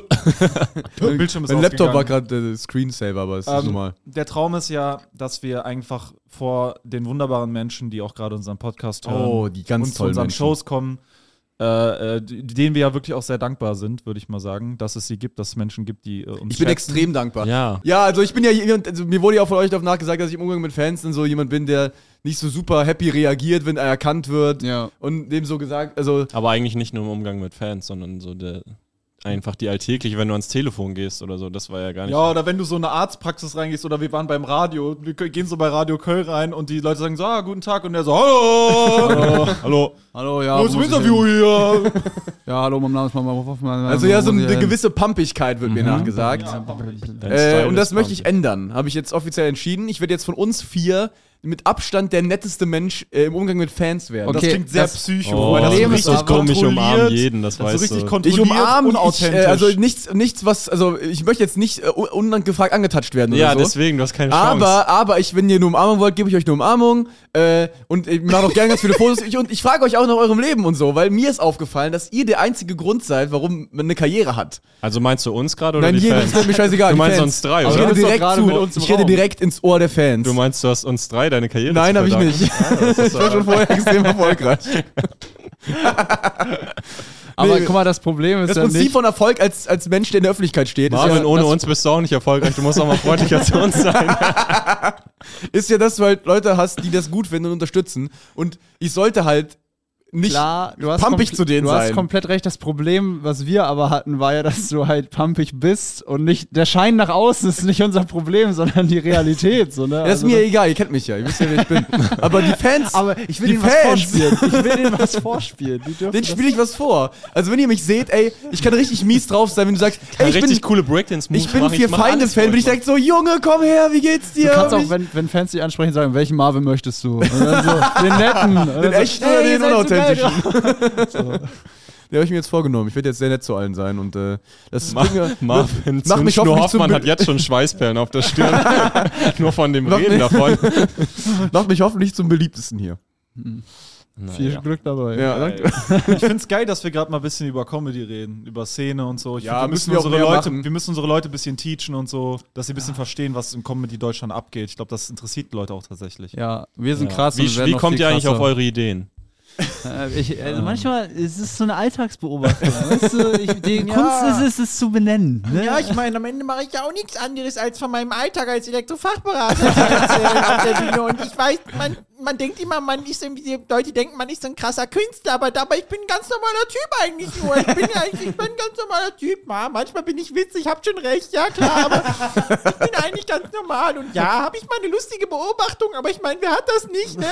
Speaker 4: Bildschirm ist
Speaker 1: mein Laptop
Speaker 4: ausgegangen.
Speaker 1: war gerade äh, Screensaver, aber es ist
Speaker 4: Ähm,
Speaker 1: normal.
Speaker 4: Der Traum ist ja, dass wir einfach vor den wunderbaren Menschen, die auch gerade unseren Podcast hören,
Speaker 1: Oh, die ganz
Speaker 4: und zu
Speaker 1: tollen
Speaker 4: unseren
Speaker 1: Menschen.
Speaker 4: Shows kommen, äh, äh, d- denen wir ja wirklich auch sehr dankbar sind, würde ich mal sagen, dass es sie gibt, dass es Menschen gibt, die äh, uns
Speaker 1: Ich bin
Speaker 4: schätzen.
Speaker 1: extrem dankbar.
Speaker 3: Ja.
Speaker 1: Ja, also ich bin ja jemand, also mir wurde ja auch von euch darauf nachgesagt, dass ich im Umgang mit Fans dann so jemand bin, der nicht so super happy reagiert, wenn er erkannt wird.
Speaker 2: Ja.
Speaker 1: Und dem so gesagt, also
Speaker 3: Aber eigentlich nicht nur im Umgang mit Fans, sondern so der einfach die alltägliche, wenn du ans Telefon gehst oder so, das war ja gar nicht.
Speaker 4: Ja, oder wenn du so in eine Arztpraxis reingehst oder wir waren beim Radio, wir k- gehen so bei Radio Köln rein und die Leute sagen so, ah, guten Tag und der so, hallo, hallo,
Speaker 2: Hallo, ja.
Speaker 4: wo
Speaker 2: Wo
Speaker 4: ist ein
Speaker 2: muss ich
Speaker 4: Interview
Speaker 2: hin?
Speaker 4: hier?
Speaker 2: Ja, hallo, mein Name ist Mama Wolf.
Speaker 1: Also ja, so eine gewisse Pumpigkeit wird mir nachgesagt.
Speaker 3: Dein
Speaker 1: Äh,
Speaker 3: Style
Speaker 1: und
Speaker 3: ist
Speaker 1: das möchte ich
Speaker 3: Wahnsinn.
Speaker 1: ändern. Habe ich jetzt offiziell entschieden. Ich werde jetzt von uns vier mit Abstand der netteste Mensch äh, im Umgang mit Fans werden.
Speaker 2: Okay,
Speaker 1: Das klingt sehr
Speaker 2: das-
Speaker 1: psycho.
Speaker 3: Oh,
Speaker 1: weil das
Speaker 3: das
Speaker 1: so
Speaker 3: ist
Speaker 1: richtig
Speaker 3: richtig
Speaker 1: kontrolliert-
Speaker 3: komisch umarmen jeden, das, weißt
Speaker 4: richtig
Speaker 3: du.
Speaker 4: kontrolliert
Speaker 1: ich umarme, ich,
Speaker 4: unauthentisch.
Speaker 1: äh, also nichts, nichts, was, also ich möchte jetzt nicht äh, un- unangefragt angetatscht werden
Speaker 3: Ja,
Speaker 1: oder so.
Speaker 3: deswegen, du hast keine Chance.
Speaker 1: Aber, aber ich, wenn ihr eine Umarmung wollt, gebe ich euch eine Umarmung äh, und ich mache auch gerne ganz viele Fotos. Ich, und ich frage euch auch nach eurem Leben und so, weil mir ist aufgefallen, dass ihr der einzige Grund seid, warum man eine Karriere hat.
Speaker 3: also meinst du uns gerade oder
Speaker 1: Nein,
Speaker 3: die
Speaker 1: jeden
Speaker 3: Fans?
Speaker 1: ist mir scheißegal.
Speaker 3: Du
Speaker 1: die
Speaker 3: meinst
Speaker 1: Fans.
Speaker 3: uns drei,
Speaker 1: ich
Speaker 3: oder?
Speaker 1: Rede
Speaker 2: Du bist doch
Speaker 1: direkt
Speaker 2: gerade
Speaker 1: zu,
Speaker 2: mit uns im
Speaker 1: ich rede
Speaker 2: Raum.
Speaker 1: direkt ins Ohr der Fans.
Speaker 3: Du meinst, du hast uns drei deine Karriere
Speaker 1: Nein,
Speaker 3: zu
Speaker 1: habe ich
Speaker 3: verdanken.
Speaker 1: nicht. Ich war schon vorher extrem erfolgreich.
Speaker 2: Aber
Speaker 1: Nee.
Speaker 2: guck mal, das Problem ist
Speaker 1: Das
Speaker 2: ja
Speaker 1: Prinzip
Speaker 2: nicht.
Speaker 1: von Erfolg als, als Mensch, der in der Öffentlichkeit steht, ist
Speaker 3: Marvin,
Speaker 1: ja,
Speaker 3: ohne
Speaker 1: das,
Speaker 3: uns bist du auch nicht erfolgreich. Du musst auch mal freundlicher zu uns sein.
Speaker 1: ist ja, dass du halt Leute hast, die das gut finden und unterstützen. Und ich sollte halt nicht
Speaker 2: Klar, du hast,
Speaker 1: pumpig
Speaker 2: komple-
Speaker 1: zu denen
Speaker 2: du hast
Speaker 1: sein.
Speaker 2: komplett recht. Das Problem, was wir aber hatten, war ja, dass du halt pumpig bist und nicht der Schein nach außen ist nicht unser Problem, sondern die Realität. So, ne?
Speaker 1: das ist
Speaker 2: Also
Speaker 1: mir egal, ihr kennt mich ja, ihr wisst ja, wer ich bin. Aber die Fans,
Speaker 2: Aber ich will
Speaker 1: Die
Speaker 2: denen was
Speaker 1: Fans.
Speaker 2: vorspielen. Ich will denen was vorspielen. Die dürfen
Speaker 1: denen spiele ich was vor. Also wenn ihr mich seht, ey, ich kann richtig mies drauf sein, wenn du sagst, ey, ich bin,
Speaker 3: richtig coole Breakdance-Moves
Speaker 1: ich bin
Speaker 3: machen.
Speaker 1: vier
Speaker 3: mach alles
Speaker 1: Feinde-Fan, bin ich
Speaker 3: für euch.
Speaker 1: direkt so, Junge, komm her, wie geht's dir?
Speaker 2: Du kannst auch,
Speaker 1: Ich-
Speaker 2: wenn, wenn Fans dich ansprechen, sagen, welchen Marvin möchtest du? Und dann so, den netten. Und
Speaker 1: den
Speaker 2: dann so,
Speaker 1: echten oder
Speaker 2: ey,
Speaker 1: den
Speaker 2: ihr seid so
Speaker 1: unauthentischen?
Speaker 2: geil.
Speaker 1: Den habe ich mir jetzt vorgenommen. Ich werde jetzt sehr nett zu allen sein und äh, das
Speaker 3: Ma-
Speaker 1: bringt mir-
Speaker 3: Marvin
Speaker 1: Mach mich
Speaker 3: Zündschnur
Speaker 1: hoffentlich
Speaker 3: Hoffmann
Speaker 1: zum-
Speaker 3: hat jetzt schon Schweißperlen auf der Stirn. Nur von dem
Speaker 1: Mach
Speaker 3: Reden
Speaker 1: mich-
Speaker 3: davon.
Speaker 1: macht mich hoffentlich zum beliebtesten hier.
Speaker 2: Viel Glück dabei.
Speaker 1: Ja, danke.
Speaker 4: Ich finde es geil, dass wir gerade mal ein bisschen über Comedy reden, über Szene und so. Ich
Speaker 1: Ja,
Speaker 4: find, wir,
Speaker 1: müssen
Speaker 4: müssen unsere
Speaker 1: wir auch mehr
Speaker 4: Leute,
Speaker 1: machen.
Speaker 4: wir müssen unsere Leute ein bisschen teachen und so, dass sie ein bisschen verstehen, was in Comedy Deutschland abgeht. Ich glaube, das interessiert die Leute auch tatsächlich.
Speaker 2: Ja, wir sind krass.
Speaker 3: Wie,
Speaker 2: und werden
Speaker 3: wie
Speaker 2: noch
Speaker 3: kommt
Speaker 2: viel
Speaker 3: ihr eigentlich
Speaker 2: krasser.
Speaker 3: auf eure Ideen?
Speaker 2: Äh, Ich, also manchmal ist es so eine Alltagsbeobachtung. weißt du, ich, die Kunst ist es, es zu benennen. Ne?
Speaker 5: Ja, ich meine, am Ende mache ich ja auch nichts anderes als von meinem Alltag als Elektrofachberater zu erzählen auf der Bühne. Und ich weiß, man, man denkt immer, man ist irgendwie, die Leute denken, man ist so ein krasser Künstler, aber dabei, ich bin ein ganz normaler Typ eigentlich nur. Ich bin ja eigentlich, ich bin ein ganz normaler Typ. Ma, manchmal bin ich witzig, habt schon recht, ja klar, aber ich bin eigentlich ganz normal. Und ja, habe ich mal eine lustige Beobachtung, aber ich meine, wer hat das nicht, ne?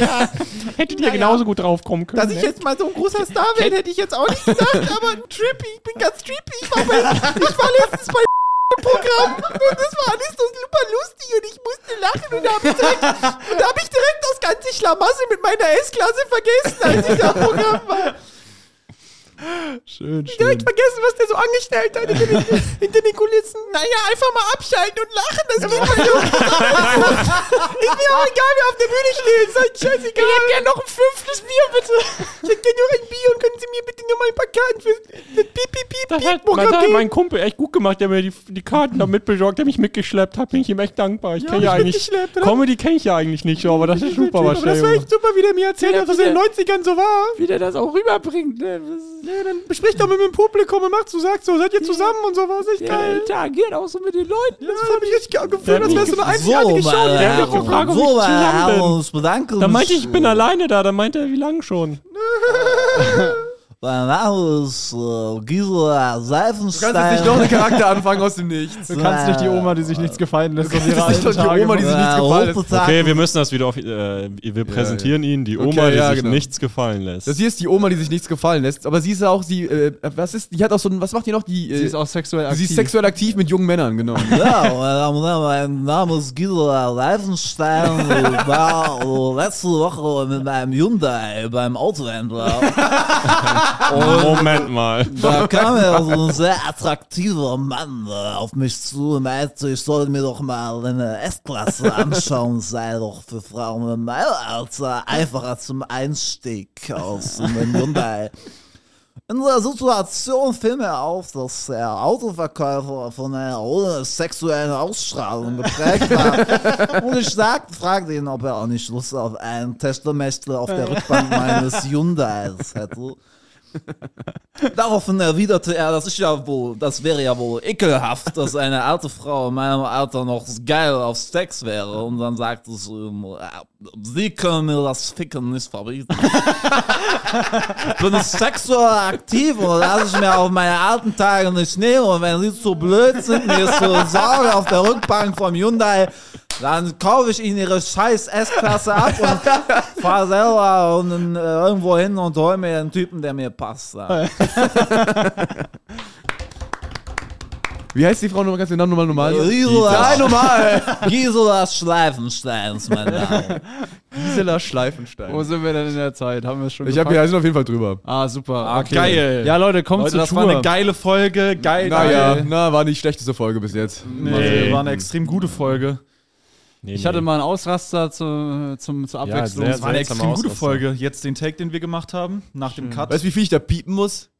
Speaker 5: Ja.
Speaker 8: Hättet
Speaker 5: ihr genauso
Speaker 8: gut draufkommen können. ne?
Speaker 5: Dass ich jetzt mal so ein großer Star werde, hätte ich jetzt auch nicht gedacht, aber trippy, ich bin ganz trippy. Ich war, bei, ich war letztens bei im Programm und das war alles so super lustig und ich musste lachen und da habe ich, direkt- und da hab ich direkt das ganze Schlamassel mit meiner S-Klasse vergessen, als ich da im Programm war.
Speaker 10: Schön,
Speaker 5: Direkt vergessen, was der so angestellt hat hinter den, hinter den Kulissen. Naja, einfach mal abschalten und lachen, das geht bei Jungs. Ist mir auch egal, wer auf der Bühne steht, ist halt scheißegal. Ich hätte gerne noch ein fünftes Bier, bitte. Ich hätte gerne noch ein Bier und können Sie mir bitte nur mal ein paar Karten für das piep piep piep
Speaker 8: Das hat,
Speaker 5: piep programm
Speaker 8: das hat
Speaker 5: geben?
Speaker 8: mein Kumpel echt gut gemacht, der mir die, die Karten da mitbesorgt, der mich mitgeschleppt hat. Bin ich ihm echt dankbar. Ich kenne ja eigentlich. Comedy kenne ich ja eigentlich nicht so, aber das ist super, was der
Speaker 5: Das war
Speaker 8: Junge.
Speaker 5: echt super, wie der mir erzählt hat, was in den 90ern so war.
Speaker 8: Wie der das auch rüberbringt. Ne?
Speaker 5: Ja, dann bespricht doch mit dem Publikum und macht so, sagt so, seid ihr zusammen und so, war echt geil.
Speaker 8: interagiert auch so mit den Leuten.
Speaker 5: Ja, das hat mich richtig angefühlt, als wäre so eine
Speaker 2: So,
Speaker 5: einzigartige Show.
Speaker 2: meine
Speaker 8: Der hat mich
Speaker 2: Herren,
Speaker 8: gefragt, ob
Speaker 2: so,
Speaker 8: ich
Speaker 2: meine
Speaker 8: zu lang
Speaker 2: Herren,
Speaker 8: bin.
Speaker 2: uns bedanken
Speaker 8: Dann
Speaker 2: uns.
Speaker 8: meinte ich, ich bin alleine da. Dann meinte er, wie lange schon?
Speaker 2: Mein Name ist äh, Gisela Seifenstein.
Speaker 1: Du kannst jetzt nicht noch einen Charakter anfangen aus dem Nichts.
Speaker 10: Du kannst
Speaker 2: Äh.
Speaker 10: nicht die Oma, die sich nichts gefallen lässt, um ihre
Speaker 1: Das ist
Speaker 10: alten
Speaker 1: nicht doch die
Speaker 10: Tage.
Speaker 1: Oma, die sich nichts gefallen lässt.
Speaker 3: Okay, wir müssen das wieder auf. Äh, wir präsentieren ihn, die
Speaker 1: Okay,
Speaker 3: Oma, die
Speaker 1: ja,
Speaker 3: sich
Speaker 1: genau.
Speaker 3: nichts gefallen lässt.
Speaker 1: Das hier ist die Oma, die sich nichts gefallen lässt. Aber sie ist ja auch, sie, äh, was ist, die hat auch so ein, was macht die noch? Die, äh,
Speaker 10: Sie ist auch sexuell aktiv.
Speaker 1: sie ist sexuell aktiv mit jungen Männern, genau.
Speaker 2: Ja, meine Damen und Herren, mein Name ist Gisela eh, Leifenstein. Ich war äh, letzte Woche mit meinem Hyundai beim Autohändler.
Speaker 1: Oh,
Speaker 3: Moment mal.
Speaker 2: Da kam ja so ein sehr attraktiver Mann äh, auf mich zu und meinte, ich soll mir doch mal eine S-Klasse anschauen, sei doch für Frauen in meinem Alter einfacher zum Einstieg aus dem Hyundai. In der Situation fiel mir auf, dass der Autoverkäufer von einer hohen sexuellen Ausstrahlung geprägt war. Und ich sag, fragte ihn, ob er auch nicht Lust auf einen Testamächtel auf der Rückbank meines Hyundais hätte. Daraufhin erwiderte er, das ist ja wohl, das wäre ja wohl ekelhaft, dass eine alte Frau in meinem Alter noch geil auf Sex wäre. Und dann sagte sie, ihm, "Ah, sie können mir das Ficken nicht verbieten. Bin ich sexuell aktiv und lasse ich mir auf meine alten Tage nicht nehmen. Und wenn sie zu blöd sind, mir zu Sorge auf der Rückbank vom Hyundai, dann kaufe ich ihnen ihre scheiß S-Klasse ab und fahre selber und, äh, irgendwo hin und hol mir einen Typen, der mir passt. Ja.
Speaker 1: Wie heißt die Frau nochmal ganz genau? Nochmal normal?
Speaker 2: Also,
Speaker 10: Äh,
Speaker 2: Gisela, Gisela Schleifensteins, mein Name.
Speaker 1: Gisela Schleifenstein.
Speaker 10: Wo sind wir denn in der Zeit? Haben wir es schon
Speaker 1: Ich hab,
Speaker 10: gepackt?
Speaker 1: wir sind auf jeden Fall drüber.
Speaker 10: Ah, super. okay.
Speaker 4: geil.
Speaker 10: Ja, Leute, kommt
Speaker 4: Leute,
Speaker 10: zur
Speaker 4: das
Speaker 10: Tour.
Speaker 4: war eine geile Folge. Geil.
Speaker 1: Naja, Ah, na, war nicht schlechteste Folge bis jetzt.
Speaker 4: Nee. War eine extrem gute Folge.
Speaker 10: ich hatte mal einen Ausraster zu, zum, zur Abwechslung.
Speaker 3: sehr,
Speaker 4: Das war eine
Speaker 3: Seltsame
Speaker 4: extrem gute
Speaker 3: Ausrüstung.
Speaker 4: Folge. Jetzt den Take, den wir gemacht haben, nach dem Cut.
Speaker 1: Weißt du, wie viel ich da piepen muss?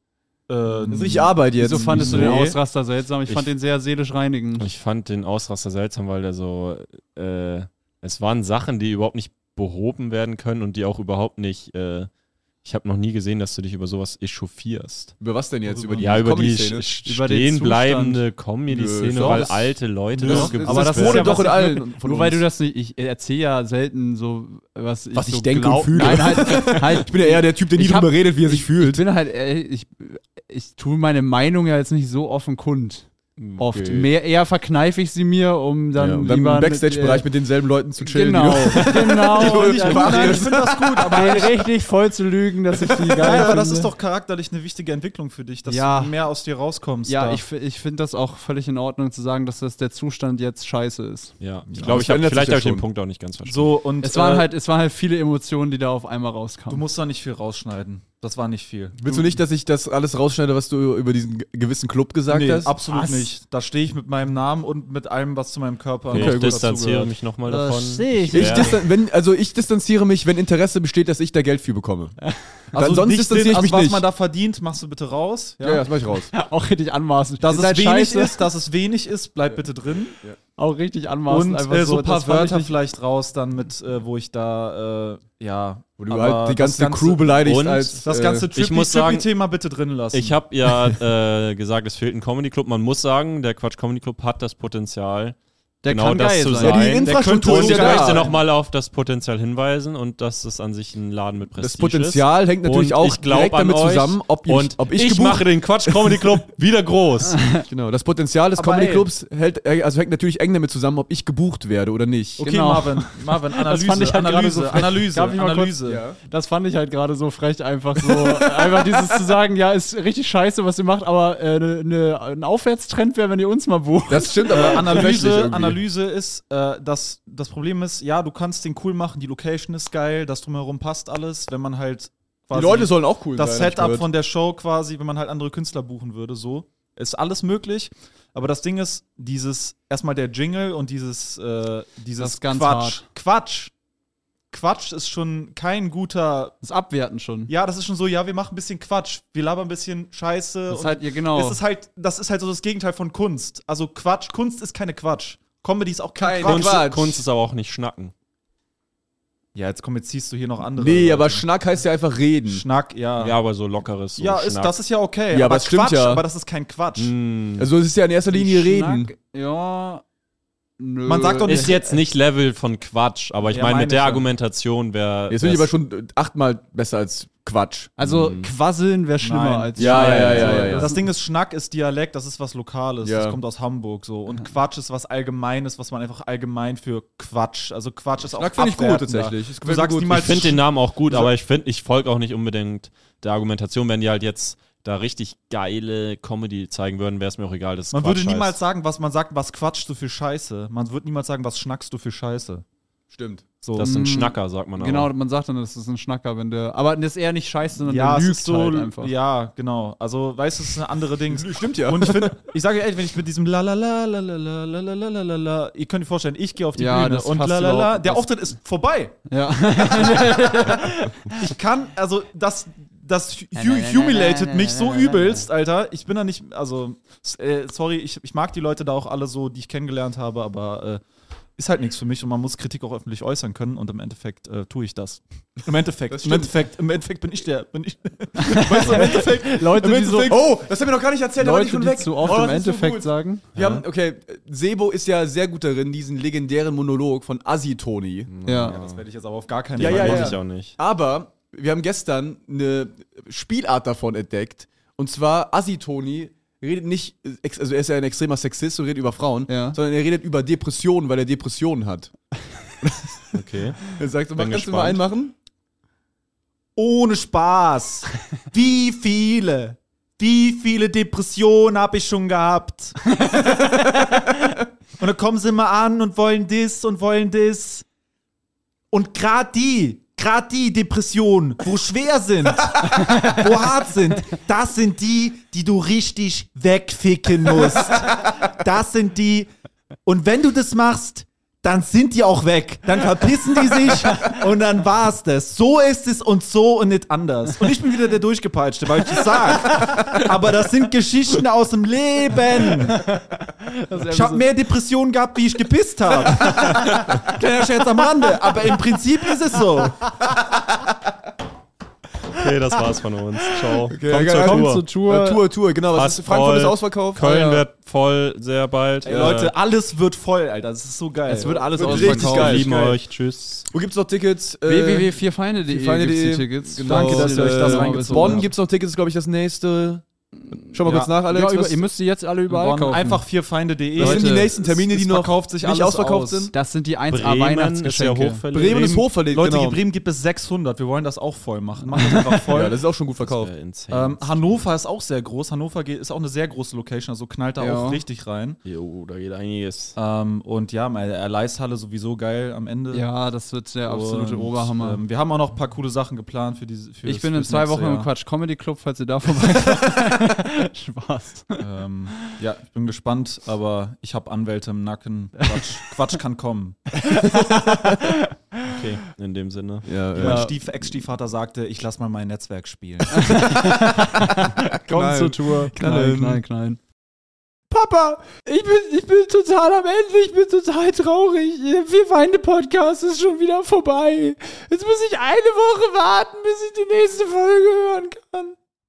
Speaker 1: Das ist
Speaker 4: Ähm,
Speaker 1: richtig Arbeit jetzt.
Speaker 10: Wieso fandest du den
Speaker 4: Nee.
Speaker 10: Ausraster seltsam? Ich, fand den sehr seelisch reinigend.
Speaker 3: Ich fand den Ausraster seltsam, weil der so. Äh, es waren Sachen, die überhaupt nicht behoben werden können und die auch überhaupt nicht. Äh, ich habe noch nie gesehen, dass du dich über sowas echauffierst.
Speaker 1: Über was denn jetzt? Über die
Speaker 3: ja, über die
Speaker 1: Comedy-Szene?
Speaker 3: sch-
Speaker 10: Über den
Speaker 3: stehenbleibende
Speaker 1: Nö,
Speaker 3: Comedy-Szene,
Speaker 1: doch,
Speaker 3: weil
Speaker 1: das-
Speaker 3: alte Leute
Speaker 1: Nö,
Speaker 3: das
Speaker 1: das-
Speaker 3: gibt.
Speaker 1: aber das wurde doch
Speaker 10: was
Speaker 1: in
Speaker 10: ich
Speaker 1: allen
Speaker 10: wirklich-
Speaker 1: von
Speaker 10: Nur weil
Speaker 1: uns.
Speaker 10: du das nicht. Ich erzähle ja selten so, was ich
Speaker 1: Was ich
Speaker 10: so
Speaker 1: denke und
Speaker 10: glaub-
Speaker 1: fühle.
Speaker 10: Nein, halt, halt,
Speaker 1: Ich bin ja eher der Typ, der nie
Speaker 10: Ich hab-
Speaker 1: drüber redet, wie er sich
Speaker 10: Ich
Speaker 1: fühlt.
Speaker 10: bin halt, äh, ich, ich tue meine Meinung ja jetzt nicht so offen kund. Oft. Mehr, eher verkneife ich sie mir, um dann
Speaker 1: Ja, und dann
Speaker 10: lieber...
Speaker 1: im
Speaker 10: mit,
Speaker 1: Backstage-Bereich
Speaker 10: äh,
Speaker 1: mit denselben Leuten zu chillen.
Speaker 10: Genau,
Speaker 1: die du-
Speaker 10: genau.
Speaker 1: die du nicht
Speaker 10: dann
Speaker 1: beachtest.
Speaker 10: das gut, aber halt richtig voll zu lügen, dass ich die geil
Speaker 4: Nein, aber das
Speaker 10: finde.
Speaker 4: ist doch charakterlich eine wichtige Entwicklung für dich, dass
Speaker 10: Ja.
Speaker 4: du mehr aus dir rauskommst.
Speaker 10: Ja,
Speaker 4: da.
Speaker 10: ich, fi- ich finde das auch völlig in Ordnung zu sagen, dass das der Zustand jetzt scheiße ist.
Speaker 3: Ja, ich
Speaker 1: das
Speaker 3: glaube, ich hab,
Speaker 1: ändert sich
Speaker 3: vielleicht
Speaker 1: ja
Speaker 3: habe ich den
Speaker 1: schon.
Speaker 3: Punkt auch nicht ganz verstanden.
Speaker 4: so und
Speaker 10: Es waren
Speaker 4: äh,
Speaker 10: halt, es waren halt viele Emotionen, die da auf einmal
Speaker 4: du
Speaker 10: rauskamen.
Speaker 4: musst da nicht viel rausschneiden. Das war nicht viel.
Speaker 1: Willst du nicht, dass ich das alles rausschneide, was du über diesen ge- gewissen Club gesagt hast?
Speaker 4: absolut nicht. Da stehe ich mit meinem Namen und mit allem, was zu meinem Körper
Speaker 3: Okay,
Speaker 4: noch
Speaker 3: ich
Speaker 4: dazugehört.
Speaker 3: distanziere mich nochmal davon.
Speaker 2: verstehe ich
Speaker 1: Ich
Speaker 3: Ja.
Speaker 1: distan wenn, also ich distanziere mich, wenn Interesse besteht, dass ich da Geld für bekomme. Also Dann sonst
Speaker 4: nicht
Speaker 1: distanziere
Speaker 4: den-
Speaker 1: ich mich
Speaker 4: was
Speaker 1: nicht.
Speaker 4: man da verdient, machst du bitte raus.
Speaker 1: ja, ja, das mach ich raus.
Speaker 2: Auch richtig anmaßend.
Speaker 4: Dass
Speaker 2: Ihr
Speaker 4: es
Speaker 2: seid
Speaker 4: wenig
Speaker 2: scheiße.
Speaker 4: ist, dass es wenig ist, bleib bitte drin.
Speaker 2: Auch richtig anmaßend.
Speaker 4: Und
Speaker 2: einfach
Speaker 4: äh, so ein
Speaker 2: das
Speaker 4: paar
Speaker 2: fand ich
Speaker 4: Wörter
Speaker 2: nicht-
Speaker 4: vielleicht raus, dann mit, äh, wo ich da, äh, ja.
Speaker 1: Wo du
Speaker 4: aber
Speaker 1: halt die ganze,
Speaker 4: das
Speaker 1: Crew beleidigst
Speaker 3: und
Speaker 1: als.
Speaker 4: Das ganze
Speaker 3: ich muss sagen,
Speaker 4: Trippy-Thema bitte drin lassen.
Speaker 3: Ich habe ja äh, gesagt, es fehlt ein Comedy Club. Man muss sagen, der Quatsch Comedy Club hat das Potenzial,
Speaker 2: Der
Speaker 3: genau
Speaker 2: kann
Speaker 3: das
Speaker 2: geil
Speaker 3: zu
Speaker 2: sein.
Speaker 3: sein.
Speaker 1: Ja, die Infrastruktur
Speaker 3: und
Speaker 1: ist
Speaker 3: ich
Speaker 1: ja da.
Speaker 3: möchte nochmal auf das Potenzial hinweisen und dass es an sich ein Laden mit Prestige
Speaker 1: Das Potenzial hängt natürlich
Speaker 3: Und
Speaker 1: auch
Speaker 3: ich glaub
Speaker 1: direkt
Speaker 3: an
Speaker 1: damit
Speaker 3: euch.
Speaker 1: zusammen, ob,
Speaker 3: ist. Und
Speaker 1: ich, ob ich, gebucht
Speaker 3: mache den Quatsch Comedy Club wieder groß.
Speaker 1: Genau, das Potenzial des
Speaker 4: Aber
Speaker 1: Comedy
Speaker 4: ey.
Speaker 1: Clubs hält, äh, also hängt natürlich eng damit zusammen, ob ich gebucht werde oder nicht.
Speaker 4: okay,
Speaker 2: genau.
Speaker 4: Marvin, Marvin, Analyse,
Speaker 2: fand ich halt gerade
Speaker 4: Analyse,
Speaker 2: so frech.
Speaker 4: Analyse,
Speaker 2: Darf ich mal kurz-
Speaker 4: Analyse.
Speaker 2: Das fand ich halt gerade so frech, einfach so. äh, einfach dieses zu sagen, ja, ist richtig scheiße, was ihr macht, aber äh, ne, ne, ein Aufwärtstrend wäre, wenn ihr uns mal bucht.
Speaker 1: Das stimmt aber.
Speaker 4: Äh,
Speaker 1: tatsächlich
Speaker 4: Analyse,
Speaker 1: irgendwie.
Speaker 4: Analyse ist, äh, dass das Problem ist, ja, du kannst den cool machen, die Location ist geil, das drumherum passt alles, wenn man halt
Speaker 1: Die Leute sollen auch cool
Speaker 4: das
Speaker 1: sein. hab ich
Speaker 4: Setup
Speaker 1: gehört.
Speaker 4: von der Show quasi, wenn man halt andere Künstler buchen würde, so. Ist alles möglich. Aber das Ding ist, dieses, erstmal der Jingle und dieses, äh, dieses
Speaker 2: Das ist ganz
Speaker 4: Quatsch.
Speaker 2: hart.
Speaker 4: Quatsch. Quatsch ist schon kein guter.
Speaker 2: Das Abwerten schon.
Speaker 4: Ja, das ist schon so, ja, wir machen ein bisschen Quatsch. Wir labern ein bisschen Scheiße.
Speaker 2: Das ist
Speaker 4: und
Speaker 2: halt, ja,
Speaker 1: Oh.
Speaker 2: genau.
Speaker 4: es ist halt, das ist halt so das Gegenteil von Kunst. Also Quatsch, Kunst ist keine Quatsch. Comedy ist auch kein Quatsch.
Speaker 3: Kunst, Kunst ist aber auch nicht schnacken.
Speaker 4: Ja, jetzt komm, jetzt ziehst du hier noch andere.
Speaker 1: Nee, aber Schnack heißt ja einfach reden.
Speaker 4: Schnack, ja.
Speaker 3: Ja, aber so lockeres. So
Speaker 4: Ja, ist,
Speaker 3: Schnack.
Speaker 4: das ist ja okay.
Speaker 1: Ja, aber es stimmt
Speaker 4: Quatsch,
Speaker 1: ja.
Speaker 4: aber das ist kein Quatsch.
Speaker 3: Mm.
Speaker 1: also es ist ja in erster Linie reden.
Speaker 2: Schnack, ja. Nö.
Speaker 4: Man sagt doch
Speaker 3: Ist jetzt nicht Level von Quatsch, aber ich
Speaker 4: Ja,
Speaker 3: meine,
Speaker 4: meine
Speaker 3: mit der
Speaker 4: schon.
Speaker 3: Argumentation wäre.
Speaker 1: Jetzt bin ich aber schon äh, achtmal besser als Quatsch.
Speaker 2: Also quasseln wäre schlimmer
Speaker 4: Nein.
Speaker 2: als
Speaker 1: Ja, ja,
Speaker 2: schreien.
Speaker 1: ja, ja,
Speaker 2: Also,
Speaker 1: ja, ja.
Speaker 4: Das Ding ist, Schnack ist Dialekt, das ist was Lokales,
Speaker 1: Ja.
Speaker 4: das kommt aus Hamburg so. Und Quatsch ist was Allgemeines, was man einfach allgemein für Quatsch, also Quatsch ist auch
Speaker 1: Schnack finde ich gut
Speaker 4: abwertender.
Speaker 1: tatsächlich. Es
Speaker 4: Du
Speaker 1: gefällt mir
Speaker 4: sagst
Speaker 1: gut.
Speaker 4: niemals
Speaker 3: Ich finde den Namen auch gut, aber ich finde, ich folge auch nicht unbedingt der Argumentation. Wenn die halt jetzt da richtig geile Comedy zeigen würden, wäre es mir auch egal. Dass es
Speaker 4: Man
Speaker 3: Quatsch
Speaker 4: würde niemals
Speaker 3: heißt.
Speaker 4: sagen, was man sagt, was quatschst du für Scheiße. Man würde niemals sagen, was schnackst du für Scheiße.
Speaker 1: Stimmt.
Speaker 4: So.
Speaker 3: Das sind
Speaker 2: Mm,
Speaker 3: Schnacker, sagt man auch.
Speaker 2: Genau, man sagt dann, das ist ein Schnacker, wenn der. Aber das ist eher nicht scheiße, sondern
Speaker 4: ja,
Speaker 2: der
Speaker 4: es
Speaker 2: lügt
Speaker 4: ist so,
Speaker 2: halt einfach.
Speaker 4: ja, genau. Also, weißt du, es ist eine andere Ding.
Speaker 1: Stimmt ja.
Speaker 4: Und ich finde, ich sage ehrlich, wenn ich mit diesem la la la la la la la la la la la, ihr könnt euch vorstellen, ich gehe auf die
Speaker 2: Ja,
Speaker 4: Bühne
Speaker 2: das
Speaker 4: und
Speaker 2: passt
Speaker 4: la la la,
Speaker 2: überhaupt
Speaker 4: der
Speaker 2: nicht.
Speaker 4: Auftritt ist vorbei.
Speaker 2: Ja.
Speaker 4: Ich kann, also das, das hu humiliated mich so übelst, Alter. Ich bin da nicht, also, s- äh, sorry, ich, ich mag die Leute da auch alle so, die ich kennengelernt habe, aber äh, ist halt nichts für mich und man muss Kritik auch öffentlich äußern können und im Endeffekt äh, tue ich das. Im Endeffekt, im Endeffekt, im Endeffekt bin ich der, bin ich, weißt du, im Endeffekt,
Speaker 2: Leute,
Speaker 4: im
Speaker 2: die so.
Speaker 4: Endeffekt,
Speaker 1: Oh, das haben wir noch gar nicht erzählt, da war ich
Speaker 2: Leute,
Speaker 1: schon
Speaker 2: die
Speaker 1: weg.
Speaker 2: zu oft
Speaker 1: oh,
Speaker 2: im
Speaker 1: das ist so
Speaker 2: Endeffekt
Speaker 1: gut.
Speaker 2: sagen.
Speaker 1: Wir haben, okay, Sebo ist ja sehr gut darin, diesen legendären Monolog von Assi-Toni.
Speaker 2: Mhm. Ja.
Speaker 4: das werde ich jetzt aber auf gar keinen
Speaker 1: Ja,
Speaker 4: Fall
Speaker 1: ja,
Speaker 4: machen.
Speaker 3: Mache
Speaker 1: ja.
Speaker 3: ich auch nicht.
Speaker 1: Aber wir haben gestern eine Spielart davon entdeckt. Und zwar Asitoni redet nicht, ex- also er ist ja ein extremer Sexist und redet über Frauen,
Speaker 2: Ja.
Speaker 1: sondern er redet über Depressionen, weil er Depressionen hat.
Speaker 3: Okay.
Speaker 1: Er sagt, so,
Speaker 3: Bin
Speaker 1: mach, kannst du
Speaker 3: gespannt.
Speaker 1: mal einen machen?
Speaker 4: Ohne Spaß. Wie viele, wie viele Depressionen habe ich schon gehabt? und dann kommen sie immer an und wollen das und wollen das. Und gerade die, gerade die Depressionen, wo schwer sind, wo hart sind, das sind die, die du richtig wegficken musst. Das sind die. Und wenn du das machst, dann sind die auch weg. Dann verpissen die sich und dann war's das. So ist es und so und nicht anders. Und ich bin wieder der Durchgepeitschte, weil ich das sag. Aber das sind Geschichten aus dem Leben. Ich habe mehr Depressionen gehabt, wie ich gepisst habe. Kleiner Scherz am Rande. Aber im Prinzip ist es so.
Speaker 3: Okay, das war's von uns. Ciao. Okay,
Speaker 1: ja,
Speaker 3: Kommt
Speaker 1: geil. Kommt
Speaker 3: zur Tour.
Speaker 1: zur Tour. Ja, Tour, Tour, genau. Was
Speaker 3: Passt
Speaker 1: ist, Frankfurt ist
Speaker 3: voll.
Speaker 1: ausverkauft.
Speaker 3: Köln
Speaker 1: Ah, ja.
Speaker 3: wird voll sehr bald. Äh,
Speaker 4: alles wird voll, Alter. Das ist so geil. Es wird alles
Speaker 1: Wird
Speaker 4: ausverkauft.
Speaker 1: richtig
Speaker 3: wir
Speaker 1: geil.
Speaker 3: lieben
Speaker 1: geil. Ah,
Speaker 3: euch. Tschüss.
Speaker 1: Wo gibt's noch Tickets? Äh,
Speaker 2: www.vierfeinde.de gibt's die Tickets.
Speaker 1: Genau.
Speaker 2: Danke, dass ihr euch das
Speaker 1: äh,
Speaker 2: reingezogen
Speaker 1: Bonn
Speaker 2: habt.
Speaker 1: gibt's noch Tickets, glaube ich, das nächste. Schau mal kurz nach, Alex.
Speaker 2: Ja, über,
Speaker 1: was-
Speaker 2: ihr müsst die jetzt alle überall kaufen.
Speaker 4: Einfach vierfeinde.de.
Speaker 1: was sind die
Speaker 2: Leute,
Speaker 1: nächsten Termine, die noch
Speaker 4: sich
Speaker 1: nicht
Speaker 4: alles
Speaker 1: ausverkauft
Speaker 4: aus.
Speaker 1: sind?
Speaker 2: Das sind die 1A
Speaker 3: Bremen ist ja
Speaker 2: Weihnachtsgeschenke.
Speaker 3: hochverlegt. Äh,
Speaker 1: Bremen ist hochverlegt,
Speaker 4: Leute,
Speaker 1: genau.
Speaker 4: in Bremen gibt es 600. Wir wollen das auch voll machen. Machen das einfach voll.
Speaker 1: Ja, das ist auch schon gut verkauft.
Speaker 3: Äh, insane.
Speaker 4: Ähm, Hannover ist auch sehr groß. Hannover geht, ist auch eine sehr große Location, also knallt da
Speaker 2: Ja.
Speaker 4: auch richtig rein.
Speaker 3: Jo, da geht
Speaker 1: Ah.
Speaker 3: einiges.
Speaker 4: Ähm, und ja, meine Erleishalle sowieso geil am Ende.
Speaker 2: Ja, das wird der
Speaker 4: Und,
Speaker 2: absolute Oberhammer.
Speaker 4: Ähm, wir haben auch noch ein paar coole Sachen geplant für diese. Für
Speaker 2: ich bin in
Speaker 4: fürs
Speaker 2: zwei
Speaker 4: nächste
Speaker 2: Wochen im
Speaker 4: Jahr.
Speaker 2: Quatsch Comedy Club, falls ihr da vorbeikommt. Spaß.
Speaker 4: Ähm, ja, ich bin gespannt, aber ich habe Anwälte im Nacken. Quatsch, Quatsch kann kommen.
Speaker 9: okay in dem Sinne.
Speaker 1: Ja,
Speaker 4: Mein
Speaker 1: ja.
Speaker 4: Stief Ex-Stiefvater sagte, ich lass mal mein Netzwerk spielen.
Speaker 2: Komm zur Tour.
Speaker 1: Knallen.
Speaker 2: Knallen, knallen, knallen.
Speaker 5: Papa, ich bin, ich bin total am Ende, ich bin total traurig. Wir weine Podcast ist schon wieder vorbei. Jetzt muss ich eine Woche warten, bis ich die nächste Folge hören kann.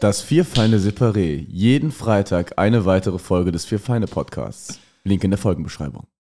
Speaker 1: Das Vier Feinde Separé. Jeden Freitag eine weitere Folge des Vier Feinde Podcasts. Link in der Folgenbeschreibung.